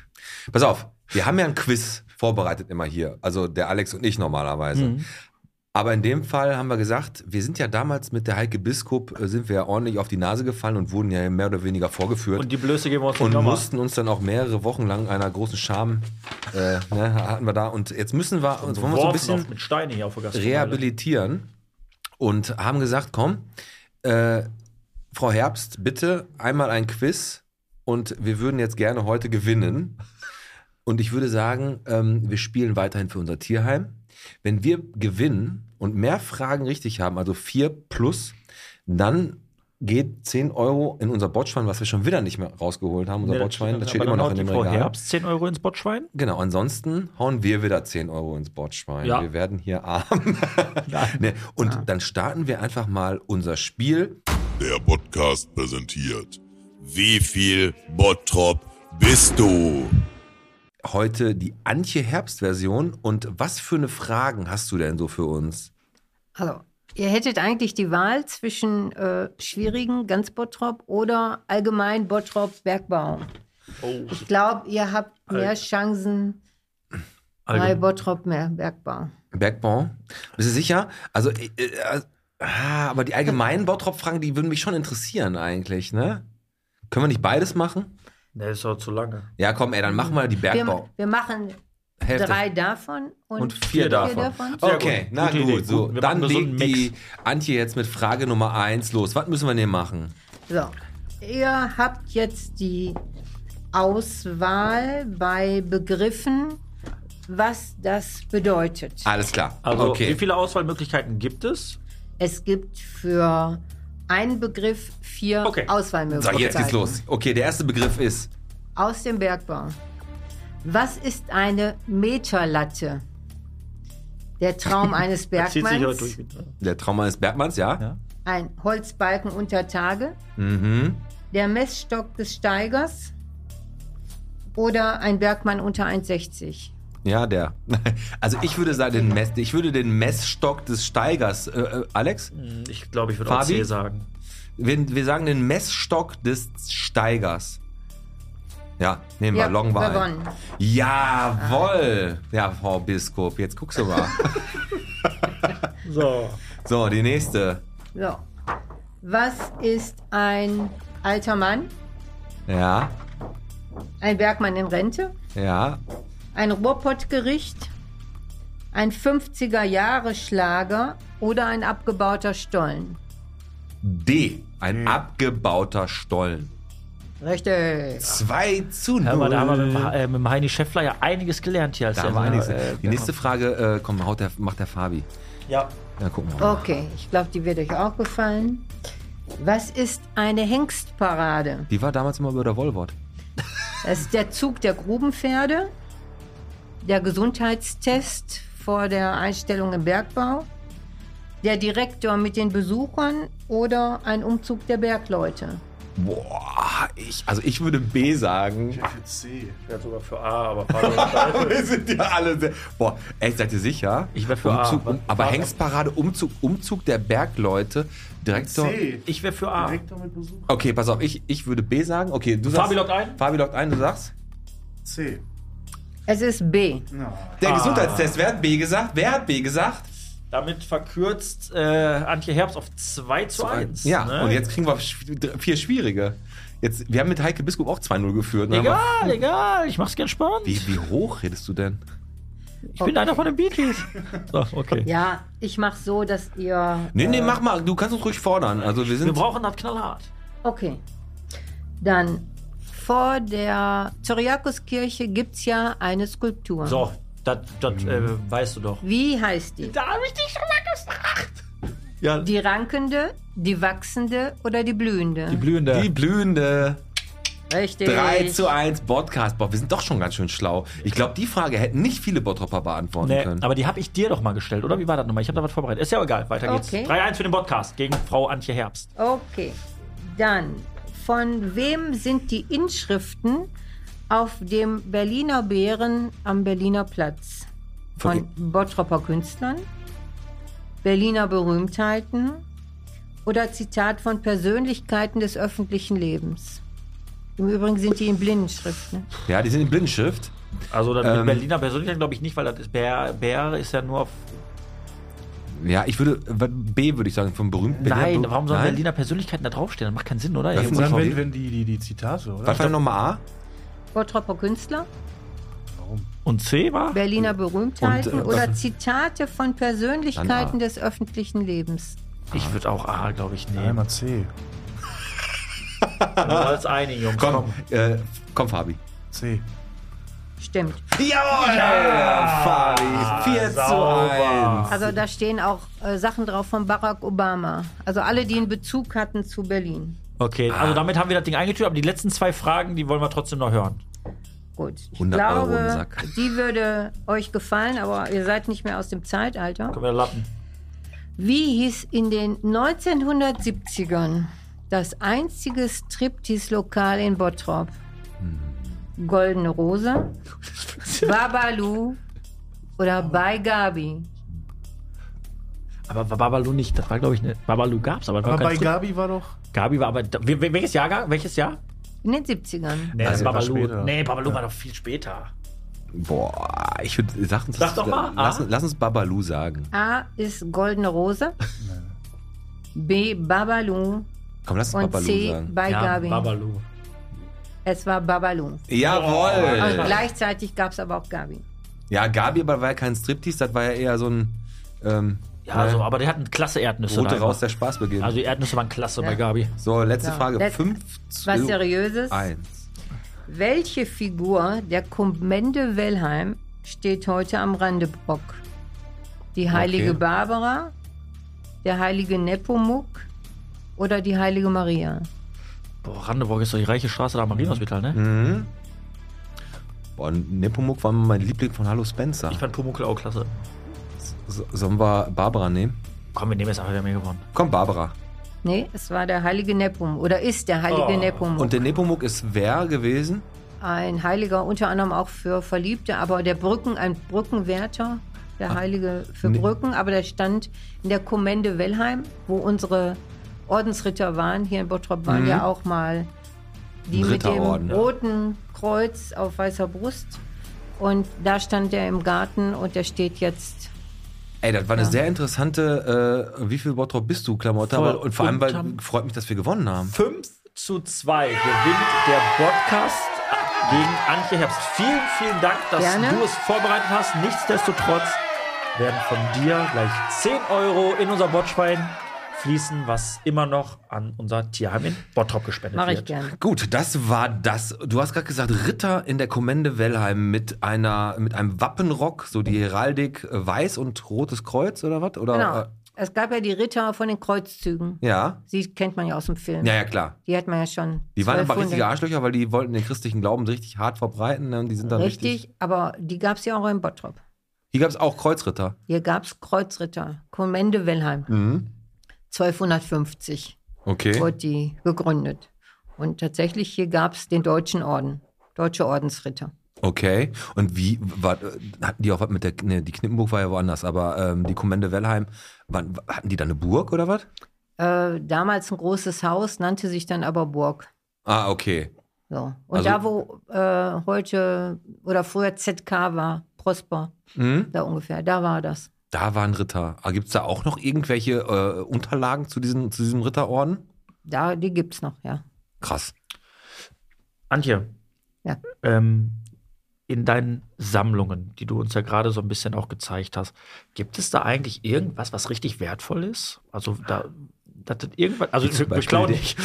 A: Pass auf, wir haben ja ein Quiz vorbereitet immer hier. Also der Alex und ich normalerweise. Aber in dem Fall haben wir gesagt, wir sind ja damals mit der Heike Biskup, äh, sind wir ja ordentlich auf die Nase gefallen und wurden ja mehr oder weniger vorgeführt.
B: Und die Blöße geben wir uns
A: und
B: nochmal.
A: mussten uns dann auch mehrere Wochen lang einer großen Scham äh, ne, hatten wir da. Und jetzt müssen wir uns wollen wir uns so ein
B: Worfen
A: bisschen
B: auf mit Steine hier auf der Gastgemeinde.
A: rehabilitieren und haben gesagt, komm, äh, Frau Herbst, bitte einmal ein Quiz und wir würden jetzt gerne heute gewinnen. Und ich würde sagen, ähm, wir spielen weiterhin für unser Tierheim. Wenn wir gewinnen und mehr Fragen richtig haben, also vier plus, dann geht 10 Euro in unser Botschwein, was wir schon wieder nicht mehr rausgeholt haben. Unser
B: Nee,
A: Botschwein, das steht
B: aber
A: immer
B: dann
A: noch
B: haut
A: in
B: die
A: dem
B: Frau
A: Regal.
B: Herbst 10 Euro ins Botschwein?
A: Genau, ansonsten hauen wir wieder 10 Euro ins Botschwein.
B: Ja.
A: Wir werden hier arm. nee. Ne, Und dann starten wir einfach mal unser Spiel.
F: Der Podcast präsentiert. Wie viel Bottrop bist du?
A: Heute die Antje Herbst-Version. Und was für eine Fragen hast du denn so für uns?
C: Also, ihr hättet eigentlich die Wahl zwischen äh, schwierigen, ganz Bottrop oder allgemein Bottrop Bergbau.
B: Oh.
C: Ich glaube, ihr habt mehr Chancen bei Bottrop mehr Bergbau.
A: Bergbau? Bist du sicher? Also, äh, äh, ah, aber die allgemeinen Bottrop-Fragen, die würden mich schon interessieren eigentlich, ne? Können wir nicht beides machen?
B: Ne, ist doch zu lange.
A: Ja, komm, ey, dann machen wir die
C: Wir,
A: Bergbau.
C: wir machen
A: Hälfte.
C: drei davon und,
A: Und vier davon.
B: Sehr
A: okay,
B: gut.
A: na
B: Gute
A: gut.
B: Idee.
A: So,
B: Gut, wir
A: dann
B: machen so einen
A: legt die Antje jetzt mit Frage Nummer eins los. Was müssen wir denn machen?
C: So, ihr habt jetzt die Auswahl bei Begriffen, was das bedeutet.
A: Alles klar.
B: Also, wie
A: okay.
B: viele Auswahlmöglichkeiten gibt es?
C: Es gibt für einen Begriff vier
B: Okay.
A: So,
C: Auswahlmöglichkeiten.
A: jetzt geht's los. Okay, der erste Begriff ist.
C: Aus dem Bergbau. Was ist eine Meterlatte? Der Traum eines
B: Das zieht sich heute
C: Bergmanns,
B: durch. mit.
A: Der Trauma des Bergmanns, ja?
B: Ja.
C: ein Holzbalken unter Tage,
A: Mhm.
C: der Messstock des Steigers oder ein Bergmann unter 1,60.
A: Ja, der. Also ich würde sagen, den Mess, ich würde den Messstock des Steigers, äh, äh, Alex?
B: Hm, Ich glaube, ich würde auch
A: Fabi?
B: C sagen.
A: Wir, wir sagen den Messstock des Steigers. Ja, nehmen wir.
C: Ja,
A: Long war. ein.
C: gewonnen.
A: Jawoll! Ja, Frau Biskop, jetzt guckst du mal.
B: So.
A: so, die nächste.
C: So. Was ist ein alter Mann?
A: Ja,
C: Ein Bergmann in Rente?
A: ja.
C: Ein Ruhrpottgericht? Ein 50er-Jahre-Schlager oder ein abgebauter Stollen?
A: D. Ein
B: Hm.
A: abgebauter Stollen.
C: Richtig.
A: 2 zu 0.
B: Ja, aber da haben wir mit, dem- äh, mit dem Heini Schäffler ja einiges gelernt hier. Als
A: Da
B: der
A: haben wir
B: mal,
A: einiges.
B: äh,
A: die nächste Frage, äh, komm, haut der, macht der Fabi.
B: Ja.
A: Ja, gucken wir mal.
C: Okay, ich glaube, die wird euch auch gefallen. Was ist eine Hengstparade?
A: Die war damals immer über der Wollwort.
C: Das ist der Zug der Grubenpferde, der Gesundheitstest vor der Einstellung im Bergbau, der Direktor mit den Besuchern oder ein Umzug der Bergleute.
A: Boah, ich, also ich würde B sagen.
B: Ja, sogar für A, aber Fabi-
A: Wir sind ja alle sehr. Boah, ey, seid ihr sicher?
B: Ich wär für
A: Umzug,
B: A.
A: um, Aber Hengstparade, Umzug, Umzug der Bergleute, Direktor.
B: ich wäre für A.
G: Direktor mit Besuch.
A: Okay, pass auf, ich, ich würde B sagen. Okay, du sagst.
B: Fabi lockt ein.
A: Fabi lockt ein, du sagst.
G: C.
C: Es ist B.
A: Der
B: Ah.
A: Gesundheitstest, wer hat B gesagt? Wer hat B gesagt?
B: Damit verkürzt äh, Antje Herbst auf 2 zu 1.
A: Ja,
B: ne?
A: und jetzt kriegen wir schw- vier schwierige. Jetzt, wir haben mit Heike Biskup auch 2-0 geführt. Ne? Aber
B: Egal, egal, ich mach's gern spannend.
A: Wie, wie hoch redest du denn?
B: Ich bin einer von den Beatles. So, okay.
C: Ja, ich mache so, dass ihr.
A: Nee, nee, mach mal, du kannst uns ruhig fordern. Also wir
B: Äh. Wir
A: sind.
B: brauchen das knallhart.
C: Okay. Dann vor der Cyriakuskirche gibt es ja eine Skulptur.
B: So, das das,
A: Mhm.
B: äh, weißt du doch.
C: Wie heißt die?
B: Da habe ich dich schon mal gesagt. Ja, die,
C: Die rankende, die wachsende oder die blühende?
B: blühende.
A: Die blühende
C: Richtig.
A: 3 zu 1 Podcast. Boah, wir sind doch schon ganz schön schlau. Ich glaube, die Frage hätten nicht viele Bottropper beantworten
B: nee,
A: können.
B: aber die habe ich dir doch mal gestellt, oder? Wie war das nochmal? Ich habe da was vorbereitet. Ist ja egal, weiter geht's.
C: Okay.
B: 3-1 für den Podcast gegen Frau Antje Herbst.
C: Okay. Dann, von wem sind die Inschriften auf dem Berliner Bären am Berliner Platz? Von Bottropper Künstlern, Berliner Berühmtheiten oder Zitat von Persönlichkeiten des öffentlichen Lebens? Im Übrigen sind die in Blindenschriften.
A: Ja, die sind in Blindenschrift.
B: Also das
A: Ähm.
B: mit Berliner Persönlichkeit glaube ich nicht, weil das ist Bär, Bär ist ja nur auf.
A: Ja, ich würde. B würde ich sagen, vom berühmten
B: Nein,
A: Berliner-
B: warum sollen
A: Nein?
B: Berliner Persönlichkeiten da draufstehen? Das macht keinen Sinn, oder?
A: Das
G: Und
A: ist-
G: dann
A: VW?
G: wenn, wenn die, die, die Zitate, oder?
A: Was war denn nochmal A?
C: Bottropper Künstler,
B: Und C war?
C: Berliner Berühmtheiten
A: Und, äh,
C: oder Zitate von
A: Dann A.
C: Persönlichkeiten des öffentlichen Lebens?
B: Ich würde auch A, glaube ich,
G: Nein,
B: nehmen.
G: mal C.
B: Du wolltest einigen, Jungs.
A: Komm, äh, komm, Fabi.
G: C.
C: Stimmt.
A: Jawohl! Ja, Fabi,
B: Ah,
A: 4 zu 1.
C: Also da stehen auch äh, Sachen drauf von Barack Obama. Also alle, die einen Bezug hatten zu Berlin.
B: Okay, also damit haben wir das Ding eingetürt, aber die letzten zwei Fragen, die wollen wir trotzdem noch hören.
C: Gut. Ich
A: 100 Euro im
C: glaube,
A: Sack.
C: die würde euch gefallen, aber ihr seid nicht mehr aus dem Zeitalter.
B: Können wir lappen.
C: Wie hieß in den 1970ern das einzige Striptease-Lokal in Bottrop?
A: Hm.
C: Goldene Rose, Babalu oder bei Gabi?
B: Aber war Babalu nicht, das war glaube ich eine. Babalu gab's, aber, das war
G: Aber
B: kein
G: bei
B: Strip-
G: Gabi war doch.
B: Gabi war aber. wel- wel- Welches Jahr? ga- Welches Jahr?
C: In den 70ern.
B: Nee,
G: Also war
B: Babalu.
G: später.
B: Nee, Babalu war doch viel später.
A: Boah, ich würde, sag uns, äh,
B: Sag doch mal,
A: lass,
B: ah.
A: lass uns Babalu sagen.
C: A ist Goldene Rose, B Babalu
A: Komm, lass uns
C: und
A: Babalu
C: C
A: sagen.
C: bei Gabi.
B: Babalu.
C: Es war Babalu. Und
A: Jawohl!
C: gleichzeitig gab es aber auch Gabi.
A: Ja, Gabi aber war ja kein Striptease, das war ja eher so ein ähm,
B: Ja, also, aber der hatten klasse Erdnüsse. da
A: Rote
B: immer.
A: raus, der Spaß beginnt.
B: also die Erdnüsse waren klasse bei Gabi.
A: so, letzte
C: Ja.
A: Frage.
C: Letz-
A: 5 zu
C: Was Seriöses.
A: 1.
C: Welche Figur der Kommende Wellheim steht heute am Randebrock? Die heilige
A: Okay.
C: Barbara, der heilige Nepomuk oder die heilige Maria?
B: Boah, Randeburg ist doch die reiche Straße da am Marienhospital, ne?
A: Mhm. Boah, Nepomuk war mein Liebling von Hallo Spencer.
B: Ich fand Pumuckl auch klasse.
A: So, sollen wir Barbara nehmen?
B: Komm, wir nehmen jetzt einfach, wir haben hier gewonnen.
A: Komm, Barbara.
C: Nee, es war der heilige Nepomuk oder ist der heilige
B: Oh.
C: Nepomuk.
A: Und der Nepomuk ist wer gewesen?
C: ein Heiliger unter anderem auch für Verliebte, aber der Brücken, ein Brückenwärter, der Heilige für
A: Ah. nee.
C: Brücken, aber der stand in der Kommende Wellheim, wo unsere Ordensritter waren, hier in Bottrop waren ja auch mal die
A: Ein
C: mit dem
A: Mhm. Ritterorden, ja.
C: roten Kreuz auf weißer Brust. Und da stand der im Garten und der steht jetzt.
A: Ey, das war eine sehr interessante äh, Wie viel Bottrop bist du, Klamotte.
B: Voll.
A: Aber, und vor allem,
B: Und
A: weil
B: haben-
A: freut mich, dass wir gewonnen haben.
B: 5 zu 2 gewinnt der Podcast gegen Antje Herbst. Vielen, vielen Dank, dass
C: Gerne.
B: du es vorbereitet hast. Nichtsdestotrotz werden von dir gleich 10 Euro in unser Botschwein fließen, was immer noch an unser Tierheim in Bottrop gespendet
C: Mache
B: wird.
C: ich gerne.
A: Gut, das war das. Du hast gerade gesagt, Ritter in der Kommende Wellheim mit einer mit einem Wappenrock, so die Heraldik äh, weiß und rotes Kreuz oder was? Oder
C: Genau. Es gab ja die Ritter von den Kreuzzügen.
A: äh, ja.
C: Sie kennt man ja aus dem Film.
A: Ja, ja, klar.
C: Die hat man ja schon.
A: Die waren aber
C: 1200.
A: richtige Arschlöcher, weil die wollten den christlichen Glauben richtig hart verbreiten. Ne? Und die sind dann richtig.
C: Richtig, aber die gab es ja auch in Bottrop.
A: Hier gab es auch Kreuzritter.
C: Hier gab es Kreuzritter, Kommende Wellheim. 1250
A: Okay.
C: wurde die gegründet. Und tatsächlich hier gab es den Deutschen Orden, Deutsche Ordensritter.
A: Okay. Und wie war, äh, hatten die auch was mit der. Ne, die Knippenburg war ja woanders, aber ähm, die Kommende Wellheim, wann, hatten die da eine Burg oder was?
C: Äh, damals ein großes Haus, nannte sich dann aber Burg.
A: Ah, okay.
C: So. Und
A: Also-
C: da, wo äh, heute oder früher ZK war, Prosper,
A: Mhm.
C: da ungefähr, da war das.
A: Da waren Ritter. Gibt es da auch noch irgendwelche äh, Unterlagen zu, diesen, zu diesem Ritterorden?
C: Da, die gibt es noch, ja.
A: Krass.
B: Antje,
C: Ja.
B: ähm, in deinen Sammlungen, die du uns ja gerade so ein bisschen auch gezeigt hast, gibt es da eigentlich irgendwas, was richtig wertvoll ist? Also da, das hat irgendwas, also
A: Zum
B: wir, wir
A: Beispiel
B: klauen
A: die-
B: nicht.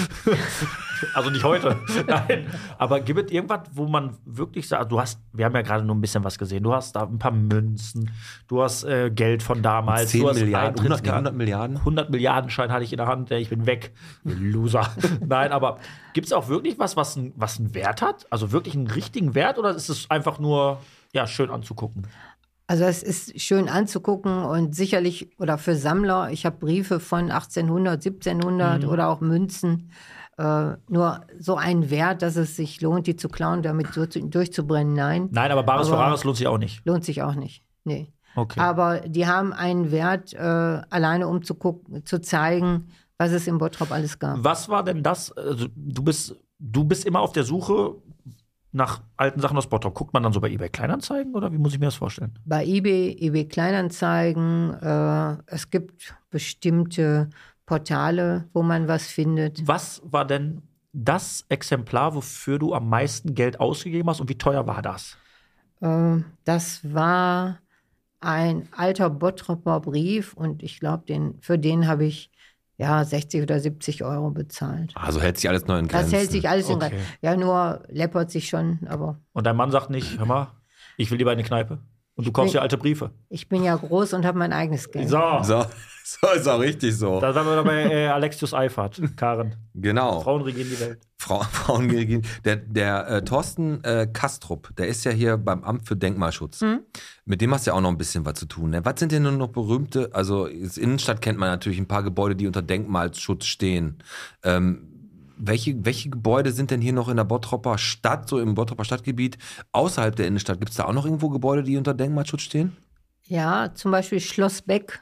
B: also nicht heute. Nein. Aber gibt es irgendwas, wo man wirklich sagt, du hast, wir haben ja gerade nur ein bisschen was gesehen, du hast da ein paar Münzen, du hast äh, Geld von damals,
A: 10
B: du hast
A: Milliarden, 100,
B: Eintrittskarten.
A: 100 Milliarden.
B: 100 Milliarden Schein hatte ich in der Hand, ey, ich bin weg. Ihr Loser. Nein, aber gibt es auch wirklich was, was, n- was einen Wert hat? Also wirklich einen richtigen Wert oder ist es einfach nur ja, schön anzugucken?
C: Also es ist schön anzugucken und sicherlich, oder für Sammler, ich habe Briefe von 1800, 1700 oder auch Münzen, äh, nur so einen Wert, dass es sich lohnt, die zu klauen, damit so zu, durchzubrennen, nein,
B: Nein, aber Bares für
C: Aber-
B: Rares lohnt sich auch nicht.
C: lohnt sich auch nicht. Nee.
B: Okay.
C: Aber die haben einen Wert, äh, alleine um zu, gucken, zu zeigen, was es im Bottrop alles gab.
B: Was war denn das? Also, du, bist, du bist immer auf der Suche nach alten Sachen aus Bottrop. Guckt man dann so bei eBay Kleinanzeigen oder wie muss ich mir das vorstellen?
C: Bei eBay, eBay Kleinanzeigen, äh, es gibt bestimmte Portale, wo man was findet.
B: Was war denn das Exemplar, wofür du am meisten Geld ausgegeben hast und wie teuer war das?
C: Ähm, das war ein alter Bottroper Brief und ich glaube, den, für den habe ich ja 60 oder 70 Euro bezahlt.
A: Also hält sich alles neu in Grenzen.
C: Das hält sich alles in
B: Okay.
C: Grenzen. Ja, nur läppert sich schon, aber
B: Und dein Mann sagt nicht, hör mal, Ich will lieber in eine Kneipe. Und du kaufst
C: Nee.
B: dir alte Briefe.
C: Ich bin ja groß und habe mein eigenes Geld.
B: So.
A: So, so ist auch richtig so.
B: Da waren wir dabei äh, Alexius Eifert, Karen.
A: Genau.
B: Frauen regieren die Welt.
A: Frau, Frauengeorgien. Der, der äh, Thorsten äh, Kastrup, der ist ja hier beim Amt für Denkmalschutz.
C: Hm.
A: Mit dem hast du ja auch noch ein bisschen was zu tun. Ne? Was sind denn nur noch berühmte, also jetzt Innenstadt kennt man natürlich ein paar Gebäude, die unter Denkmalschutz stehen. Ähm, welche, welche Gebäude sind denn hier noch in der Bottropper Stadt, so im Bottropper Stadtgebiet, außerhalb der Innenstadt? Gibt es da auch noch irgendwo Gebäude, die unter Denkmalschutz stehen?
C: Ja, zum Beispiel Schloss Beck.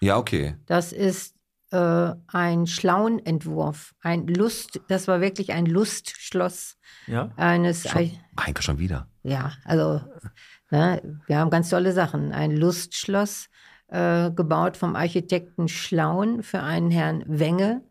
A: Ja, okay.
C: Das ist äh, ein Schlauenentwurf. Ein Lust, das war wirklich ein Lustschloss
B: Ja?
C: eines.
A: Schon, Einke schon wieder.
C: Ja, also ne, wir haben ganz tolle Sachen. Ein Lustschloss, äh, gebaut vom Architekten Schlaun für einen Herrn Wenge,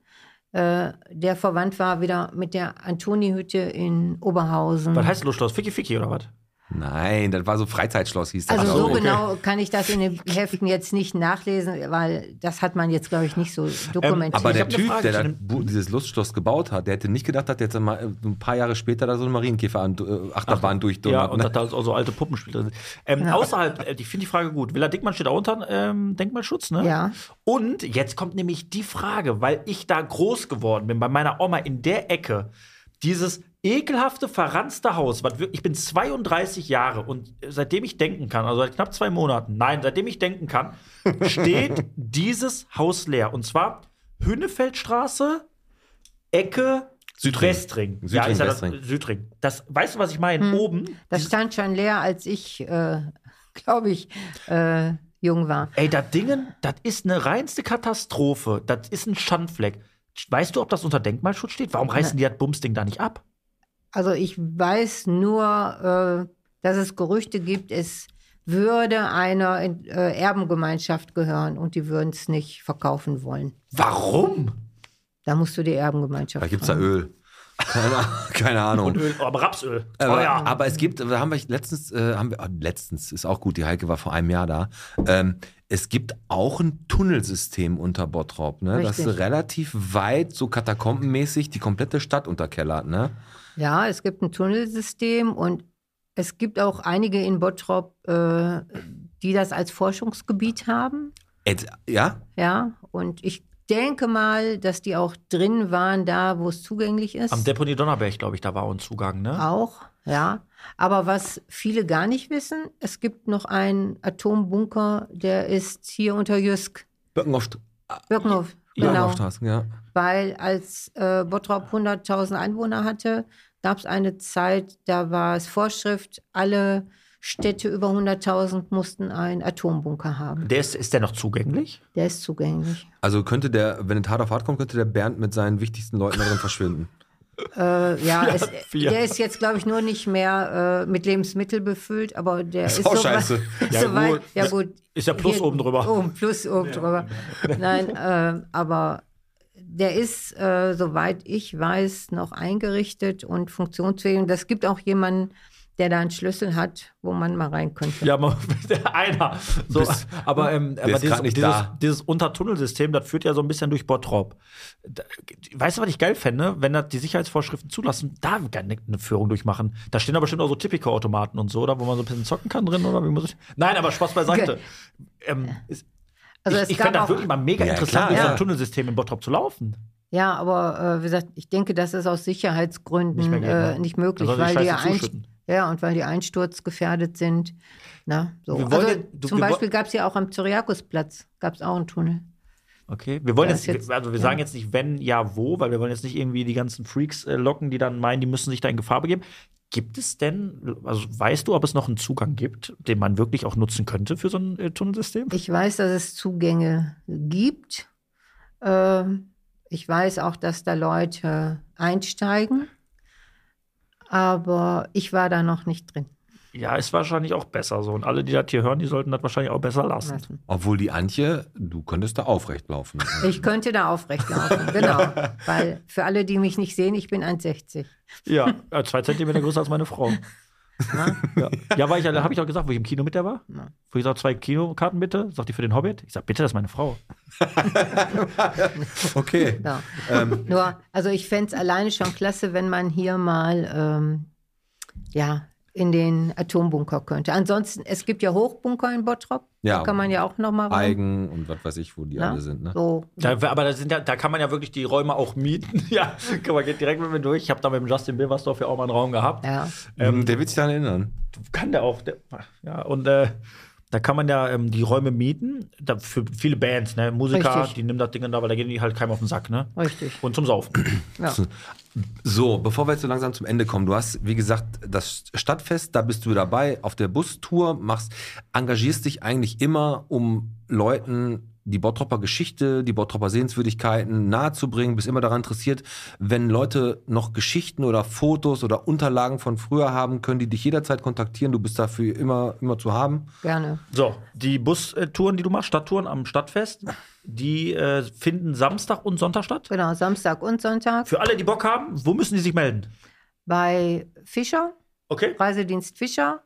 C: äh, der verwandt war wieder mit der Antonihütte in Oberhausen.
B: Was heißt Lustschloss? Ficky Ficky oder was?
A: Nein, das war so Freizeitschloss, hieß das.
C: also so
A: glaub ich.
C: genau kann ich das in den Heften jetzt nicht nachlesen, weil das hat man jetzt, glaube ich, nicht so dokumentiert.
A: Aber der
B: hab ne
A: Typ,
B: Frage
A: der
B: zu
A: das Bu- dieses Lustschloss gebaut hat, der hätte nicht gedacht, dass jetzt mal äh, ein paar Jahre später da so eine Marienkäfer an, äh, Achterbahn
B: Ja,
A: durchdonnert.
B: und
A: ne?
B: da ist auch so alte Puppenspieler sind. Ähm, Außerhalb, äh, ich finde die Frage gut. Villa Dickmann steht auch unter ähm, Denkmalschutz, ne?
C: Ja.
B: Und jetzt kommt nämlich die Frage, weil ich da groß geworden bin, bei meiner Oma in der Ecke, dieses ekelhafte, verranzte Haus, was wir, ich bin 32 Jahre und seitdem ich denken kann, also seit knapp zwei Monaten, nein, seitdem ich denken kann, steht dieses Haus leer. Und zwar Hünefeldstraße, Ecke,
A: Südring.
B: Westring.
A: Südring,
B: ist ja
A: Westring.
B: Das, Südring. Das, weißt du, was ich meine? Oben.
C: das stand schon leer, als ich, äh, glaube ich, äh, jung war.
B: Ey, das Dingen, das ist eine reinste Katastrophe. Das ist ein Schandfleck. Weißt du, ob das unter Denkmalschutz steht? Warum reißen die das Bumsding da nicht ab?
C: Also ich weiß nur, äh, dass es Gerüchte gibt, es würde einer in, äh, Erbengemeinschaft gehören und die würden es nicht verkaufen wollen.
B: Warum?
C: Da musst du die Erbengemeinschaft.
A: Da gibt es da
C: fragen.
A: Öl. Keine, Ah- keine Ahnung.
B: Und Öl, aber Rapsöl.
A: Aber,
B: Teuer.
A: aber es gibt, da haben wir letztens, äh, haben wir, ah, letztens ist auch gut, die Heike war vor einem Jahr da. Ähm, es gibt auch ein Tunnelsystem unter Bottrop, ne? Das
C: Richtig.
A: ist relativ weit, so katakombenmäßig, die komplette Stadt unterkellert, ne?
C: Ja, es gibt ein Tunnelsystem und es gibt auch einige in Bottrop, äh, die das als Forschungsgebiet haben.
A: Et, ja?
C: Ja, und ich denke mal, dass die auch drin waren, da wo es zugänglich ist.
B: Am Deponie Donnerberg, glaube ich, da war auch ein Zugang, ne?
C: Auch, ja. Aber was viele gar nicht wissen, es gibt noch einen Atombunker, der ist hier unter Jüsk.
A: Birkenhof,
C: Birkenhof, genau.
A: Birkenhofstraße, ja.
C: Weil als äh, Bottrop 100.000 Einwohner hatte, gab es eine Zeit, da war es Vorschrift, alle Städte über 100.000 mussten einen Atombunker haben.
B: Der ist, ist der noch zugänglich?
C: Der ist zugänglich.
A: Also könnte der, wenn es hart auf hart kommt, könnte der Bernd mit seinen wichtigsten Leuten darin verschwinden.
C: Äh, ja, es,
B: vier.
C: der ist jetzt, glaube ich, nur nicht mehr äh, mit Lebensmittel befüllt, aber der ist,
A: auch
C: so
A: scheiße.
C: Weit,
B: Ja,
C: so weit,
B: gut.
C: ja gut.
B: Ist ja Plus
C: Hier-
B: oben drüber.
C: Oh, ein Plus oben drüber. Nein, ähm, aber der ist, äh, soweit ich weiß, noch eingerichtet und funktionsfähig. Und es gibt auch jemanden, der da einen Schlüssel hat, wo man mal rein könnte.
B: Ja, mal, einer. So,
A: Bis-
B: aber ähm, aber
A: ist
B: dieses,
A: grad nicht
B: dieses,
A: da.
B: dieses Untertunnelsystem, das führt ja so ein bisschen durch Bottrop. Da, weißt du, was ich geil fände? Wenn das die Sicherheitsvorschriften zulassen, da gerne eine Führung durchmachen. Da stehen aber bestimmt auch so Tipico-Automaten und so, oder? Wo man so ein bisschen zocken kann drin, oder? Wie muss ich? Nein, aber Spaß beiseite. Ähm, ist,
C: Also
B: ich
C: es
B: ich
C: gab
B: fände das
C: auch-
B: wirklich mal mega
A: Ja,
B: interessant,
A: klar,
B: durch so
A: ja.
B: ein Tunnelsystem in Bottrop zu laufen.
C: Ja, aber äh, wie gesagt, ich denke, das ist aus Sicherheitsgründen
B: Nicht
C: nicht,
B: mehr geht,
C: äh,
B: ne?
C: nicht möglich,
B: Da soll die
C: weil die,
B: Scheiße
C: einst-
B: zuschütten.
C: ja, und weil die einsturzgefährdet sind. Na, so.
B: Wir wollen
C: also,
B: ja- du-
C: zum
B: wir
C: Beispiel
B: woll-
C: gab es ja auch am Cyriakusplatz, gab es auch einen Tunnel.
B: Okay, wir wollen
C: Das
B: jetzt,
C: jetzt-
B: also wir
C: ja.
B: sagen jetzt nicht wenn, ja, wo, weil wir wollen jetzt nicht irgendwie die ganzen Freaks äh, locken, die dann meinen, die müssen sich da in Gefahr begeben. Gibt es denn, also weißt du, ob es noch einen Zugang gibt, den man wirklich auch nutzen könnte für so ein äh, Tunnelsystem?
C: Ich weiß, dass es Zugänge gibt. Ähm, ich weiß auch, dass da Leute einsteigen. Aber ich war da noch nicht drin.
B: Ja, ist wahrscheinlich auch besser so. Und alle, die das hier hören, die sollten das wahrscheinlich auch besser lassen.
A: Obwohl die Antje, du könntest da aufrecht laufen.
C: Ich könnte da aufrecht laufen, genau. Weil für alle, die mich nicht sehen, ich bin 1,60.
B: Ja, äh, zwei Zentimeter größer als meine Frau. Ja, ja war ich, habe ich auch gesagt, wo ich im Kino mit der war.
C: Ja.
B: Wo ich sage, zwei Kinokarten bitte. Sagt die für den Hobbit? Ich sage, bitte, das ist meine Frau.
A: Okay.
C: Genau. Nur, also ich fände es alleine schon klasse, wenn man hier mal ähm, ja, in den Atombunker könnte. Ansonsten, es gibt ja Hochbunker in Bottrop.
A: Ja.
C: Da kann man ja auch nochmal
A: Eigen und was weiß ich, wo die
C: Ja.
A: alle sind, ne?
C: So.
B: Da, aber da, sind ja, da kann man ja wirklich die Räume auch mieten. ja, kann man geht direkt mit mir durch. Ich habe da mit dem Justin Bilbersdorf ja auch mal einen Raum gehabt.
C: Ja.
A: Ähm, der wird sich daran erinnern.
B: kann der auch. Der, ja, und äh, da kann man ja ähm, die Räume mieten. Da, für viele Bands, ne? Musiker,
C: Richtig.
B: die nehmen das Ding dann da, weil da gehen die halt keinem auf den Sack, ne?
C: Richtig.
B: Und zum Saufen.
C: Ja.
A: So, bevor wir jetzt so langsam zum Ende kommen, du hast, wie gesagt, das Stadtfest, da bist du dabei, auf der Bustour, machst, engagierst dich eigentlich immer, um Leuten die Bottropper Geschichte, die Bottropper Sehenswürdigkeiten nahezubringen, bist immer daran interessiert, wenn Leute noch Geschichten oder Fotos oder Unterlagen von früher haben, können die dich jederzeit kontaktieren, du bist dafür immer, immer zu haben.
C: Gerne.
B: So, die Bustouren, die du machst, Stadttouren am Stadtfest, die äh, finden Samstag und Sonntag statt.
C: Genau, Samstag und Sonntag
B: Für alle, die Bock haben, wo müssen die sich melden?
C: bei Fischer,
B: Okay?
C: Reisedienst Fischer.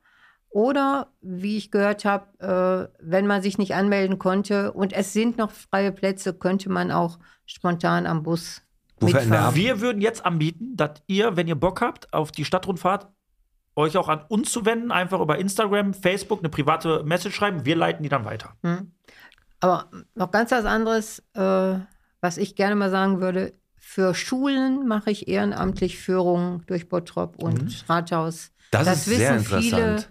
C: Oder, wie ich gehört habe, äh, wenn man sich nicht anmelden konnte und es sind noch freie Plätze, könnte man auch spontan am Bus
A: Wo fährt denn der
C: mitfahren.
A: ab?
B: Wir würden jetzt anbieten, dass ihr, wenn ihr Bock habt, auf die Stadtrundfahrt euch auch an uns zu wenden, einfach über Instagram, Facebook eine private Message schreiben, wir leiten die dann weiter.
C: Hm. Aber noch ganz was anderes, äh, was ich gerne mal sagen würde. Für Schulen mache ich ehrenamtlich Führungen durch Bottrop und Rathaus.
A: Mhm. Das ist sehr interessant.
C: viele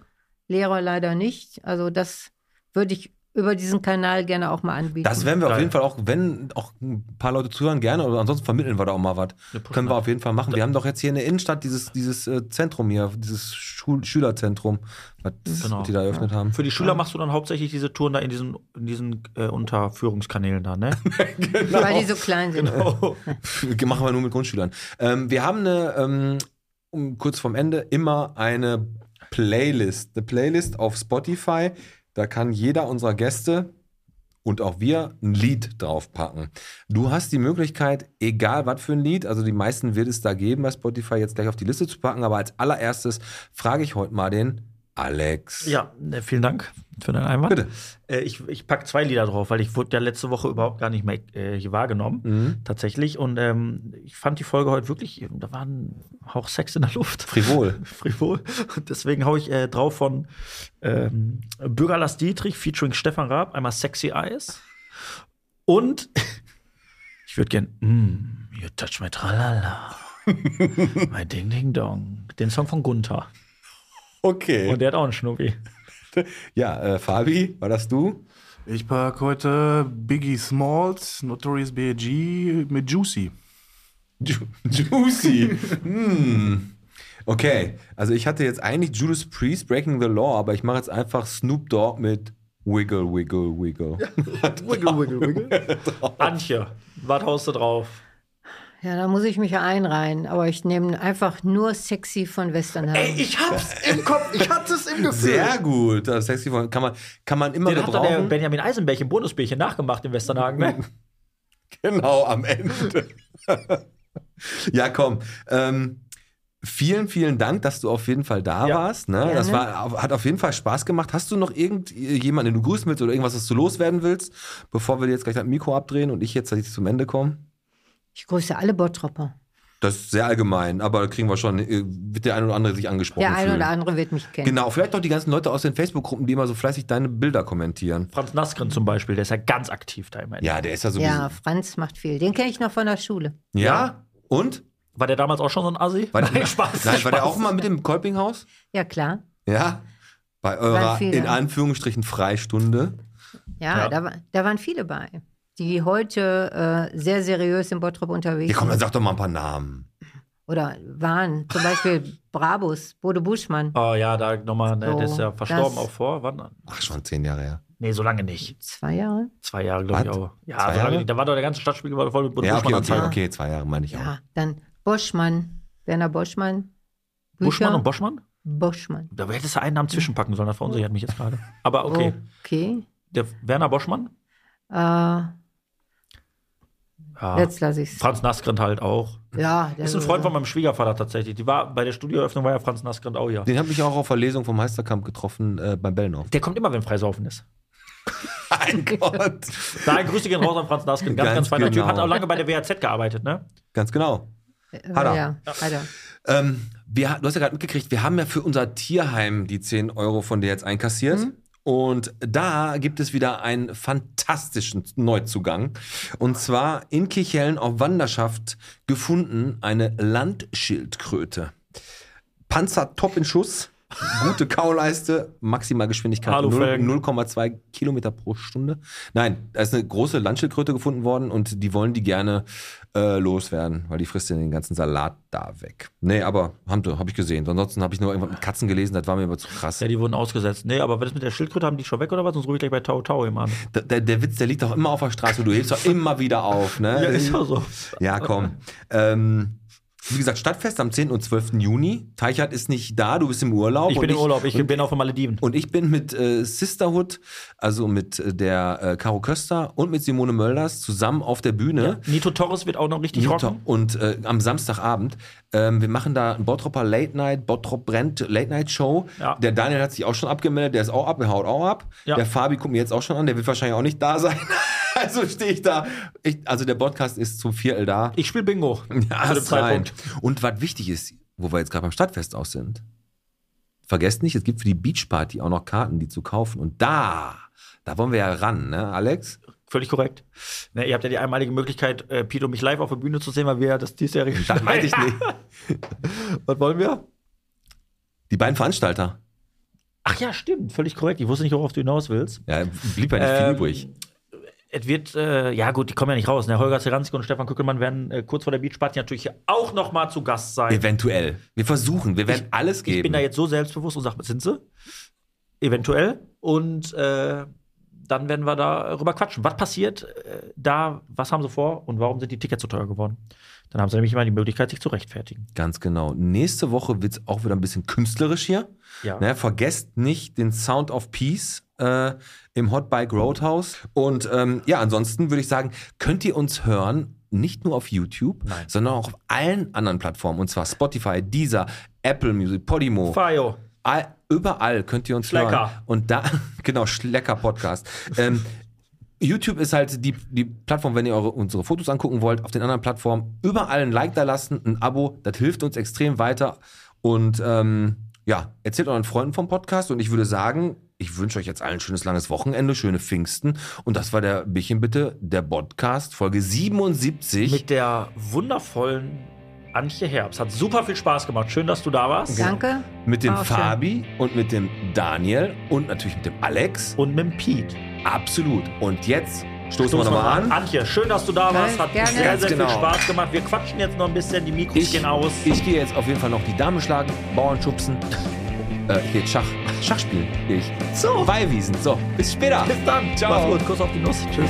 C: Lehrer leider nicht. Also das würde ich über diesen Kanal gerne auch mal anbieten.
A: Das werden wir auf
B: Geil.
A: jeden Fall auch, wenn auch ein paar Leute zuhören, gerne oder ansonsten vermitteln wir da auch mal was. Können wir auf jeden Fall machen. Wir haben doch jetzt hier in der Innenstadt dieses, dieses äh, Zentrum hier, dieses Schul Schülerzentrum, was
B: Genau.
A: die da eröffnet haben.
B: Für die Schüler machst du dann hauptsächlich diese Touren da in diesen, in diesen äh, Unterführungskanälen da, ne?
A: Genau.
C: weil die so klein sind.
A: Machen wir nur mit Grundschülern. Ähm, wir haben eine, ähm, um, kurz vorm Ende, immer eine Playlist. Eine Playlist auf Spotify. Da kann jeder unserer Gäste und auch wir ein Lied draufpacken. Du hast die Möglichkeit, egal was für ein Lied, also die meisten wird es da geben, bei Spotify jetzt gleich auf die Liste zu packen, aber als allererstes frage ich heute mal den Alex.
B: ja, ne, vielen Dank für deinen Einwand.
A: Bitte.
B: Äh, ich ich packe zwei Lieder drauf, weil ich wurde ja letzte Woche überhaupt gar nicht mehr äh, hier wahrgenommen,
A: Mhm.
B: tatsächlich. Und ähm, ich fand die Folge heute wirklich, da war ein Hauch Sex in der Luft.
A: Frivol.
B: Frivol. Und deswegen haue ich äh, drauf von ähm, Bürger Lars Dietrich featuring Stefan Raab, einmal Sexy Eyes. Und ich würde gern, mm, you touch my tralala. mein Ding Ding Dong. Den Song von Gunther.
A: Okay.
B: Und der hat auch einen Schnuffi.
A: ja, äh, Fabi, war das du?
G: Ich pack heute Biggie Smalls, Notorious B.I.G. mit Juicy.
A: Ju Juicy. Hm. Okay, also ich hatte jetzt eigentlich Judas Priest Breaking the Law, aber ich mache jetzt einfach Snoop Dogg mit Wiggle, Wiggle, Wiggle.
B: Wiggle, wiggle, wiggle. Antje, was haust du drauf?
C: Ja, da muss ich mich ja einreihen. Aber ich nehme einfach nur Sexy von Westernhagen.
B: Ich hab's im Kopf, ich hatte es im
A: Sehr gut. Das sexy von, kann man, kann man immer
B: Den hat doch der
A: gebrauchen.
B: Benjamin Eisenbärchen, Bonusbärchen, nachgemacht in Westernhagen, ne?
A: genau, am Ende. ja, komm. Ähm, vielen, vielen Dank, dass du auf jeden Fall da
B: Ja,
A: warst. Ne? Das war, hat auf jeden Fall Spaß gemacht. Hast du noch irgendjemanden, den du grüßen willst oder irgendwas, was du loswerden willst, bevor wir jetzt gleich das Mikro abdrehen und ich jetzt tatsächlich zum Ende komme?
C: Ich grüße alle Bottropper.
A: Das ist sehr allgemein, aber da kriegen wir schon, äh, wird der ein oder andere sich angesprochen
C: Der eine
A: fühlen.
C: oder andere wird mich kennen.
A: Genau, vielleicht auch die ganzen Leute aus den Facebook-Gruppen, die immer so fleißig deine Bilder kommentieren.
B: Franz Naskren zum Beispiel, der ist ja ganz aktiv da im Endeffekt.
A: Ja, der ist ja sowieso.
C: Ja,
A: Ja?
C: Franz macht viel. Den kenne ich noch von der Schule.
A: ja? Und?
B: War der damals auch schon so ein Assi?
A: War,
B: Nein, Spaß.
A: Nein, war der
B: Spaß.
A: auch mal mit im Kolpinghaus?
C: Ja, klar.
A: Ja. Bei eurer,
C: viele.
A: in Anführungsstrichen, Freistunde.
C: Ja,
B: Ja.
C: Da, wa- da waren viele bei, die heute äh, sehr seriös in Bottrop unterwegs
A: Ja, komm, dann
B: also
C: sind.
A: sag doch mal ein paar Namen.
C: Oder waren. Zum Beispiel Brabus, Bode Buschmann.
B: Oh ja, da nochmal, ne,
C: So,
B: der ist ja verstorben
C: das-
B: auch vor. Wann?
A: Ach, schon zehn Jahre her.
B: Nee, so lange nicht.
C: Zwei Jahre?
B: Zwei Jahre, glaube ich
A: Was?
B: auch. Ja,
A: Zwei
B: so lange
A: Jahre?
B: nicht. Da war doch der ganze Stadtspiegel war voll mit Bund
A: ja, okay,
B: Buschmann
A: okay,
B: anzeigen.
A: okay, zwei Jahre meine ich auch.
C: Ja. Dann Boschmann, Werner Boschmann. Bücher.
B: Buschmann und Boschmann?
C: Boschmann.
B: Da hättest du einen Namen zwischenpacken sollen, das verunsichert mich jetzt gerade. Aber
C: Oh.
B: okay,
C: Okay.
B: der Werner Boschmann? Ah.
C: Äh,
B: Ja.
C: Jetzt lasse ich es.
B: Franz Naskrind halt auch.
C: Ja, der
B: Ist ein Freund von meinem Schwiegervater tatsächlich. Die war bei der Studioeröffnung war ja Franz Naskrind auch hier.
A: Den habe ich auch auf der Lesung vom Heisterkamp getroffen äh, beim Bellenhof.
B: Der kommt immer, wenn Freisaufen ist.
A: Mein Gott.
B: Da Grüße gehen raus an Franz Naskrind. Ganz,
A: Ganz
B: ganz, feiner
A: genau.
B: Typ. Hat auch lange bei der WHZ gearbeitet, ne?
A: Ganz genau.
C: äh,
A: Hader.
C: Ja, Hader.
A: Ähm, Wir, ha- du hast ja gerade mitgekriegt, wir haben ja für unser Tierheim die 10 Euro von dir jetzt einkassiert. Und da gibt es wieder einen fantastischen Neuzugang. Und zwar in Kichellen auf Wanderschaft gefunden eine Landschildkröte. Panzer top in Schuss, gute Kauleiste, Maximalgeschwindigkeit null-
B: Alufelgen.
A: 0,2 Kilometer pro Stunde. Nein, da ist eine große Landschildkröte gefunden worden und die wollen die gerne äh, loswerden, weil die frisst ja den ganzen Salat da weg. Nee, aber habe hab ich gesehen. Ansonsten habe ich nur irgendwas mit Katzen gelesen, das war mir aber zu krass.
B: Ja, die wurden ausgesetzt. Nee, aber das mit der Schildkröte haben die schon weg oder was? Sonst rufe ich gleich bei Tau Tau eben an.
A: Der, der, der Witz, der liegt doch immer auf der Straße, du hebst doch immer wieder auf. Ne?
B: ja so.
A: Ja, komm. ähm, wie gesagt, Stadtfest am 10. und 12. Juni. Teichert ist nicht da, du bist im Urlaub.
B: Ich
A: und
B: bin im Urlaub, ich bin auf den Malediven.
A: Und ich bin mit äh, Sisterhood, also mit äh, der äh, Caro Köster und mit Simone Mölders zusammen auf der Bühne.
B: Nito Torres wird auch noch richtig rocken.
A: Und äh, am Samstagabend, ähm, wir machen da ein Bottropper Late Night, Bottrop Brent Late Night Show.
B: Ja.
A: Der Daniel hat sich auch schon abgemeldet, der ist auch ab, der haut auch ab.
B: Ja.
A: Der Fabi guckt mir jetzt auch schon an, der wird wahrscheinlich auch nicht da sein. also stehe ich da. Ich, also der Podcast ist zum Viertel da.
B: Ich spiele Bingo.
A: Ja,
B: zu dem
A: es rein.
B: Zeitpunkt.
A: Und was wichtig ist, wo wir jetzt gerade beim Stadtfest aus sind, vergesst nicht, es gibt für die Beachparty auch noch Karten, die zu kaufen. Und da, da wollen wir ja ran, ne, Alex?
B: Völlig korrekt. Ne, ihr habt ja die einmalige Möglichkeit, äh, Pete und mich live auf der Bühne zu sehen, weil wir ja das diesjährige
A: Das meinte ich nicht.
B: Was wollen wir?
A: Die beiden Veranstalter.
B: Ach ja, stimmt. Völlig korrekt. Ich wusste nicht, worauf du hinaus willst.
A: Ja, blieb ja nicht viel
B: Ähm,
A: übrig.
B: Es wird, äh, ja gut, die kommen ja nicht raus. Ne? Holger Zeranski und Stefan Kückelmann werden äh, kurz vor der Beachparty natürlich auch noch mal zu Gast sein.
A: Eventuell. Wir versuchen, wir werden alles geben.
B: Ich bin da jetzt so selbstbewusst und sage, sind sie? Eventuell. Und äh, dann werden wir darüber quatschen. Was passiert äh, da? Was haben sie vor? Und warum sind die Tickets so teuer geworden? Dann haben sie nämlich immer die Möglichkeit, sich zu rechtfertigen.
A: Ganz genau. Nächste Woche wird es auch wieder ein bisschen künstlerisch hier.
B: Ja.
A: Ne, vergesst nicht den Sound of Peace äh, im Hot Bike Roadhouse. Und ähm, ja, ansonsten würde ich sagen, könnt ihr uns hören, nicht nur auf YouTube,
B: Nein.
A: sondern auch auf allen anderen Plattformen. Und zwar Spotify, Deezer, Apple Music, Podimo.
B: Fayo.
A: All, überall könnt ihr uns
B: Schlecker.
A: hören. Und da, genau, Schlecker Podcast. ähm, YouTube ist halt die, die Plattform, wenn ihr eure, unsere Fotos angucken wollt, auf den anderen Plattformen überall ein Like da lassen, ein Abo, das hilft uns extrem weiter. Und ähm, ja, erzählt euren Freunden vom Podcast und ich würde sagen, ich wünsche euch jetzt allen ein schönes langes Wochenende, schöne Pfingsten. Und das war der Bierchen bitte, der Podcast, Folge 77.
B: Mit der wundervollen Antje Herbst. Hat super viel Spaß gemacht. Schön, dass du da warst.
C: Danke.
A: mit dem
C: War auch schön.
A: Fabi und mit dem Daniel und natürlich mit dem Alex.
B: Und mit dem Pete.
A: Absolut. Und jetzt stoßen wir
B: Stoßen wir
A: nochmal
B: mal
A: an.
B: Antje, schön, dass du da
C: Geil,
B: warst. Hat
C: gerne.
B: sehr,
A: Ganz
B: sehr
A: genau.
B: viel Spaß gemacht. Wir quatschen jetzt noch ein bisschen. Die Mikros
A: Ich,
B: gehen aus.
A: ich gehe jetzt auf jeden Fall noch die Dame schlagen, Bauern schubsen. Äh, ich gehe jetzt Schach, Schach spielen. Gehe ich. So. Beiwiesen. So, bis später.
B: Bis dann.
A: Ciao.
B: Mach's gut. Kuss auf die Nuss. Tschüss.